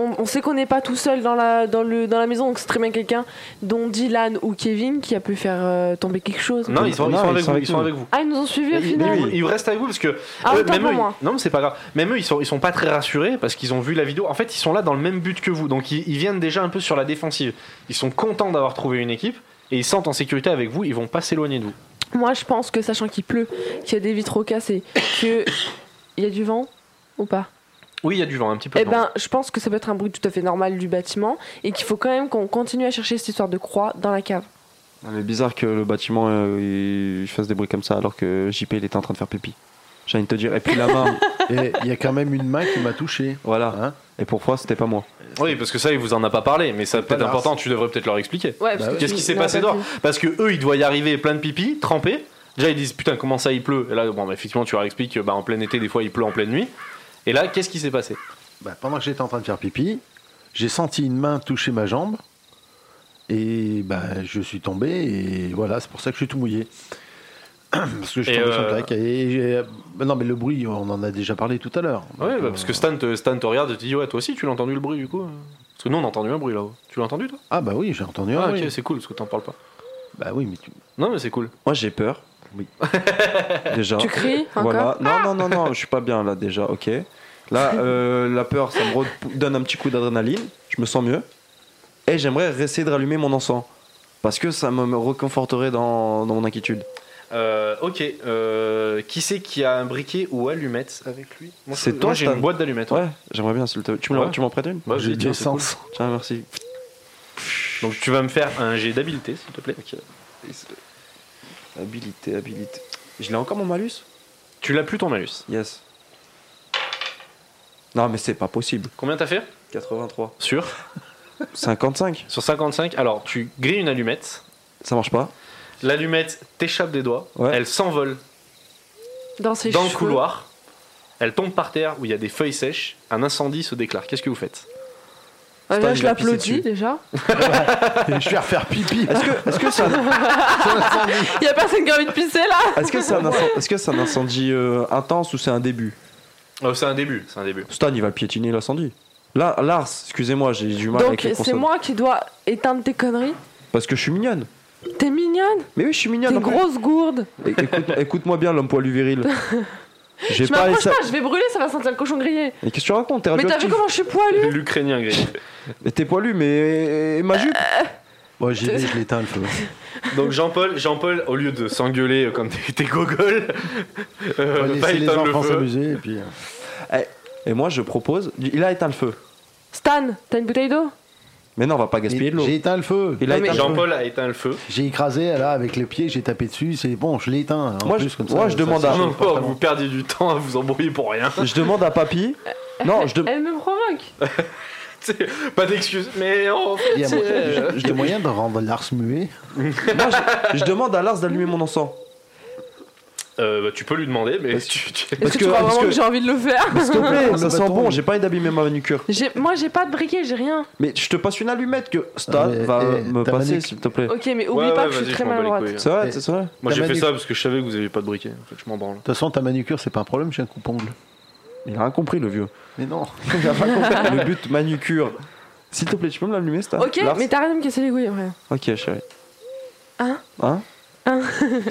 Speaker 3: on, on sait qu'on n'est pas tout seul dans la, dans, le, dans la maison, donc c'est très bien quelqu'un, dont Dylan ou Kevin, qui a pu faire euh, tomber quelque chose.
Speaker 1: Non, ils sont, ils
Speaker 2: Non,
Speaker 1: sont
Speaker 2: ils
Speaker 1: avec vous.
Speaker 2: sont avec
Speaker 1: Ils sont
Speaker 2: nous.
Speaker 1: avec vous.
Speaker 3: Ah, ils nous ont suivis au
Speaker 1: Ils,
Speaker 3: final
Speaker 1: ils- ils restent avec vous parce que
Speaker 3: Ah,
Speaker 1: eux,
Speaker 3: autant
Speaker 1: même
Speaker 3: pour
Speaker 1: eux,
Speaker 3: moi.
Speaker 1: ils- non mais c'est pas grave. Même eux ils sont ils sont pas très rassurés parce qu'ils ont vu la vidéo. En fait ils sont là dans le même but que vous donc ils, ils viennent déjà un peu sur la défensive. Ils sont contents d'avoir trouvé une équipe et ils se sentent en sécurité avec vous. Ils vont pas s'éloigner de vous.
Speaker 3: Moi, je pense que, sachant qu'il pleut, qu'il y a des vitraux cassés, qu'il y a du vent ou pas
Speaker 1: Oui il y a du vent un petit peu.
Speaker 3: Eh
Speaker 1: de
Speaker 3: ben, je pense que ça peut être un bruit tout à fait normal du bâtiment et qu'il faut quand même qu'on continue à chercher cette histoire de croix dans la cave.
Speaker 2: Non, mais bizarre que le bâtiment euh, il fasse des bruits comme ça alors que JP il était en train de faire pipi. J'ai envie de te dire. Et puis la main,
Speaker 4: Et il y a quand même une main qui m'a touché.
Speaker 2: voilà.
Speaker 4: Hein
Speaker 2: Et pour fois, c'était pas moi.
Speaker 3: ben,
Speaker 1: vent. Oui parce que ça il vous en a pas parlé mais ça peut être
Speaker 4: Voilà.
Speaker 1: important. Tu devrais peut-être leur expliquer.
Speaker 3: Ouais,
Speaker 4: parce Bah que ouais.
Speaker 1: Qu'est-ce qui s'est passé dehors Parce que eux, ils doivent y arriver plein de pipi, trempés. Déjà, ils disent putain, comment ça il pleut Et là, bon, bah, effectivement, tu leur expliques que, bah, en plein été, des fois il pleut en pleine nuit. Et là, qu'est-ce qui s'est passé
Speaker 4: Bah, pendant que j'étais en train de faire pipi, j'ai senti une main toucher ma jambe. Et bah, je suis tombé, et voilà, c'est pour ça que je suis tout mouillé. Parce que je suis
Speaker 1: Et
Speaker 4: tombé sur
Speaker 1: euh,
Speaker 4: le claque. Et j'ai- bah, non, mais le bruit, on en a déjà parlé tout à l'heure.
Speaker 1: Ouais, bah, parce que Stan te, Stan te regarde et te dit ouais, toi aussi, tu l'as entendu le bruit du coup Parce que nous, on a entendu un bruit là-haut. Tu l'as entendu toi
Speaker 4: Ah, bah oui, j'ai entendu un
Speaker 1: Ah,
Speaker 4: bruit.
Speaker 1: ok, c'est cool parce que t'en parles pas.
Speaker 4: Bah oui, mais tu.
Speaker 1: Non, mais c'est cool.
Speaker 2: Moi, j'ai peur.
Speaker 4: Oui.
Speaker 2: déjà.
Speaker 1: Ah,
Speaker 3: Tu cries encore
Speaker 2: Voilà. Non, non, non, non, je suis pas bien là déjà, ok. Là, euh, la peur, ça me redou- donne un petit coup d'adrénaline, je me sens mieux. Et j'aimerais essayer de rallumer mon encens. Parce que ça me me reconforterait dans, dans mon inquiétude.
Speaker 1: Euh, ok, euh, qui c'est qui a un briquet ou allumette avec lui Moi, je-
Speaker 2: C'est
Speaker 1: moi,
Speaker 2: toi,
Speaker 1: j'ai
Speaker 2: Stan.
Speaker 1: une boîte d'allumettes. hein.
Speaker 2: Ouais, j'aimerais bien, s'il te plaît. Tu me
Speaker 1: Ah
Speaker 2: l'en-
Speaker 1: ouais
Speaker 2: tu m'en prêtes une
Speaker 1: Ouais,
Speaker 4: j'ai
Speaker 1: tiens,
Speaker 4: bien
Speaker 1: c'est cool.
Speaker 4: sens.
Speaker 2: Tiens, merci.
Speaker 1: Donc tu vas me faire un jet d'habileté, s'il te plaît.
Speaker 2: Habilité, habilité. Je l'ai encore mon malus
Speaker 1: Tu l'as plus ton malus.
Speaker 2: Yes. Non, mais c'est pas possible.
Speaker 1: Combien t'as fait
Speaker 2: 83.
Speaker 1: Sûr
Speaker 2: 55
Speaker 1: Sur 55, alors tu grilles une allumette.
Speaker 2: Ça marche pas
Speaker 1: L'allumette t'échappe des doigts.
Speaker 2: Ouais.
Speaker 1: Elle s'envole
Speaker 3: Dans ses
Speaker 1: dans le
Speaker 3: cheveux.
Speaker 1: couloir. Elle tombe par terre où il y a des feuilles sèches. Un incendie se déclare. Qu'est-ce que vous faites
Speaker 3: Ah,
Speaker 2: Stan,
Speaker 3: là,
Speaker 2: il
Speaker 3: je
Speaker 2: a pissé
Speaker 3: l'applaudis
Speaker 2: dessus.
Speaker 3: déjà.
Speaker 4: Je vais refaire pipi.
Speaker 2: Est-ce que est-ce que c'est un,
Speaker 3: Il y a personne qui a envie de pisser là.
Speaker 2: est-ce que c'est un, incen- est-ce que c'est un incendie euh, intense ou c'est un début
Speaker 1: Oh, C'est un début. C'est un début.
Speaker 2: Stan, il va piétiner l'incendie. Là, Lars, excusez-moi, j'ai du mal
Speaker 3: Donc
Speaker 2: avec les
Speaker 3: c'est
Speaker 2: consonnes.
Speaker 3: moi qui dois éteindre tes conneries.
Speaker 2: Parce que je suis mignonne.
Speaker 3: T'es mignonne,
Speaker 2: Mais oui, je suis
Speaker 3: t'es
Speaker 2: mignonne.
Speaker 3: une
Speaker 2: en plus.
Speaker 3: grosse gourde.
Speaker 2: É- écoute- Écoute-moi bien, l'homme poilu viril. J'ai
Speaker 3: Je
Speaker 2: pas
Speaker 3: m'approche
Speaker 2: ça.
Speaker 3: pas, je vais brûler, ça va sentir le cochon grillé.
Speaker 1: Ah,
Speaker 2: Mais qu'est-ce que tu racontes T'es
Speaker 3: Mais t'as vu
Speaker 2: radioactif.
Speaker 3: comment je suis poilu
Speaker 1: L'Ukrainien grillé.
Speaker 2: Mais t'es poilu, mais et ma jupe
Speaker 4: Moi, j'y vais, je l'éteins le feu.
Speaker 1: Donc Jean-Paul, Jean-Paul, au lieu de s'engueuler euh, comme des, des gogoles,
Speaker 4: On va
Speaker 1: euh, va
Speaker 4: laisser les
Speaker 1: éteindre le
Speaker 4: enfants
Speaker 1: feu.
Speaker 4: s'amuser et puis. euh,
Speaker 3: Euh.
Speaker 2: Et moi, je propose. Il a éteint le feu.
Speaker 3: Stan, t'as une bouteille d'eau
Speaker 2: Mais non, on va pas gaspiller de l'eau.
Speaker 4: J'ai éteint le feu.
Speaker 2: Il a
Speaker 3: Non, mais-
Speaker 2: éteint le feu.
Speaker 1: Jean-Paul a éteint le feu.
Speaker 4: J'ai écrasé là avec les pieds, j'ai tapé dessus. C'est bon, je l'éteins. hein, En
Speaker 2: Moi,
Speaker 4: plus,
Speaker 2: je-
Speaker 4: comme
Speaker 2: moi,
Speaker 4: ça,
Speaker 2: je
Speaker 4: ça
Speaker 2: demande
Speaker 4: sèche
Speaker 2: à-
Speaker 4: le
Speaker 1: Non, pas,
Speaker 4: appartement.
Speaker 1: vous perdiez du temps à vous embrouiller pour rien.
Speaker 2: Je demande à papy. Non, je, de-
Speaker 3: Elle me provoque.
Speaker 1: C'est- pas d'excuses. Mais en fait,
Speaker 4: Il y a
Speaker 1: c'est-
Speaker 4: moyen- il y a moyen de rendre l'ars muet.
Speaker 2: non, je- je demande à Lars d'allumer mon encens.
Speaker 1: Euh, bah, tu peux lui demander, mais tu- tu-
Speaker 2: Parce
Speaker 3: Est-ce
Speaker 2: que-
Speaker 3: que, tu crois
Speaker 2: parce
Speaker 3: vraiment que,
Speaker 2: que-
Speaker 3: j'ai envie de le faire
Speaker 2: Mais S'il te plaît,
Speaker 4: Ah,
Speaker 2: ça
Speaker 4: bah,
Speaker 2: sent
Speaker 4: attends.
Speaker 2: bon, j'ai pas envie d'abîmer ma manucure.
Speaker 3: J'ai- Moi j'ai pas de briquet, j'ai rien.
Speaker 2: Mais je te passe une allumette que Stan
Speaker 4: Ah, mais,
Speaker 2: va
Speaker 4: eh,
Speaker 2: me
Speaker 4: ta
Speaker 2: passer,
Speaker 4: manuc-
Speaker 2: s'il te plaît.
Speaker 3: Ok, mais oublie
Speaker 1: Ouais,
Speaker 3: pas
Speaker 1: ouais,
Speaker 3: que je suis
Speaker 1: vas-y,
Speaker 3: très
Speaker 1: je m'en bats les
Speaker 3: maladroite.
Speaker 1: couilles.
Speaker 2: C'est vrai, c'est vrai.
Speaker 1: Moi
Speaker 4: La
Speaker 1: j'ai fait
Speaker 4: manip-
Speaker 1: ça parce que je savais que vous aviez pas de briquet. En fait, je m'en branle.
Speaker 4: De toute façon, ta manucure, c'est pas un problème, j'ai un coupongle.
Speaker 2: Il a rien compris, le vieux.
Speaker 4: Mais non.
Speaker 2: Il a pas compris le but manucure. S'il te plaît, tu peux me l'allumer, Stan
Speaker 3: Ok,
Speaker 2: Lars
Speaker 3: mais t'as rien à me casser les couilles après.
Speaker 2: Ok, chérie.
Speaker 3: Hein
Speaker 2: Hein
Speaker 3: Hein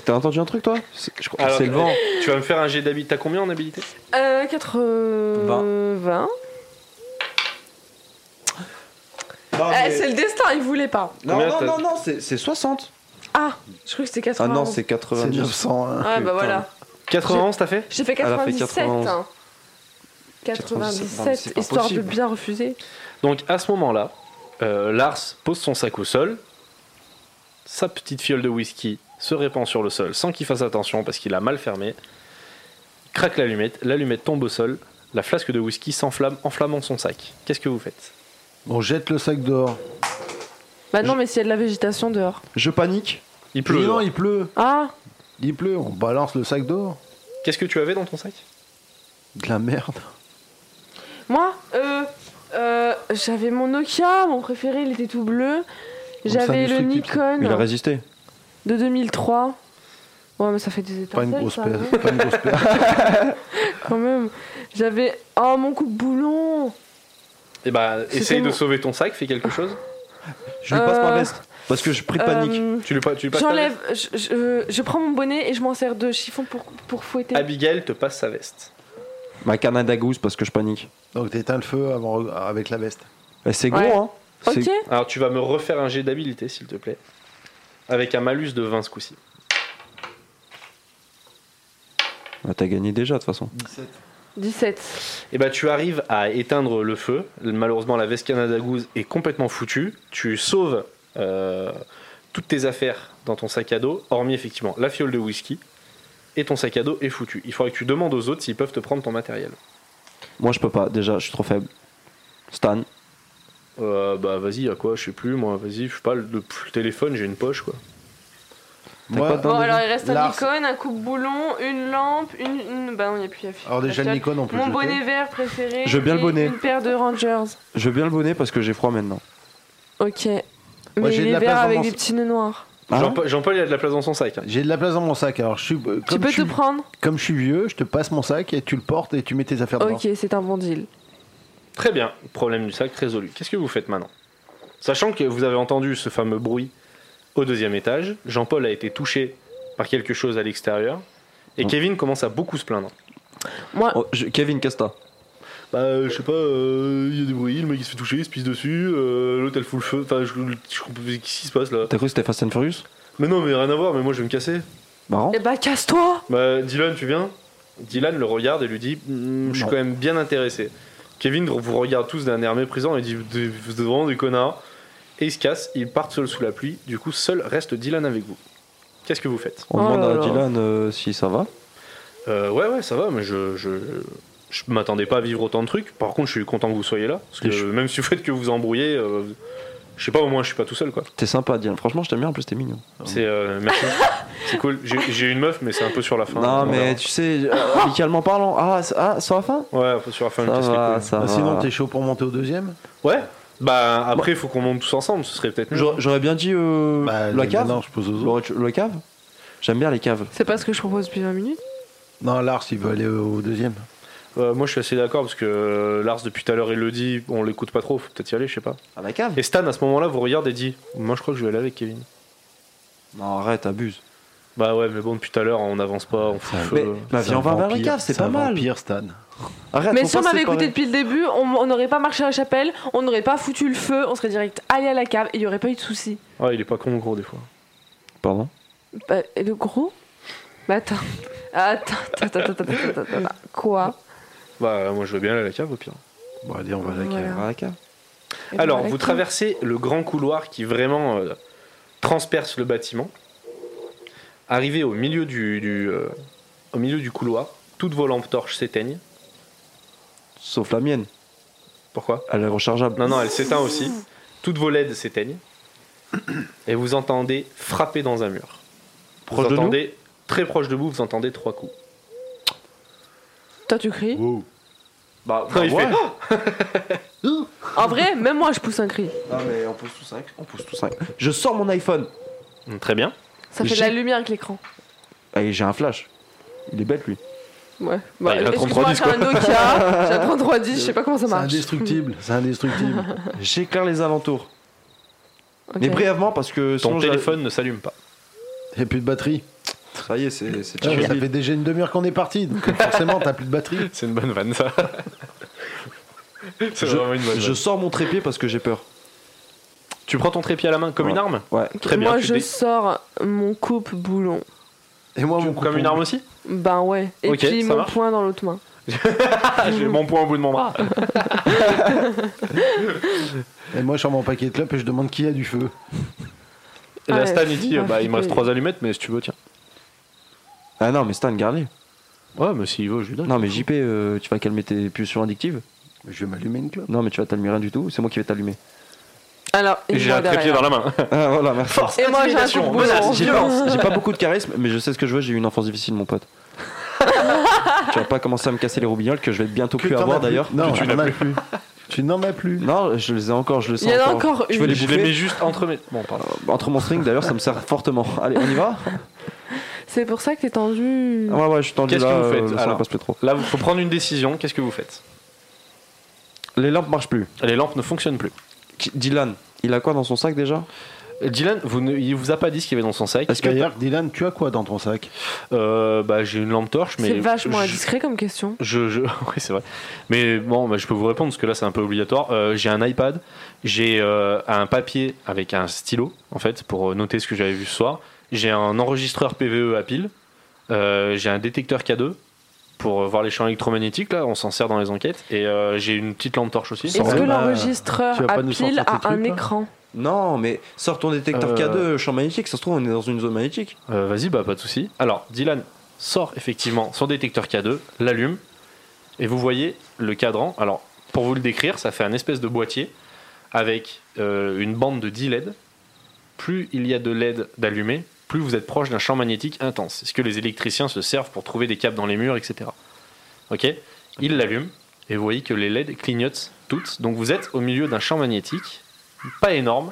Speaker 2: T'as entendu un truc, toi C'est- Je crois que
Speaker 1: Alors, euh,
Speaker 2: c'est le vent.
Speaker 1: Tu vas me faire un jet d'habilité. T'as combien en habilité
Speaker 3: Euh, 80.
Speaker 2: Non,
Speaker 3: Eh, c'est le destin, il voulait pas.
Speaker 2: non,
Speaker 1: Combien
Speaker 2: non,
Speaker 1: t'as-
Speaker 2: non, non, c'est c'est 60.
Speaker 3: Ah, je crois que c'était
Speaker 2: Ah
Speaker 3: 80.
Speaker 2: non, c'est
Speaker 4: C'est
Speaker 2: 90.
Speaker 4: 901.
Speaker 3: Ouais,
Speaker 2: putain.
Speaker 3: bah voilà.
Speaker 1: 91, t'as fait
Speaker 3: J'ai fait
Speaker 2: Elle a fait
Speaker 3: 97.
Speaker 2: 91.
Speaker 3: hein.
Speaker 2: 97, non, mais c'est
Speaker 3: 97,
Speaker 2: pas
Speaker 3: histoire de
Speaker 2: possible.
Speaker 3: bien refuser.
Speaker 1: Donc à ce moment-là, euh, Lars pose son sac au sol. Sa petite fiole de whisky se répand sur le sol sans qu'il fasse attention parce qu'il a mal fermé. Il craque l'allumette, l'allumette tombe au sol, la flasque de whisky s'enflamme, enflammant son sac. Qu'est-ce que vous faites
Speaker 4: On jette le sac dehors.
Speaker 3: Bah non, mais s'il y a de la végétation dehors.
Speaker 2: Je panique.
Speaker 1: Il
Speaker 4: Mais
Speaker 1: pleut.
Speaker 4: non,
Speaker 1: dehors.
Speaker 4: il pleut.
Speaker 3: Ah,
Speaker 4: Il pleut, on balance le sac dehors.
Speaker 1: Qu'est-ce que tu avais dans ton sac
Speaker 4: De la merde.
Speaker 3: moi, euh, euh, j'avais mon Nokia, mon préféré, il était tout bleu.
Speaker 4: Donc
Speaker 3: J'avais
Speaker 4: ça,
Speaker 3: le
Speaker 4: destructible,
Speaker 3: Nikon
Speaker 2: Il a résisté.
Speaker 3: de 2003. Ouais, mais ça fait des
Speaker 4: Pas
Speaker 3: étincelles,
Speaker 4: une grosse
Speaker 3: ça,
Speaker 4: paire.
Speaker 3: non
Speaker 4: Pas une grosse paire.
Speaker 3: quand même. J'avais... Oh, mon coup de boulon
Speaker 1: Eh bah,
Speaker 3: C'était
Speaker 1: essaye de
Speaker 3: mon-
Speaker 1: sauver ton sac, fais quelque chose.
Speaker 2: Je lui passe ma
Speaker 3: Euh,
Speaker 2: veste. Parce que je pris panique.
Speaker 3: Euh,
Speaker 1: Tu lui, pa- tu lui passes ta
Speaker 3: J'enlève,
Speaker 1: veste
Speaker 3: je, je- je prends mon bonnet et je m'en sers de chiffon pour, pour fouetter.
Speaker 4: Ah,
Speaker 1: Abigail te passe sa veste.
Speaker 2: Ma Canada Goose parce que je panique.
Speaker 4: Donc t'éteins le feu avant, avec la veste.
Speaker 2: Eh, c'est
Speaker 3: Ouais.
Speaker 2: gros, hein C'est-
Speaker 3: Ok,
Speaker 1: Alors tu vas me refaire un jet d'habilité, s'il te plaît. Avec un malus de 20 ce coup-ci.
Speaker 2: Ah, T'as gagné déjà, de toute façon.
Speaker 4: 17.
Speaker 3: 17.
Speaker 1: Et bah tu arrives à éteindre le feu. Malheureusement, la veste Canada Goose est complètement foutue. Tu sauves euh, toutes tes affaires dans ton sac à dos, hormis effectivement la fiole de whisky. Et ton sac à dos est foutu. Il faudrait que tu demandes aux autres s'ils peuvent te prendre ton matériel.
Speaker 2: Moi, je peux pas. Déjà, je suis trop faible. Stan.
Speaker 1: Euh, bah vas-y, à quoi Je sais plus, moi, vas-y, je sais pas, le, le téléphone, j'ai une poche quoi.
Speaker 4: Moi,
Speaker 2: quoi,
Speaker 3: Bon,
Speaker 2: Attends,
Speaker 3: alors il reste un
Speaker 4: Lars.
Speaker 3: Nikon, un coupe-boulon, une lampe, une. une- Bah non, il n'y a plus à faire.
Speaker 4: Alors déjà le Nikon, on peut
Speaker 3: Mon
Speaker 4: jeter.
Speaker 3: bonnet vert préféré.
Speaker 2: Je veux bien le
Speaker 3: et
Speaker 2: bonnet.
Speaker 3: Une paire de Rangers.
Speaker 2: Je veux bien le bonnet parce que j'ai froid maintenant.
Speaker 3: Ok. Mais
Speaker 4: Moi, j'ai
Speaker 3: il
Speaker 4: de
Speaker 3: est
Speaker 4: la
Speaker 3: vert
Speaker 4: place dans
Speaker 3: avec
Speaker 4: mon-
Speaker 3: des petits nœuds noirs.
Speaker 2: Ah,
Speaker 1: Jean-Paul, Jean-Paul, il a de la place dans son sac. hein.
Speaker 4: J'ai de la place dans mon sac. Alors je suis. euh,
Speaker 3: Tu
Speaker 4: Comme,
Speaker 3: peux
Speaker 4: je,
Speaker 3: te
Speaker 4: suis-
Speaker 3: prendre
Speaker 4: comme je suis vieux, je te passe mon sac et tu le portes et tu mets tes affaires dedans.
Speaker 3: Ok, c'est un bon deal.
Speaker 1: Très bien, problème du sac résolu. Qu'est-ce que vous faites maintenant Sachant que vous avez entendu ce fameux bruit au deuxième étage, Jean-Paul a été touché par quelque chose à l'extérieur, et
Speaker 2: Mm.
Speaker 1: Kevin commence à beaucoup se plaindre.
Speaker 3: Moi,
Speaker 2: Oh, je- Kevin Casta.
Speaker 1: Bah, euh, je sais pas, euh, il y a des bruits, le mec il se fait toucher, il se pisse dessus, euh, l'autre elle fout le feu, enfin, je, je comprends pas, qu'est-ce qui se passe là
Speaker 2: T'as cru que c'était Fast and Furious
Speaker 1: Mais non, mais rien à voir, mais moi je vais me casser.
Speaker 2: Marrant.
Speaker 3: eh bah casse-toi
Speaker 1: Bah, Dylan, tu viens Dylan le regarde et lui dit Hmm, Je suis
Speaker 4: Non.
Speaker 1: quand même bien intéressé. Kevin vous regarde tous d'un air méprisant et dit Vous êtes vraiment des connards. Et ils se cassent, ils partent seuls sous la pluie. Du coup, seul reste Dylan avec vous. Qu'est-ce que vous faites
Speaker 2: On
Speaker 3: Oh
Speaker 2: demande
Speaker 3: là
Speaker 2: à
Speaker 3: là.
Speaker 2: Dylan euh, si ça va.
Speaker 1: Euh, Ouais, ouais, ça va, mais je. je- je m'attendais pas à vivre autant de trucs. Par contre, je suis content que vous soyez là. Parce que
Speaker 2: Et je-
Speaker 1: même si vous faites que vous embrouillez, euh, je sais pas, au moins je suis pas tout seul quoi.
Speaker 2: T'es sympa, Diane. Franchement, je t'aime bien. En plus, t'es mignon.
Speaker 1: C'est euh, merci. C'est cool. J'ai j'ai une meuf, mais c'est un peu sur la fin.
Speaker 2: non,
Speaker 1: On
Speaker 2: mais
Speaker 1: verra.
Speaker 2: tu sais, euh, amicalement parlant. Ah, c'est- ah, sur la fin
Speaker 1: Ouais, un peu sur la fin,
Speaker 2: Ça
Speaker 1: une petite
Speaker 2: va,
Speaker 1: cool.
Speaker 2: ça
Speaker 4: Ah,
Speaker 2: va.
Speaker 4: Sinon, t'es chaud pour monter au deuxième
Speaker 1: Ouais. Bah après, il faut qu'on monte tous ensemble. Ce serait peut-être. mieux.
Speaker 2: J'aurais j'aurais bien dit euh,
Speaker 4: Bah,
Speaker 2: la
Speaker 4: dès
Speaker 2: cave.
Speaker 4: maintenant, je pose aux autres.
Speaker 2: J'aurais- La cave J'aime bien les caves.
Speaker 3: C'est pas ce que je propose depuis 20 minutes.
Speaker 4: Non, Lars, il veut aller au deuxième.
Speaker 1: Euh, moi, je suis assez d'accord parce que euh, Lars, depuis tout à l'heure, il le dit. On l'écoute pas trop. Faut peut-être y aller, je sais pas.
Speaker 2: À Ah, la cave
Speaker 1: Et Stan, à ce moment-là, vous regarde et dit Moi, je crois que je vais aller avec Kevin.
Speaker 2: Non, arrête, abuse.
Speaker 1: Bah ouais, mais bon, depuis tout à l'heure, on n'avance pas, on fout le
Speaker 2: Mais
Speaker 1: feu.
Speaker 2: bah,
Speaker 4: C'est
Speaker 2: viens,
Speaker 4: un
Speaker 2: on va vers la
Speaker 4: euh, vampire,
Speaker 2: cave, c'est pas
Speaker 4: un
Speaker 2: mal.
Speaker 4: vampire, Stan.
Speaker 1: Ah,
Speaker 2: Arrête,
Speaker 3: Mais
Speaker 2: faut
Speaker 3: si on
Speaker 2: pas
Speaker 3: m'avait
Speaker 2: séparer.
Speaker 3: écouté depuis le début, on on n'aurait pas marché à la chapelle, on n'aurait pas foutu le feu, on serait direct allé à la cave et il n'y aurait pas eu de soucis.
Speaker 1: Ah, il est pas con, gros, des fois.
Speaker 2: Pardon
Speaker 3: Bah, et le gros Mais attends. Attends, attends, attends, attends, attends, attends, attends. Quoi
Speaker 1: Bah, euh, moi, je veux bien aller à la cave, au pire.
Speaker 4: Bon, allez, on va à la
Speaker 3: Voilà.
Speaker 4: cave.
Speaker 2: Vers la cave.
Speaker 1: Alors, vous traversez le grand couloir qui vraiment euh, transperce le bâtiment. Arrivé au milieu du, du, euh, au milieu du couloir, toutes vos lampes torches s'éteignent.
Speaker 2: Sauf la mienne,
Speaker 1: Pourquoi
Speaker 2: elle est rechargeable.
Speaker 1: Non, non, elle s'éteint aussi. Toutes vos LED s'éteignent. Et vous entendez frapper dans un mur.
Speaker 2: Proche
Speaker 1: vous
Speaker 2: de nous
Speaker 1: entendez, très proche de vous, vous entendez trois coups.
Speaker 3: Toi, tu cries
Speaker 4: Wow.
Speaker 2: Bah,
Speaker 1: il fait, Ah
Speaker 3: En vrai, même moi, je pousse un cri.
Speaker 2: Non, mais on pousse tout 5. On pousse tout 5. Je sors mon iPhone.
Speaker 1: Ah Très bien.
Speaker 3: Ça fait de la
Speaker 2: J'ai-
Speaker 3: lumière avec l'écran.
Speaker 2: Ah, et j'ai un flash. Il est bête, lui.
Speaker 3: Ouais.
Speaker 1: Bah, il a 33,
Speaker 3: excuse-moi, j'ai un Nokia, j'ai un 3310, je sais pas comment ça
Speaker 4: C'est
Speaker 3: marche.
Speaker 4: indestructible, c'est indestructible.
Speaker 2: J'éclaire les alentours.
Speaker 3: Ok.
Speaker 2: Mais brièvement, parce que
Speaker 1: Ton
Speaker 2: sinon, j'ai-
Speaker 1: téléphone ne s'allume pas.
Speaker 4: Il n'y a plus de batterie.
Speaker 2: Ça y est, c'est c'est
Speaker 4: Ah, mais
Speaker 2: terminé.
Speaker 4: ça fait déjà une demi-heure qu'on est parti, donc forcément, t'as plus de batterie.
Speaker 1: C'est une bonne vanne, ça. C'est
Speaker 2: Je-
Speaker 1: vraiment une bonne
Speaker 2: Je
Speaker 1: vanne.
Speaker 2: sors mon trépied parce que j'ai peur.
Speaker 1: Tu prends ton trépied à la main comme
Speaker 2: Ouais.
Speaker 1: une arme
Speaker 2: Ouais.
Speaker 3: Ok,
Speaker 1: Très bien,
Speaker 3: moi,
Speaker 1: tu
Speaker 3: je
Speaker 1: dé-
Speaker 3: sors mon coupe-boulon.
Speaker 4: Et moi, mon
Speaker 1: Comme une arme aussi
Speaker 3: Ben ouais. Et
Speaker 1: Ok,
Speaker 3: puis
Speaker 1: ça
Speaker 3: mon
Speaker 1: marche.
Speaker 3: poing dans l'autre main.
Speaker 1: Ah, J'ai mon poing au bout de mon bras.
Speaker 4: Et moi, je sors mon paquet de clopes et je demande qui a du feu.
Speaker 1: Et la
Speaker 3: Ah Ouais,
Speaker 1: Stan, il dit
Speaker 3: putain,
Speaker 1: bah, il me reste
Speaker 3: flipper.
Speaker 1: trois allumettes, mais si tu veux, tiens.
Speaker 2: Ah non, mais Stan, garde
Speaker 1: Ouais, mais s'il veut, je lui donne.
Speaker 2: Non, mais JP, euh, tu vas calmer tes pulsions addictives.
Speaker 4: Je vais m'allumer une clope.
Speaker 2: Non, mais tu vas t'allumer rien du tout. C'est moi qui vais t'allumer.
Speaker 3: Alors, et
Speaker 1: J'ai
Speaker 3: moi
Speaker 1: un trépied
Speaker 3: derrière.
Speaker 1: dans la main.
Speaker 2: Ah, voilà, merci.
Speaker 1: Force,
Speaker 3: Et moi, j'ai un
Speaker 1: intimidation,
Speaker 3: coup de
Speaker 1: menace,
Speaker 3: boulon.
Speaker 1: violence.
Speaker 2: J'ai pas beaucoup de charisme, mais je sais ce que je veux. J'ai eu une enfance difficile, mon pote. tu vas pas commencer à me casser les roubignoles que je vais bientôt plus
Speaker 4: t'en as
Speaker 2: avoir d'ailleurs.
Speaker 4: Non,
Speaker 1: tu
Speaker 4: tu n'en as plus. Tu n'en as plus.
Speaker 2: Non, je les ai encore, je le sens.
Speaker 3: Il y en a encore
Speaker 2: Tu veux
Speaker 3: une.
Speaker 2: les
Speaker 1: Je les mets
Speaker 2: bouffer
Speaker 1: juste entre mes. Bon, pardon.
Speaker 2: Euh, Entre mon string d'ailleurs, ça me sert fortement. Allez, on y va
Speaker 3: C'est pour ça que t'es tendu.
Speaker 2: Ah Ouais, ouais, je suis tendu
Speaker 1: Qu'est-ce
Speaker 2: là.
Speaker 1: que vous faites
Speaker 2: euh, ça
Speaker 1: Alors
Speaker 2: passe plus trop.
Speaker 1: Là, il faut prendre une décision. Qu'est-ce que vous faites
Speaker 2: Les lampes marchent plus.
Speaker 1: Les lampes ne fonctionnent plus.
Speaker 2: Qui- Dylan, il a quoi dans son sac déjà
Speaker 1: Euh, Dylan, vous ne, il vous a pas dit ce qu'il y avait dans son sac
Speaker 2: Est-ce que.
Speaker 4: D'ailleurs, Dylan, tu as quoi dans ton sac
Speaker 1: Euh, Bah, j'ai une lampe torche, mais.
Speaker 3: C'est vachement
Speaker 1: je-
Speaker 3: indiscret comme question.
Speaker 1: Je, je- oui, c'est vrai. Mais bon, bah, je peux vous répondre parce que là, c'est un peu obligatoire. Euh, j'ai un iPad, j'ai euh, un papier avec un stylo, en fait, pour euh, noter ce que j'avais vu ce soir. J'ai un enregistreur PVE à pile. Euh, j'ai un détecteur K2 pour euh, voir les champs électromagnétiques. Là, on s'en sert dans les enquêtes. Et euh, j'ai une petite lampe torche aussi.
Speaker 4: Sans
Speaker 3: Est-ce que
Speaker 4: rien, bah,
Speaker 3: l'enregistreur
Speaker 4: tu vas pas
Speaker 3: à
Speaker 4: nous
Speaker 3: pile
Speaker 4: sortir tes
Speaker 3: a un
Speaker 4: trucs, là
Speaker 3: écran
Speaker 2: Non, mais sors ton détecteur
Speaker 1: Euh.
Speaker 2: K2, champ magnétique, ça se trouve, on est dans une zone magnétique.
Speaker 1: Euh, Vas-y, bah, pas de souci. Alors, Dylan sort effectivement son détecteur K2, l'allume, et vous voyez le cadran. Alors, pour vous le décrire, ça fait un espèce de boîtier avec euh, une bande de 10 LED. Plus il y a de LED d'allumés, plus vous êtes proche d'un champ magnétique intense. C'est ce que les électriciens se servent pour trouver des câbles dans les murs, etc. Ok Il l'allume, et vous voyez que les LED clignotent toutes. Donc, vous êtes au milieu d'un champ magnétique, pas énorme,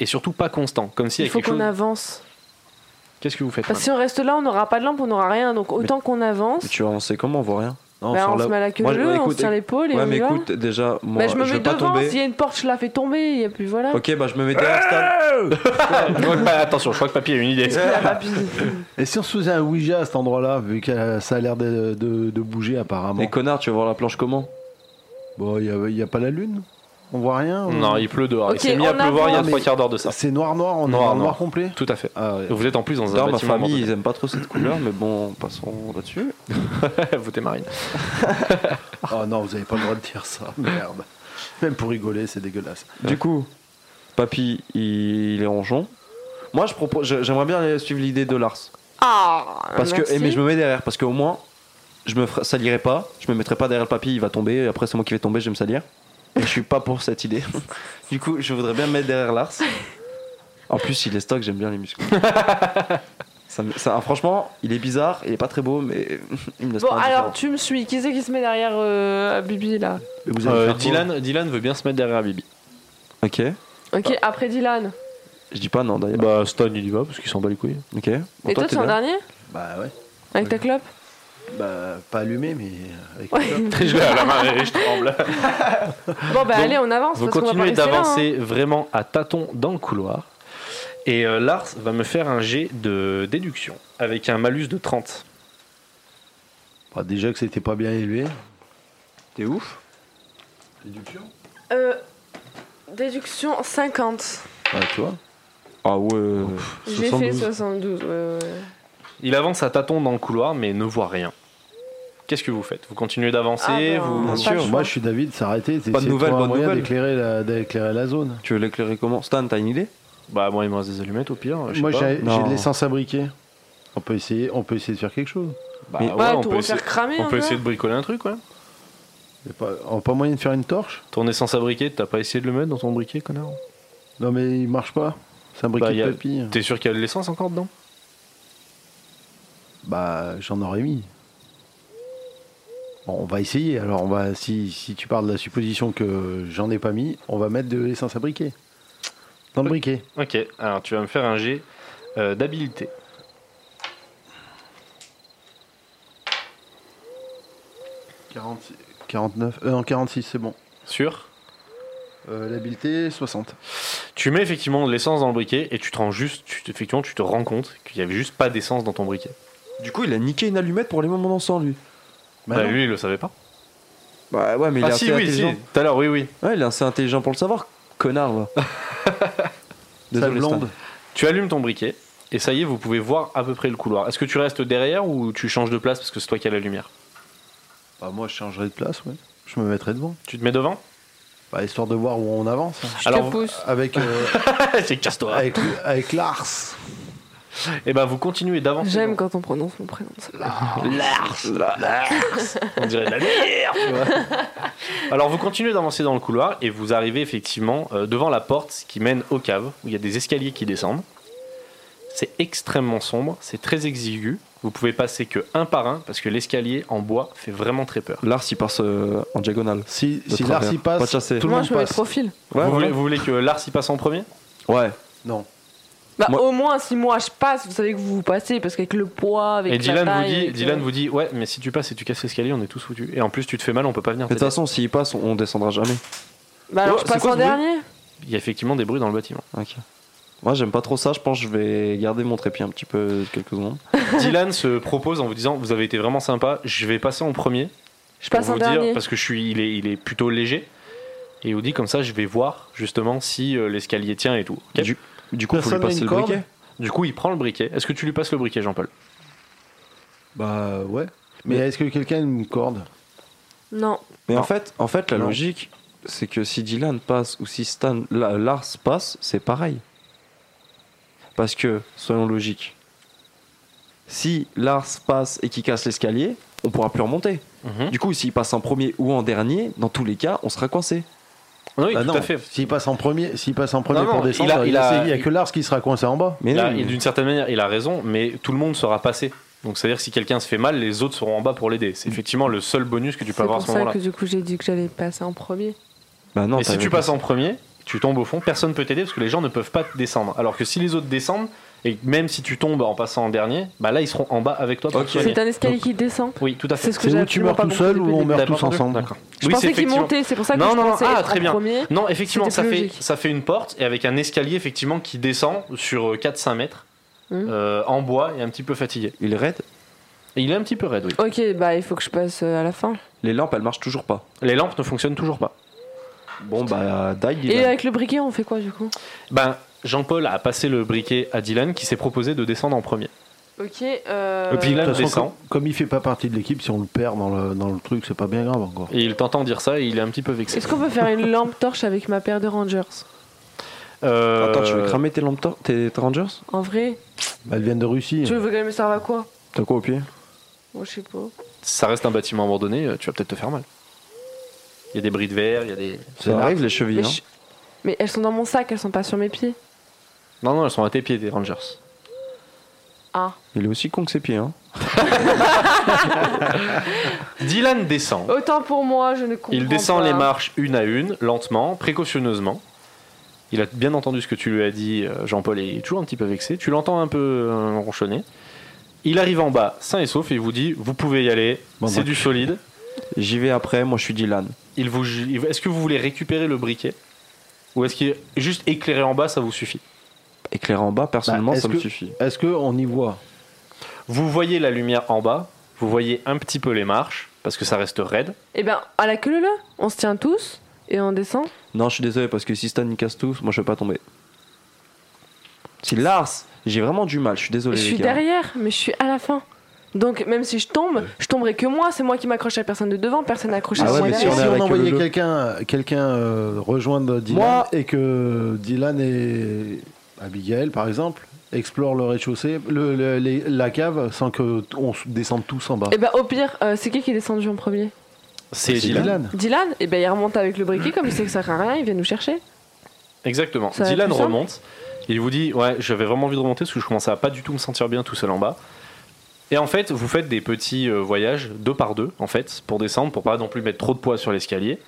Speaker 1: et surtout pas constant. Comme s'il y
Speaker 3: Il
Speaker 1: a
Speaker 3: faut
Speaker 1: quelque
Speaker 3: qu'on
Speaker 1: chose.
Speaker 3: avance.
Speaker 1: Qu'est-ce que vous faites
Speaker 3: Parce que si on reste là, on n'aura pas de lampe, on n'aura rien. Donc autant qu'on avance,
Speaker 2: Mais tu vas avancer comment On voit rien. Non,
Speaker 3: bah,
Speaker 2: sort
Speaker 3: on
Speaker 2: la-
Speaker 3: se met à la queue
Speaker 2: Moi,
Speaker 3: leu,
Speaker 2: ouais,
Speaker 3: on
Speaker 2: écoute,
Speaker 3: se tient l'épaule et
Speaker 2: Ouais,
Speaker 3: on
Speaker 2: mais
Speaker 3: y va.
Speaker 2: écoute, déjà, moi,
Speaker 3: Bah, je me
Speaker 2: je
Speaker 3: mets
Speaker 2: vais pas
Speaker 3: devant, Eh
Speaker 2: tomber.
Speaker 3: s'il y a une porte, je la fais tomber, et puis voilà.
Speaker 2: Ok, bah je me mets derrière Stan. Ah,
Speaker 1: Je crois que pa- attention, je crois que Papy a une idée.
Speaker 3: Qu'est-ce qu'il a pas pu-
Speaker 4: Et si on se faisait un Ouija à cet endroit-là, vu que ça a l'air de, de- de bouger
Speaker 3: eh
Speaker 4: apparemment
Speaker 2: Mais connard, tu vas voir la planche comment
Speaker 4: Bon, il n'y a, pas la lune On voit rien on-
Speaker 1: Non, il pleut dehors.
Speaker 3: Ok,
Speaker 1: il s'est mis à
Speaker 3: on
Speaker 1: pleuvoir il y a
Speaker 4: avance.
Speaker 1: trois quarts d'heure de ça.
Speaker 4: C'est noir-noir, on est
Speaker 1: Noir,
Speaker 4: dans le
Speaker 1: noir.
Speaker 4: noir complet
Speaker 1: Tout à fait.
Speaker 4: Ah ouais.
Speaker 1: Vous êtes en plus dans un
Speaker 2: D'ailleurs, ma
Speaker 1: bâtiment
Speaker 2: famille, ils aiment pas trop cette couleur, mais bon, passons là-dessus.
Speaker 1: abandonné. Vous t'es marine.
Speaker 4: Oh non, vous n'avez pas le droit de dire ça, merde. Même pour rigoler, c'est dégueulasse.
Speaker 2: Du coup, papy, il, il est ronchon. Moi, je propose, je- j'aimerais bien suivre l'idée de Lars.
Speaker 3: Ah
Speaker 2: Parce que, eh,
Speaker 3: merci.
Speaker 2: mais je me mets derrière, parce qu'au moins, je me ferai- salirai pas, je me mettrai pas derrière le papy, il va tomber, et après c'est moi qui vais tomber, je vais me salir. Et je suis pas pour cette idée. Du coup, je voudrais bien me mettre derrière Lars. En plus, il est stock, j'aime bien les muscles. Ça me- ça- ah, franchement, il est bizarre, il est pas très beau, mais il me laisse
Speaker 3: Bon,
Speaker 2: pas
Speaker 3: alors
Speaker 2: indifférent.
Speaker 3: tu me suis. Qui c'est qui se met derrière euh, Bibi là
Speaker 2: Mais vous allez
Speaker 1: Euh,
Speaker 2: faire quoi
Speaker 1: Dylan, Dylan veut bien se mettre derrière Bibi.
Speaker 2: Ok.
Speaker 3: Ok,
Speaker 2: Ah.
Speaker 3: après Dylan.
Speaker 2: Je dis pas non d'ailleurs.
Speaker 1: Bah, Stan, il y va parce qu'il s'en bat les couilles.
Speaker 2: Ok. Bon,
Speaker 3: Et toi,
Speaker 2: t'es
Speaker 3: tu es en
Speaker 2: bien.
Speaker 3: dernier
Speaker 4: Bah ouais.
Speaker 3: Avec ta clope
Speaker 4: Bah pas allumé mais avec
Speaker 3: Ouais.
Speaker 1: je l'ai à la main et je tremble.
Speaker 3: Bon, bah
Speaker 1: Donc,
Speaker 3: allez, on avance.
Speaker 1: Vous
Speaker 3: parce qu'on va pas
Speaker 1: continuez
Speaker 3: rester là, hein.
Speaker 1: d'avancer vraiment à tâtons dans le couloir. Et euh, Lars va me faire un jet de déduction avec un malus de 30.
Speaker 4: Bah, déjà que c'était pas bien élevé.
Speaker 2: T'es ouf
Speaker 3: Euh, déduction 50.
Speaker 4: Bah tu vois.
Speaker 2: Ah ouais.
Speaker 3: J'ai fait
Speaker 2: 72.
Speaker 3: 72. ouais, ouais, ouais.
Speaker 1: Il avance à tâtons dans le couloir mais ne voit rien. Qu'est-ce que vous faites Vous continuez d'avancer
Speaker 3: Ah ben,
Speaker 1: vous...
Speaker 3: Pas
Speaker 4: Bien
Speaker 3: de
Speaker 4: sûr,
Speaker 3: choix.
Speaker 4: moi je suis David, s'arrêter, c'est
Speaker 2: Pas de nouvelles, bonne
Speaker 4: moyen
Speaker 2: nouvelle.
Speaker 4: d'éclairer la, d'éclairer la zone.
Speaker 2: Tu veux l'éclairer comment Stan, t'as une idée
Speaker 1: Bah moi il me reste des allumettes au pire. je sais
Speaker 4: Moi
Speaker 1: pas.
Speaker 4: j'ai j'ai
Speaker 2: Non.
Speaker 4: de l'essence à briquer. On peut essayer, on peut essayer de faire quelque chose.
Speaker 1: Bah,
Speaker 2: Mais-
Speaker 1: ouais,
Speaker 3: Ouais,
Speaker 1: on
Speaker 3: tout
Speaker 1: peut,
Speaker 3: refaire hein.
Speaker 1: essayer,
Speaker 3: cramer.
Speaker 1: on
Speaker 3: un
Speaker 1: peut
Speaker 3: peu.
Speaker 1: essayer de bricoler un truc ouais.
Speaker 4: Y a Pas, on a pas moyen de faire une torche
Speaker 1: Ton essence à briquet, t'as pas essayé de le mettre dans ton briquet connard
Speaker 4: Non mais il marche pas. C'est un
Speaker 1: Bah,
Speaker 4: briquet
Speaker 1: y a-
Speaker 4: de papy.
Speaker 1: T'es sûr qu'il y a de l'essence encore dedans
Speaker 4: Bah j'en aurais mis. Bon, on va essayer. Alors on va si, si tu pars de la supposition que j'en ai pas mis, on va mettre de l'essence à briquet. Dans le
Speaker 1: Oui.
Speaker 4: briquet.
Speaker 1: Ok, alors tu vas me faire un jet euh, d'habilité.
Speaker 4: Quarante- 49. Euh, non, 46, c'est bon.
Speaker 1: Sûr
Speaker 4: Euh, L'habileté, 60.
Speaker 1: Tu mets effectivement de l'essence dans le briquet et tu te rends juste, tu, te- effectivement, tu te rends compte qu'il y avait juste pas d'essence dans ton briquet.
Speaker 2: Du coup, il a niqué une allumette pour les moments d'encens, lui.
Speaker 1: Bah, lui, il le savait pas.
Speaker 2: Bah ouais, mais il est
Speaker 1: ah
Speaker 2: assez
Speaker 1: si, oui, si.
Speaker 2: intelligent.
Speaker 1: Tout à l'heure, oui, oui.
Speaker 2: Ouais, il est assez intelligent pour le savoir, connard va. Désolé, Stan.
Speaker 4: blonde.
Speaker 1: Tu allumes ton briquet et ça y est, vous pouvez voir à peu près le couloir. Est-ce que tu restes derrière ou tu changes de place parce que c'est toi qui as la lumière
Speaker 4: Bah, moi, je changerai de place, ouais. Je me mettrai devant.
Speaker 1: Tu te mets devant
Speaker 4: Bah, histoire de voir où on avance. hein.
Speaker 3: Je
Speaker 1: Alors,
Speaker 3: te pousse.
Speaker 4: Avec, euh,
Speaker 1: C'est casse-toi.
Speaker 4: avec, avec Lars.
Speaker 1: Et bah, vous continuez d'avancer.
Speaker 3: J'aime quand on prononce mon prénom. ça va.
Speaker 1: On dirait de la bière, tu vois. Alors vous continuez d'avancer dans le couloir et vous arrivez effectivement euh, devant la porte qui mène aux caves où il y a des escaliers qui descendent. C'est extrêmement sombre, c'est très exigu. Vous pouvez passer que un par un parce que l'escalier en bois fait vraiment très peur.
Speaker 2: Lars, il passe euh, en diagonale.
Speaker 4: Si,
Speaker 2: De
Speaker 4: si
Speaker 2: travers.
Speaker 4: Lars y
Speaker 2: Pas de
Speaker 4: passe,
Speaker 2: chasser.
Speaker 4: tout le
Speaker 3: Moi,
Speaker 4: monde
Speaker 3: je me mets
Speaker 4: passe.
Speaker 3: profil.
Speaker 2: Ouais,
Speaker 1: vous,
Speaker 2: voilà.
Speaker 1: voulez, vous voulez que Lars y passe en premier
Speaker 2: Ouais.
Speaker 4: Non.
Speaker 3: Bah,
Speaker 2: Moi-
Speaker 3: au moins, si moi je passe, vous savez que vous vous passez, parce qu'avec le poids, avec
Speaker 1: Et
Speaker 3: la
Speaker 1: Dylan vous,
Speaker 3: taille,
Speaker 1: dit,
Speaker 3: avec,
Speaker 1: Dylan
Speaker 3: euh,
Speaker 1: vous dit ouais mais si tu passes et tu casses l'escalier on est tous foutus. Et en plus tu te fais mal on peut pas venir.
Speaker 2: Mais de toute
Speaker 1: t'aider.
Speaker 2: façon, s'il passe, on on descendra jamais.
Speaker 3: Bah, alors
Speaker 1: Oh,
Speaker 3: je
Speaker 1: c'est
Speaker 3: passe
Speaker 1: quoi
Speaker 3: en
Speaker 1: ce bruit
Speaker 3: dernier
Speaker 1: Il y a effectivement des bruits dans le bâtiment.
Speaker 2: Ok. Moi, j'aime pas trop ça. Je pense que je vais garder mon trépied un petit peu quelques secondes.
Speaker 1: Dylan se propose en vous disant vous avez été vraiment sympa je vais passer en premier.
Speaker 3: Je
Speaker 1: pour
Speaker 3: passe en
Speaker 1: vous dire,
Speaker 3: dernier.
Speaker 1: parce que je suis, il est, il est plutôt léger. Et il vous dit comme ça, je vais voir justement si euh, l'escalier tient et tout. ok
Speaker 2: Du, du coup, faut lui
Speaker 4: Personne n'a
Speaker 2: passer
Speaker 4: une
Speaker 2: le
Speaker 4: corde
Speaker 2: briquet.
Speaker 1: Du coup, il prend le briquet. Est-ce que tu lui passes le briquet, Jean-Paul
Speaker 4: Bah, ouais. Mais est-ce que quelqu'un a une corde
Speaker 3: Non.
Speaker 2: Mais
Speaker 1: Non.
Speaker 2: en fait, en fait, la
Speaker 4: Non.
Speaker 2: logique, c'est que si Dylan passe ou si Stan, la- Lars passe, c'est pareil. Parce que, soyons logiques, si Lars passe et qu'il casse l'escalier, on pourra plus
Speaker 1: Hein
Speaker 2: remonter.
Speaker 1: Mm-hmm.
Speaker 2: Du coup, s'il passe en premier ou en dernier, dans tous les cas, on sera coincé.
Speaker 1: Oui,
Speaker 4: Bah
Speaker 1: tout
Speaker 4: non.
Speaker 1: à fait.
Speaker 4: S'il passe en premier, s'il passe en premier
Speaker 1: Non,
Speaker 4: pour
Speaker 1: non, il
Speaker 4: descendre,
Speaker 1: a- il
Speaker 4: il
Speaker 1: a-
Speaker 4: n'y a que Lars qui sera coincé en bas.
Speaker 2: Mais euh,
Speaker 1: Il a-
Speaker 2: non,
Speaker 1: il- D'une certaine manière, il a raison, mais tout le monde sera passé. Donc, c'est-à-dire que si quelqu'un se fait mal, les autres seront en bas pour l'aider. C'est effectivement le seul bonus que tu peux
Speaker 3: C'est
Speaker 1: avoir à
Speaker 3: pour
Speaker 1: ce
Speaker 3: ça
Speaker 1: moment-là.
Speaker 3: que du coup, j'ai dit que j'allais passer en premier.
Speaker 2: bah non,
Speaker 1: Et si
Speaker 2: t'avais
Speaker 1: tu
Speaker 2: pas-
Speaker 1: passes en premier, tu tombes au fond, personne peut t'aider parce que les gens ne peuvent pas te descendre. Alors que si les autres descendent, et même si tu tombes en passant en dernier, bah là, ils seront en bas avec toi pour
Speaker 2: Ok.
Speaker 1: te soigner.
Speaker 3: C'est un escalier qui descend.
Speaker 1: Oui, tout à fait.
Speaker 3: C'est ce que
Speaker 4: C'est
Speaker 3: j'ai
Speaker 4: où tu
Speaker 3: absolument
Speaker 4: meurs
Speaker 3: pas
Speaker 4: tout
Speaker 3: compris
Speaker 4: seul
Speaker 3: au
Speaker 4: ou on
Speaker 3: début.
Speaker 4: meurt
Speaker 1: T'as pas
Speaker 4: tous
Speaker 1: entendu
Speaker 4: ensemble
Speaker 1: D'accord.
Speaker 3: Je
Speaker 1: Oui, c'est
Speaker 3: pensais qu'il
Speaker 1: effectivement-
Speaker 3: montait, c'est pour ça que
Speaker 1: Non,
Speaker 3: je
Speaker 1: non, non.
Speaker 3: pensais
Speaker 1: Ah,
Speaker 3: être
Speaker 1: très
Speaker 3: en
Speaker 1: bien.
Speaker 3: premier.
Speaker 1: Non, effectivement,
Speaker 3: C'était
Speaker 1: ça
Speaker 3: plus
Speaker 1: fait,
Speaker 3: logique.
Speaker 1: ça fait une porte et avec un escalier effectivement qui descend sur euh, 4-5 mètres
Speaker 3: Mhm.
Speaker 1: euh, en bois et un petit peu fatigué.
Speaker 2: Il est raide.
Speaker 1: Et il est un petit peu raide, oui.
Speaker 3: Ok, bah il faut que je passe euh, à la fin.
Speaker 2: Les lampes, elles marchent toujours pas.
Speaker 1: Les lampes ne fonctionnent toujours pas.
Speaker 2: Bon, bah, die,
Speaker 3: Et
Speaker 4: euh,
Speaker 2: Dylan.
Speaker 3: avec le briquet, on fait quoi du coup
Speaker 1: Ben, Jean-Paul a passé le briquet à Dylan qui s'est proposé de descendre en premier.
Speaker 3: Ok, euh...
Speaker 1: Et puis là-
Speaker 4: De toute façon,
Speaker 1: Descend.
Speaker 4: comme, comme il fait pas partie de l'équipe, si on le perd dans le, dans le truc, c'est pas bien grave encore.
Speaker 1: Et il t'entend dire ça et il est un petit peu vexé.
Speaker 3: Est-ce qu'on peut faire une lampe torche avec ma paire de Rangers
Speaker 1: Euh,
Speaker 2: Attends, tu veux cramer tes lampes, tor- tes tes rangers
Speaker 3: En vrai
Speaker 4: Bah, elles viennent de Russie.
Speaker 3: Tu veux qu'elle me serve à quoi
Speaker 2: T'as quoi au pied
Speaker 3: Moi je sais pas.
Speaker 1: ça reste un bâtiment abandonné, euh, tu vas peut-être te faire mal. Il y a des bris de verre, il y a des. c'est
Speaker 2: Ça arrive les chevilles.
Speaker 3: Mais,
Speaker 2: hein.
Speaker 3: je- mais elles sont dans mon sac, elles sont pas sur mes pieds.
Speaker 1: Non, non, elles sont à tes pieds, des Rangers.
Speaker 3: Ah.
Speaker 2: Il est aussi con que ses pieds. Hein.
Speaker 1: Dylan descend.
Speaker 3: Autant pour moi, je ne comprends pas.
Speaker 1: Il descend les marches une à une, lentement, précautionneusement. Il a bien entendu ce que tu lui as dit, euh, Jean-Paul, et il est toujours un petit peu vexé. Tu l'entends un peu euh, ronchonner. Il arrive en bas, sain et sauf, et il vous dit Vous pouvez y aller,
Speaker 4: Bon,
Speaker 1: c'est
Speaker 4: bah.
Speaker 1: du solide.
Speaker 2: J'y vais après, moi je suis Dylan.
Speaker 1: Il vous, ju- il- Est-ce que vous voulez récupérer le briquet Ou est-ce que juste éclairer en bas, ça vous suffit
Speaker 2: Éclair en bas, personnellement,
Speaker 4: Bah, est-ce
Speaker 2: ça me
Speaker 4: que-
Speaker 2: suffit.
Speaker 4: Est-ce qu'on y voit
Speaker 1: Vous voyez la lumière en bas, vous voyez un petit peu les marches, parce que ça reste raide.
Speaker 3: Eh ben, à la queue là, on se tient tous et on descend.
Speaker 2: Non, je suis désolé parce que si Stan il casse tout, moi je vais pas tomber. Si Lars, j'ai vraiment du mal, je suis désolé.
Speaker 3: je
Speaker 2: les
Speaker 3: suis
Speaker 2: gars.
Speaker 3: derrière, mais je suis à la fin. Donc même si je tombe, je tomberai que moi. C'est moi qui m'accroche à personne de devant, personne n'accroche à
Speaker 4: Ah ouais,
Speaker 3: moi
Speaker 4: mais si
Speaker 3: derrière.
Speaker 4: on,
Speaker 2: est avec
Speaker 4: envoyait
Speaker 2: Lolo.
Speaker 4: quelqu'un quelqu'un euh, rejoindre Dylan
Speaker 2: Moi-
Speaker 4: et que Dylan et Abigail, par exemple, explorent le rez-de-chaussée, le- le- les- la cave, sans que t- on s- descende tous en bas.
Speaker 3: Eh ben au pire, euh, c'est qui qui est descendu en premier
Speaker 1: C'est
Speaker 4: C'est
Speaker 1: Dylan.
Speaker 3: Dylan Eh ben il remonte avec le briquet, comme il sait que ça sert à rien, il vient nous chercher.
Speaker 1: Exactement.
Speaker 3: Ça va
Speaker 1: Dylan
Speaker 3: plus simple.
Speaker 1: remonte. Il vous dit Ouais, j'avais vraiment envie de remonter parce que je commençais à pas du tout me sentir bien tout seul en bas. Et en fait, vous faites des petits euh, voyages deux par deux, en fait, pour descendre, pour pas non plus mettre trop de poids sur l'escalier.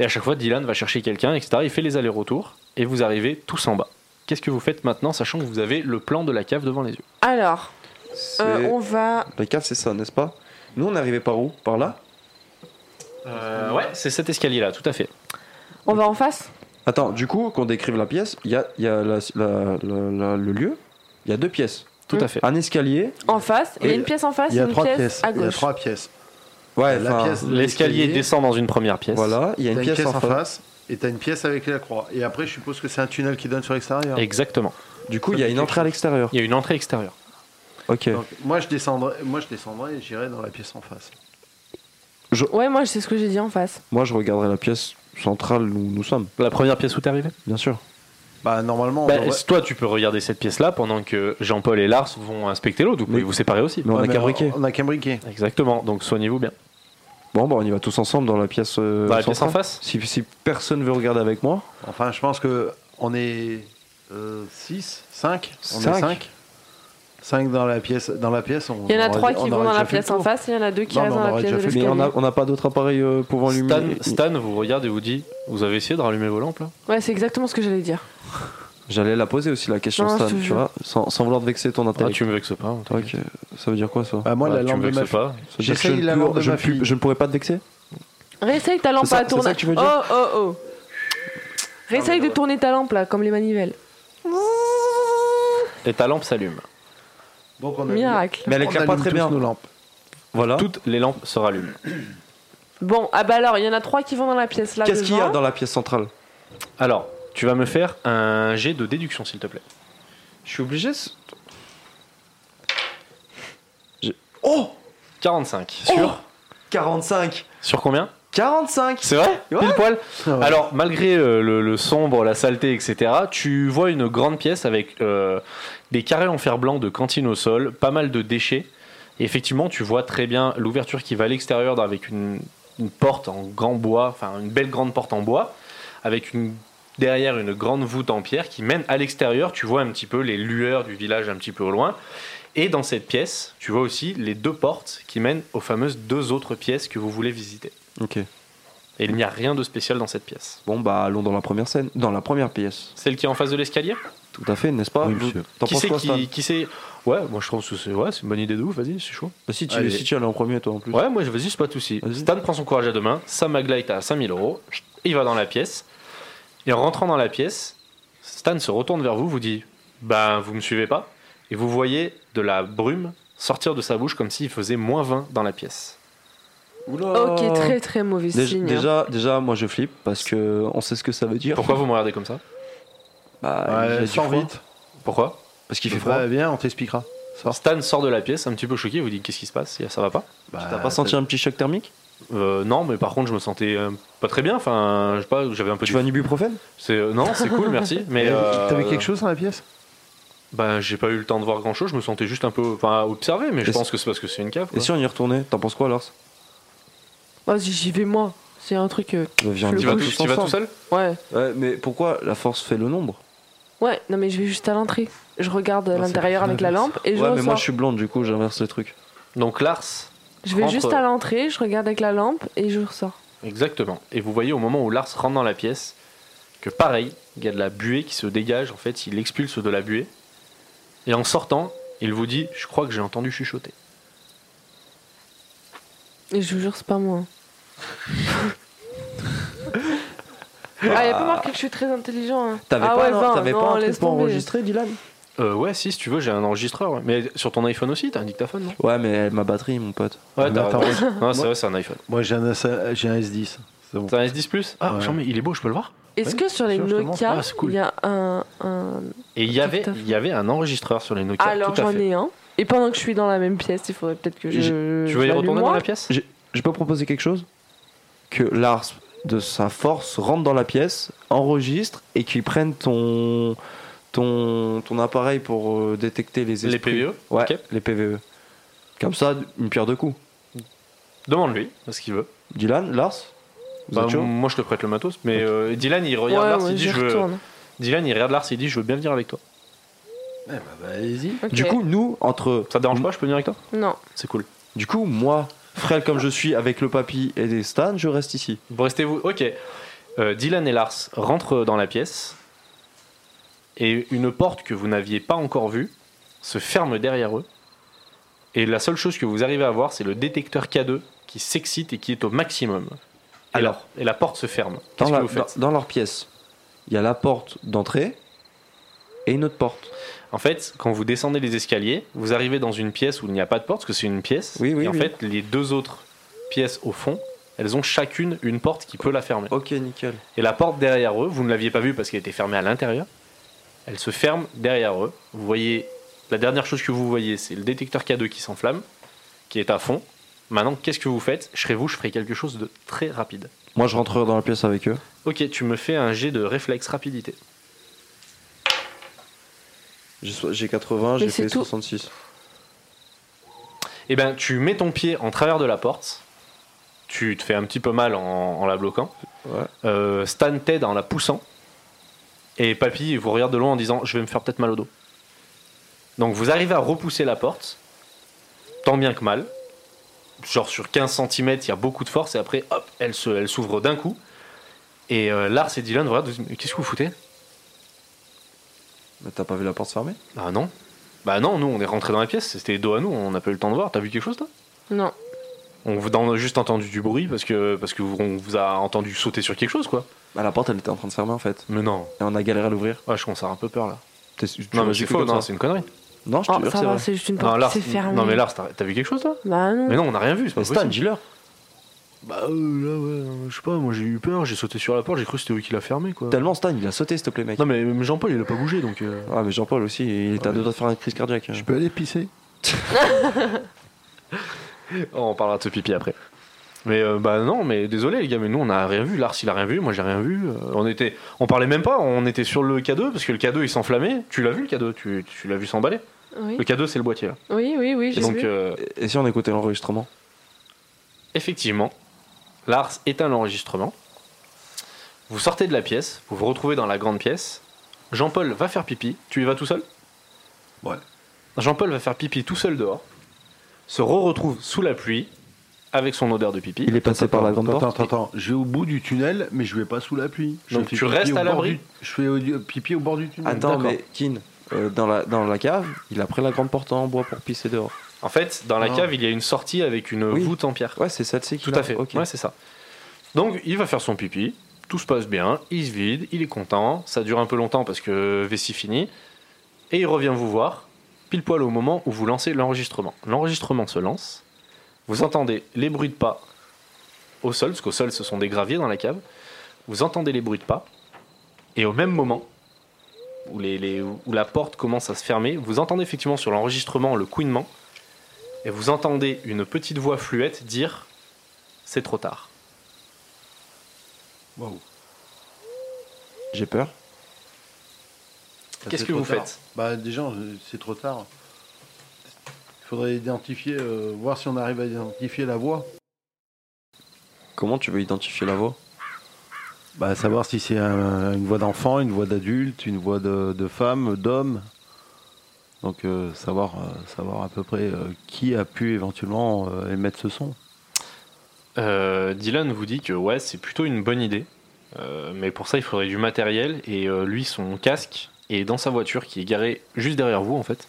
Speaker 1: Et à chaque fois, Dylan va chercher quelqu'un, etc. Il fait les allers-retours et vous arrivez tous en bas. Qu'est-ce que vous faites maintenant, sachant que vous avez le plan de la cave devant les yeux
Speaker 3: Alors,
Speaker 2: C'est-
Speaker 3: euh, on va.
Speaker 2: La cave, c'est ça, n'est-ce pas Nous, on est arrivé par où Par là
Speaker 1: Ouais, c'est cet escalier-là, tout à fait.
Speaker 3: On va en face
Speaker 2: Attends, du coup, qu'on décrive la pièce, il y a, il y a la- la- la- la- le lieu, il y a deux pièces.
Speaker 1: Tout
Speaker 3: Mm.
Speaker 1: à fait.
Speaker 2: Un escalier,
Speaker 3: En face, il y a
Speaker 4: Et
Speaker 3: une pièce en face,
Speaker 4: Il y a
Speaker 3: une
Speaker 4: trois
Speaker 3: pièce
Speaker 4: pièces.
Speaker 3: à
Speaker 4: Il y a
Speaker 3: gauche.
Speaker 4: trois pièces.
Speaker 2: ouais,
Speaker 4: La
Speaker 2: enfin,
Speaker 4: pièce-
Speaker 1: L'escalier
Speaker 4: L'escalier.
Speaker 1: descend dans une première pièce.
Speaker 2: voilà, il y a
Speaker 4: T'as
Speaker 2: une, pièce, en face.
Speaker 4: et t'as une pièce avec la croix. Et après, je suppose que c'est un tunnel qui donne sur l'extérieur.
Speaker 1: Exactement.
Speaker 2: Du coup, il y a une entrée à l'extérieur.
Speaker 1: Il y a une entrée extérieure.
Speaker 2: Ok.
Speaker 4: Donc, moi, je descendrai, moi, je descendrai et j'irai dans la pièce en face.
Speaker 3: Ouais, moi je sais ce que j'ai dit en face.
Speaker 2: Moi, je regarderai la pièce centrale où nous sommes,
Speaker 1: La première pièce où t'es arrivé
Speaker 2: bien sûr.
Speaker 4: Bah, normalement, on
Speaker 1: Bah,
Speaker 4: devrait-
Speaker 1: est-ce- Toi, tu peux regarder cette pièce-là pendant que Jean-Paul et Lars vont inspecter l'autre. Vous pouvez
Speaker 2: Mais-
Speaker 1: vous séparer aussi.
Speaker 2: Mais on
Speaker 4: Ouais,
Speaker 2: a
Speaker 4: mais
Speaker 2: qu'à briquer.
Speaker 4: On a qu'un briquet.
Speaker 1: Exactement. Donc soignez-vous bien.
Speaker 2: Bon, bah, on y va tous ensemble dans la pièce. euh,
Speaker 1: Dans la pièce en
Speaker 2: centrale.
Speaker 1: face
Speaker 2: si, si personne veut regarder avec moi,
Speaker 4: Enfin, je pense que on est 6, 5, on
Speaker 2: Cinq.
Speaker 4: est 5. 5 dans la pièce, dans la pièce, on
Speaker 3: Il y en a
Speaker 4: on aurait-
Speaker 3: trois qui
Speaker 4: on
Speaker 3: vont
Speaker 4: aurait
Speaker 3: dans la
Speaker 4: déjà fait le
Speaker 3: pièce en
Speaker 4: tour.
Speaker 3: face, il y en a deux qui
Speaker 4: Non,
Speaker 3: restent
Speaker 4: mais on
Speaker 3: dans la
Speaker 4: aurait
Speaker 3: pièce de
Speaker 4: déjà fait
Speaker 2: mais
Speaker 3: l'escalier.
Speaker 2: on n'a on a pas d'autre appareil euh, pouvant
Speaker 1: Stan,
Speaker 2: illuminer.
Speaker 1: Stan vous regarde et vous dit Vous avez essayé de rallumer vos lampes là
Speaker 3: Ouais, c'est exactement ce que j'allais dire.
Speaker 2: J'allais la poser aussi, la question,
Speaker 3: Non,
Speaker 2: Stan,
Speaker 3: je te
Speaker 2: tu
Speaker 3: jure.
Speaker 2: vois, sans, sans vouloir te vexer ton
Speaker 1: Ah,
Speaker 2: intellect.
Speaker 1: Tu me vexes pas.
Speaker 2: Ok, ça veut dire quoi ça
Speaker 4: Bah, moi
Speaker 1: Moi,
Speaker 4: la
Speaker 1: tu
Speaker 4: lampe
Speaker 1: me
Speaker 4: de ma
Speaker 1: vexes
Speaker 4: fille.
Speaker 1: pas.
Speaker 2: Ça veut dire que
Speaker 4: J'essaye
Speaker 2: je ne
Speaker 4: la
Speaker 2: peux-
Speaker 4: lampe de
Speaker 2: je
Speaker 4: ma
Speaker 2: ne puis-
Speaker 4: fille.
Speaker 2: Je ne pourrais pas te vexer
Speaker 3: Réessaye ta lampe
Speaker 2: C'est ça-
Speaker 3: à
Speaker 2: c'est ça
Speaker 3: tourner.
Speaker 2: que tu veux dire
Speaker 3: oh, oh, oh. Réessaye de tourner ta lampe là, comme les manivelles.
Speaker 1: Et ta lampe s'allume.
Speaker 4: Donc on
Speaker 3: Miracle.
Speaker 2: Mais elle éclaire pas très bien.
Speaker 4: nos lampes. Hein
Speaker 2: Voilà.
Speaker 1: Toutes les lampes se rallument.
Speaker 3: Bon, ah bah alors, il y en a trois qui vont dans la pièce là.
Speaker 2: Qu'est-ce qu'il y a
Speaker 3: devant.
Speaker 2: dans la pièce centrale
Speaker 1: Alors, tu vas me faire un jet de déduction s'il te plaît.
Speaker 2: Je suis obligé.
Speaker 1: Oh 45. Sur,
Speaker 2: 45
Speaker 4: Oh
Speaker 1: sur combien
Speaker 2: 45
Speaker 1: C'est vrai
Speaker 2: Ouais.
Speaker 1: Pile poil
Speaker 4: Ouais.
Speaker 1: Alors, malgré euh, le, le sombre, la saleté, etc., tu vois une grande pièce avec euh, des carrés en fer blanc de cantine au sol, pas mal de déchets. Et effectivement, tu vois très bien l'ouverture qui va à l'extérieur dans- avec une, une porte en grand bois, enfin une belle grande porte en bois, avec une, derrière une grande voûte en pierre qui mène à l'extérieur. Tu vois un petit peu les lueurs du village un petit peu au loin. Et dans cette pièce, tu vois aussi les deux portes qui mènent aux fameuses deux autres pièces que vous voulez visiter.
Speaker 2: Ok.
Speaker 1: Et il n'y a rien de spécial dans cette pièce.
Speaker 2: Bon, bah allons dans la première scène. Dans la première pièce.
Speaker 1: Celle qui est en face de l'escalier
Speaker 2: Tout à fait, n'est-ce pas
Speaker 4: Oui,
Speaker 2: Vous-
Speaker 4: monsieur.
Speaker 2: T'en
Speaker 1: Qui
Speaker 2: penses
Speaker 1: c'est
Speaker 2: quoi, Stan
Speaker 1: qui, qui c'est Ouais, moi je trouve que c'est ouais, c'est une bonne idée de ouf, vas-y, c'est chaud.
Speaker 2: Bah, si, tu,
Speaker 4: Allez.
Speaker 2: si tu allais en premier, toi en plus.
Speaker 1: Ouais, moi je- vas-y, c'est pas de souci.
Speaker 2: Vas-y.
Speaker 1: Stan prend son courage à deux mains, sa maglite à 5000 euros, il va dans la pièce. Et en rentrant dans la pièce, Stan se retourne vers vous, vous dit Ben, vous me suivez pas Et vous voyez de la brume sortir de sa bouche comme s'il faisait moins 20 dans la pièce.
Speaker 2: Oula.
Speaker 3: Ok, très très mauvais
Speaker 2: Déjà,
Speaker 3: signe. hein.
Speaker 2: déjà, déjà, moi je flippe parce que on sait ce que ça veut dire.
Speaker 1: Pourquoi vous me regardez comme ça
Speaker 2: Bah, il y a
Speaker 4: Ouais,
Speaker 2: du
Speaker 4: sors
Speaker 2: froid.
Speaker 4: vite.
Speaker 1: Pourquoi
Speaker 2: Parce qu'il fait
Speaker 4: Ouais,
Speaker 2: froid.
Speaker 4: bien, on t'expliquera. Sors.
Speaker 1: Stan sort de la pièce, un petit peu choqué, vous dit Qu'est-ce qui se passe Ça va pas
Speaker 4: Bah,
Speaker 2: T'as pas senti un petit choc thermique
Speaker 1: Euh, Non, mais par contre, je me sentais euh, pas très bien, enfin, je sais pas, j'avais un peu
Speaker 2: Tu
Speaker 1: du
Speaker 2: vas en ibuprofène
Speaker 1: C'est euh, non, c'est cool, merci. Mais
Speaker 4: Mais
Speaker 1: euh,
Speaker 4: t'avais quelque chose dans la pièce
Speaker 1: Bah, j'ai pas eu le temps de voir grand chose, je me sentais juste un peu. Enfin, observé, mais je
Speaker 2: Et
Speaker 1: pense que c'est parce que c'est une cave.
Speaker 2: Et
Speaker 1: quoi.
Speaker 2: si on y retournait T'en penses quoi, Lars
Speaker 3: hein. Vas-y, j'y vais moi. C'est un truc. euh,
Speaker 2: Viens,
Speaker 3: Je
Speaker 1: Tu
Speaker 3: le
Speaker 1: vas,
Speaker 3: bouge
Speaker 1: tout, tu vas tout seul
Speaker 3: Ouais.
Speaker 2: Ouais, mais pourquoi la force fait le nombre
Speaker 3: Ouais, non, mais je vais juste à l'entrée. Je regarde à
Speaker 2: c'est
Speaker 3: l'intérieur
Speaker 2: pas
Speaker 3: avec la lampe et je
Speaker 2: Ouais, mais
Speaker 3: ressors.
Speaker 2: moi je
Speaker 3: je,
Speaker 2: suis blonde, du coup j'inverse les trucs.
Speaker 1: Donc Lars,
Speaker 3: vais
Speaker 1: rentre-
Speaker 4: euh,
Speaker 3: juste à l'entrée, je regarde avec la lampe et je ressors.
Speaker 1: exactement. Et vous voyez au moment où Lars rentre dans la pièce que pareil, il y a de la buée qui se dégage. En fait, il expulse de la buée. Et en sortant, il vous dit Je crois que j'ai entendu chuchoter.
Speaker 3: Et je vous jure, c'est pas moi. ah, y a pas marqué que je suis très intelligent. Hein.
Speaker 2: T'avais
Speaker 3: ah
Speaker 2: pas,
Speaker 3: ouais,
Speaker 2: un-
Speaker 3: vingt,
Speaker 2: t'avais
Speaker 3: non,
Speaker 2: pas un truc
Speaker 3: laisse
Speaker 2: pour
Speaker 3: tomber.
Speaker 2: enregistrer, Dylan
Speaker 1: Euh, ouais, si, si tu veux, j'ai un enregistreur. ouais. Mais sur ton iPhone aussi, t'as un dictaphone, non
Speaker 2: Ouais, mais ma batterie, mon pote.
Speaker 1: Ouais,
Speaker 4: Mais
Speaker 1: t'as
Speaker 4: attends,
Speaker 1: raison. Non, c'est vrai, c'est un iPhone.
Speaker 4: Moi j'ai un, S- j'ai un S10. C'est bon.
Speaker 1: T'as un S10 Plus Ah,
Speaker 4: Ouais.
Speaker 1: genre, mais il est beau, je peux le voir
Speaker 3: Est-ce
Speaker 4: Oui,
Speaker 3: que sur les
Speaker 4: sûr, je te montre.
Speaker 3: Nokia,
Speaker 1: Ah,
Speaker 3: il
Speaker 1: c'est cool.
Speaker 3: y a un. un...
Speaker 1: Et il y avait,
Speaker 3: Tout à fait.
Speaker 1: il y avait un enregistreur sur les Nokia.
Speaker 3: Alors
Speaker 1: tout à
Speaker 3: j'en
Speaker 1: fait.
Speaker 3: ai un. Et pendant que je suis dans la même pièce, il faudrait peut-être que je.
Speaker 1: Tu veux y
Speaker 3: je l'allume,
Speaker 1: retourner dans
Speaker 3: euh, moi.
Speaker 1: la pièce
Speaker 2: Je peux proposer quelque chose Que Lars, de sa force, rentre dans la pièce, enregistre et qu'il prenne ton, ton, ton appareil pour euh, détecter les esprits.
Speaker 1: Les PVE
Speaker 2: Ouais,
Speaker 1: Ok.
Speaker 2: les PVE. Comme ça, une pierre deux coups.
Speaker 1: Demande-lui ce qu'il veut.
Speaker 2: Dylan, Lars vous
Speaker 1: Bah,
Speaker 2: êtes chaud
Speaker 1: moi, je te prête le matos, mais
Speaker 2: Ok.
Speaker 1: euh, Dylan, il
Speaker 3: Ouais,
Speaker 1: regarde Lars,
Speaker 3: ouais,
Speaker 1: il dit
Speaker 3: j'y
Speaker 1: je veux.
Speaker 3: retourne.
Speaker 1: Dylan, il regarde Lars, il dit je veux bien venir avec toi.
Speaker 4: Eh bah, bah, allez-y.
Speaker 3: Ok.
Speaker 2: Du coup, nous, entre.
Speaker 1: Ça te dérange pas Je peux venir avec toi
Speaker 3: Non.
Speaker 1: Mm. C'est cool.
Speaker 2: Du coup, moi, frêle comme je suis avec le papy et des Stan, je reste ici.
Speaker 1: Vous restez vous. Ok. Euh, Dylan et Lars rentrent dans la pièce et une porte que vous n'aviez pas encore vue se ferme derrière eux. Et la seule chose que vous arrivez à voir, c'est le détecteur K2 qui s'excite et qui est au maximum. Et
Speaker 2: Alors.
Speaker 1: la- et la porte se ferme.
Speaker 2: Dans,
Speaker 1: Qu'est-ce que
Speaker 2: la-
Speaker 1: vous faites
Speaker 2: dans- dans leur pièce, il y a la porte d'entrée et une autre porte.
Speaker 1: En fait, quand vous descendez les escaliers, vous arrivez dans une pièce où il n'y a pas de porte, parce que c'est une pièce.
Speaker 2: Oui, oui,
Speaker 1: et en
Speaker 2: oui.
Speaker 1: fait, les deux autres pièces au fond, elles ont chacune une porte qui peut la fermer.
Speaker 2: Ok, nickel.
Speaker 1: Et la porte derrière eux, vous ne l'aviez pas vue parce qu'elle était fermée à l'intérieur, elle se ferme derrière eux. Vous voyez, la dernière chose que vous voyez, c'est le détecteur K2 qui s'enflamme, qui est à fond. Maintenant, qu'est-ce que vous faites Je serais vous, je ferai quelque chose de très rapide.
Speaker 2: Moi, je rentre dans la pièce avec eux.
Speaker 1: Ok, tu me fais un jet de réflexe rapidité.
Speaker 2: J'ai so- J'ai 80,
Speaker 3: Mais
Speaker 2: j'ai
Speaker 3: c'est
Speaker 2: fait
Speaker 3: tout.
Speaker 2: 66.
Speaker 1: Eh ben, tu mets ton pied en travers de la porte. Tu te fais un petit peu mal en, en la bloquant.
Speaker 2: Ouais.
Speaker 1: Euh, Stan t'aide en la poussant. Et Papy vous regarde de loin en disant Je vais me faire peut-être mal au dos. Donc vous arrivez à repousser la porte, tant bien que mal. Genre sur 15 cm, il y a beaucoup de force, et après, hop, elle se- elle s'ouvre d'un coup. Et euh, Lars et Dylan vous regardent, vous disent, Mais Qu'est-ce que vous foutez
Speaker 2: Mais t'as pas vu la porte fermée
Speaker 1: Ah non Bah non, nous on est rentrés dans la pièce, c'était dos à nous, on n'a pas eu le temps de voir. T'as vu quelque chose toi
Speaker 3: Non.
Speaker 1: On vous on a juste entendu du bruit parce que parce que vous- on vous a entendu sauter sur quelque chose quoi.
Speaker 2: Bah, la porte, elle était en train de se fermer en fait.
Speaker 1: Mais non,
Speaker 2: Et on a galéré à l'ouvrir.
Speaker 1: ouais, Ah, je commence à avoir un peu peur là.
Speaker 2: T'es- tu
Speaker 1: non
Speaker 2: m'as
Speaker 1: mais
Speaker 2: dit
Speaker 1: c'est
Speaker 2: que
Speaker 1: faux,
Speaker 2: comme
Speaker 1: non,
Speaker 2: ça.
Speaker 1: c'est une connerie.
Speaker 2: Non, je te
Speaker 3: Oh,
Speaker 2: jure,
Speaker 3: ça
Speaker 2: c'est
Speaker 3: va,
Speaker 2: vrai.
Speaker 3: c'est juste une
Speaker 1: Non,
Speaker 3: porte
Speaker 1: Lars,
Speaker 3: qui s'est fermée.
Speaker 1: non mais Lars, t'as t'as vu quelque chose toi
Speaker 3: Bah non.
Speaker 1: Mais non, on n'a rien vu, c'est pas
Speaker 2: Mais Stan,
Speaker 1: possible.
Speaker 2: dis-leur.
Speaker 1: Bah euh, là ouais, je sais pas, moi j'ai eu peur, j'ai sauté sur la porte, j'ai cru que c'était lui qui l'a fermé quoi.
Speaker 2: Tellement Stan, il a sauté, s'il te plaît, mec.
Speaker 1: Non mais mais Jean-Paul il a pas bougé donc. euh,
Speaker 2: Ah, mais Jean-Paul aussi, il était à deux doigts de faire une crise cardiaque.
Speaker 4: Je peux aller pisser
Speaker 1: Oh, on parlera de ce pipi après. Mais euh, bah non, mais désolé les gars, mais nous on a rien vu. Lars il a rien vu, moi j'ai rien vu. Euh, on était, on parlait même pas, on était sur le K2 parce que le K2 il s'enflammait. Tu l'as vu le K2, tu, tu l'as vu s'emballer.
Speaker 3: Oui,
Speaker 1: Le K2 c'est le boîtier là.
Speaker 3: oui, oui, oui
Speaker 1: Et
Speaker 3: j'ai
Speaker 1: donc
Speaker 3: vu.
Speaker 1: euh,
Speaker 2: Et si on écoutait l'enregistrement
Speaker 1: effectivement, Lars éteint l'enregistrement. Vous sortez de la pièce, vous vous retrouvez dans la grande pièce. Jean-Paul va faire pipi. Tu y vas tout seul
Speaker 4: Ouais.
Speaker 1: Jean-Paul va faire pipi tout seul dehors. Se re-retrouve sous la pluie avec son odeur de pipi.
Speaker 2: Il est passé par la grande
Speaker 4: Attends,
Speaker 2: porte.
Speaker 4: attends, attends. Je vais au bout du tunnel, mais je vais pas sous la pluie. Je
Speaker 1: Donc
Speaker 4: fais
Speaker 1: tu
Speaker 4: pipi
Speaker 1: restes
Speaker 4: au
Speaker 1: à
Speaker 4: bord
Speaker 1: l'abri
Speaker 4: du- Je fais au- pipi au bord du tunnel.
Speaker 2: Attends,
Speaker 4: D'accord.
Speaker 2: mais Kin, euh, dans, la, dans la cave, il a pris la grande porte en bois pour pisser dehors.
Speaker 1: En fait, dans la
Speaker 4: Ah.
Speaker 1: cave, il y a une sortie avec une
Speaker 2: Oui.
Speaker 1: voûte en pierre.
Speaker 2: Ouais, c'est celle-ci
Speaker 1: Tout
Speaker 2: qu'il a.
Speaker 1: à fait.
Speaker 2: Ok.
Speaker 1: Ouais, c'est ça. Donc, il va faire son pipi. Tout se passe bien. Il se vide. Il est content. Ça dure un peu longtemps parce que vessie fini. Et il revient vous voir, pile poil au moment où vous lancez l'enregistrement. L'enregistrement se lance. Vous entendez les bruits de pas au sol, parce qu'au sol, ce sont des graviers dans la cave. Vous entendez les bruits de pas. Et au même moment, où, les- les- où la porte commence à se fermer, vous entendez effectivement sur l'enregistrement le couinement. Et vous entendez une petite voix fluette dire c'est trop tard.
Speaker 4: Waouh.
Speaker 2: J'ai peur.
Speaker 4: Ça,
Speaker 1: Qu'est-ce
Speaker 4: c'est
Speaker 1: que
Speaker 4: trop
Speaker 1: vous
Speaker 4: tard.
Speaker 1: faites
Speaker 4: Bah déjà, euh, c'est trop tard. Il faudrait identifier, euh, voir si on arrive à identifier la voix.
Speaker 2: Comment tu veux identifier la voix
Speaker 4: Bah savoir si c'est un- une voix d'enfant, une voix d'adulte, une voix de, de femme, d'homme. Donc euh, savoir, euh, savoir à peu près euh, qui a pu éventuellement euh, émettre ce son.
Speaker 1: Euh, Dylan vous dit que ouais, c'est plutôt une bonne idée. Euh, mais pour ça, il faudrait du matériel. Et euh, lui, son casque est dans sa voiture qui est garée juste derrière vous, en fait.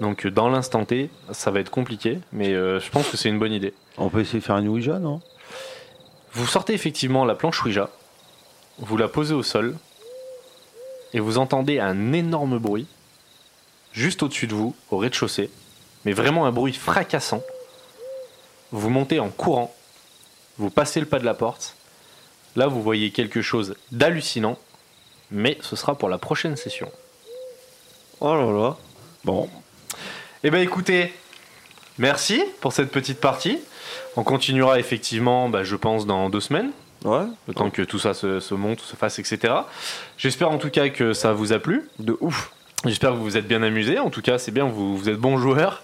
Speaker 1: Donc, euh, dans l'instant T, ça va être compliqué. Mais euh, je pense que c'est une bonne idée.
Speaker 4: On peut essayer de faire une Ouija, non
Speaker 1: Vous sortez effectivement la planche Ouija. Vous la posez au sol. Et vous entendez un énorme bruit. Juste au-dessus de vous, au rez-de-chaussée. Mais vraiment un bruit fracassant. Vous montez en courant. Vous passez le pas de la porte. Là, vous voyez quelque chose d'hallucinant. Mais ce sera pour la prochaine session.
Speaker 2: Oh là là.
Speaker 4: Bon,
Speaker 1: Eh ben écoutez, merci pour cette petite partie. On continuera effectivement, bah, je pense, dans deux semaines.
Speaker 2: Ouais,
Speaker 1: le temps que tout ça se, se monte, se fasse, etc. J'espère en tout cas que ça vous a plu.
Speaker 2: de ouf.
Speaker 1: J'espère que vous vous êtes bien amusé. En tout cas, c'est bien, vous, vous êtes bons joueurs.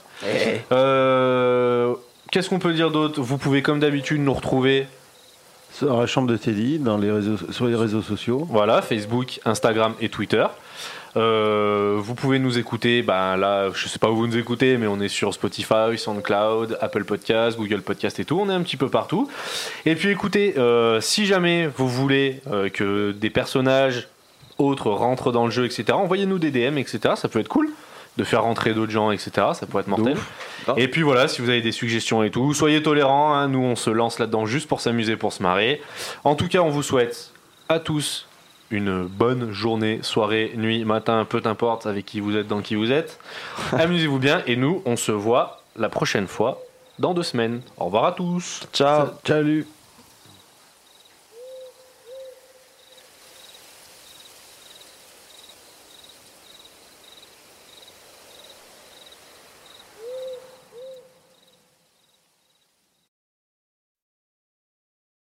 Speaker 1: Euh, Qu'est-ce qu'on peut dire d'autre Vous pouvez, comme d'habitude, nous retrouver
Speaker 4: sur la chambre de Teddy, dans les réseaux, sur les réseaux sociaux.
Speaker 1: Voilà, Facebook, Instagram et Twitter. Euh, vous pouvez nous écouter, ben là, je sais pas où vous nous écoutez, mais on est sur Spotify, SoundCloud, Apple Podcast, Google Podcast et tout. On est un petit peu partout. Et puis écoutez, euh, si jamais vous voulez euh, que des personnages autres rentrent dans le jeu, etc., envoyez-nous des DM, etc. Ça peut être cool de faire rentrer d'autres gens, etc. Ça peut être mortel.
Speaker 2: grave.
Speaker 1: Et puis voilà, si vous avez des suggestions et tout, soyez tolérants. hein. nous, on se lance là-dedans juste pour s'amuser, pour se marrer. En tout cas, on vous souhaite à tous une bonne journée, soirée, nuit, matin, peu importe avec qui vous êtes, dans qui vous êtes. Amusez-vous bien et nous, on se voit la prochaine fois dans deux semaines. Au revoir à tous.
Speaker 2: Ciao.
Speaker 4: Salut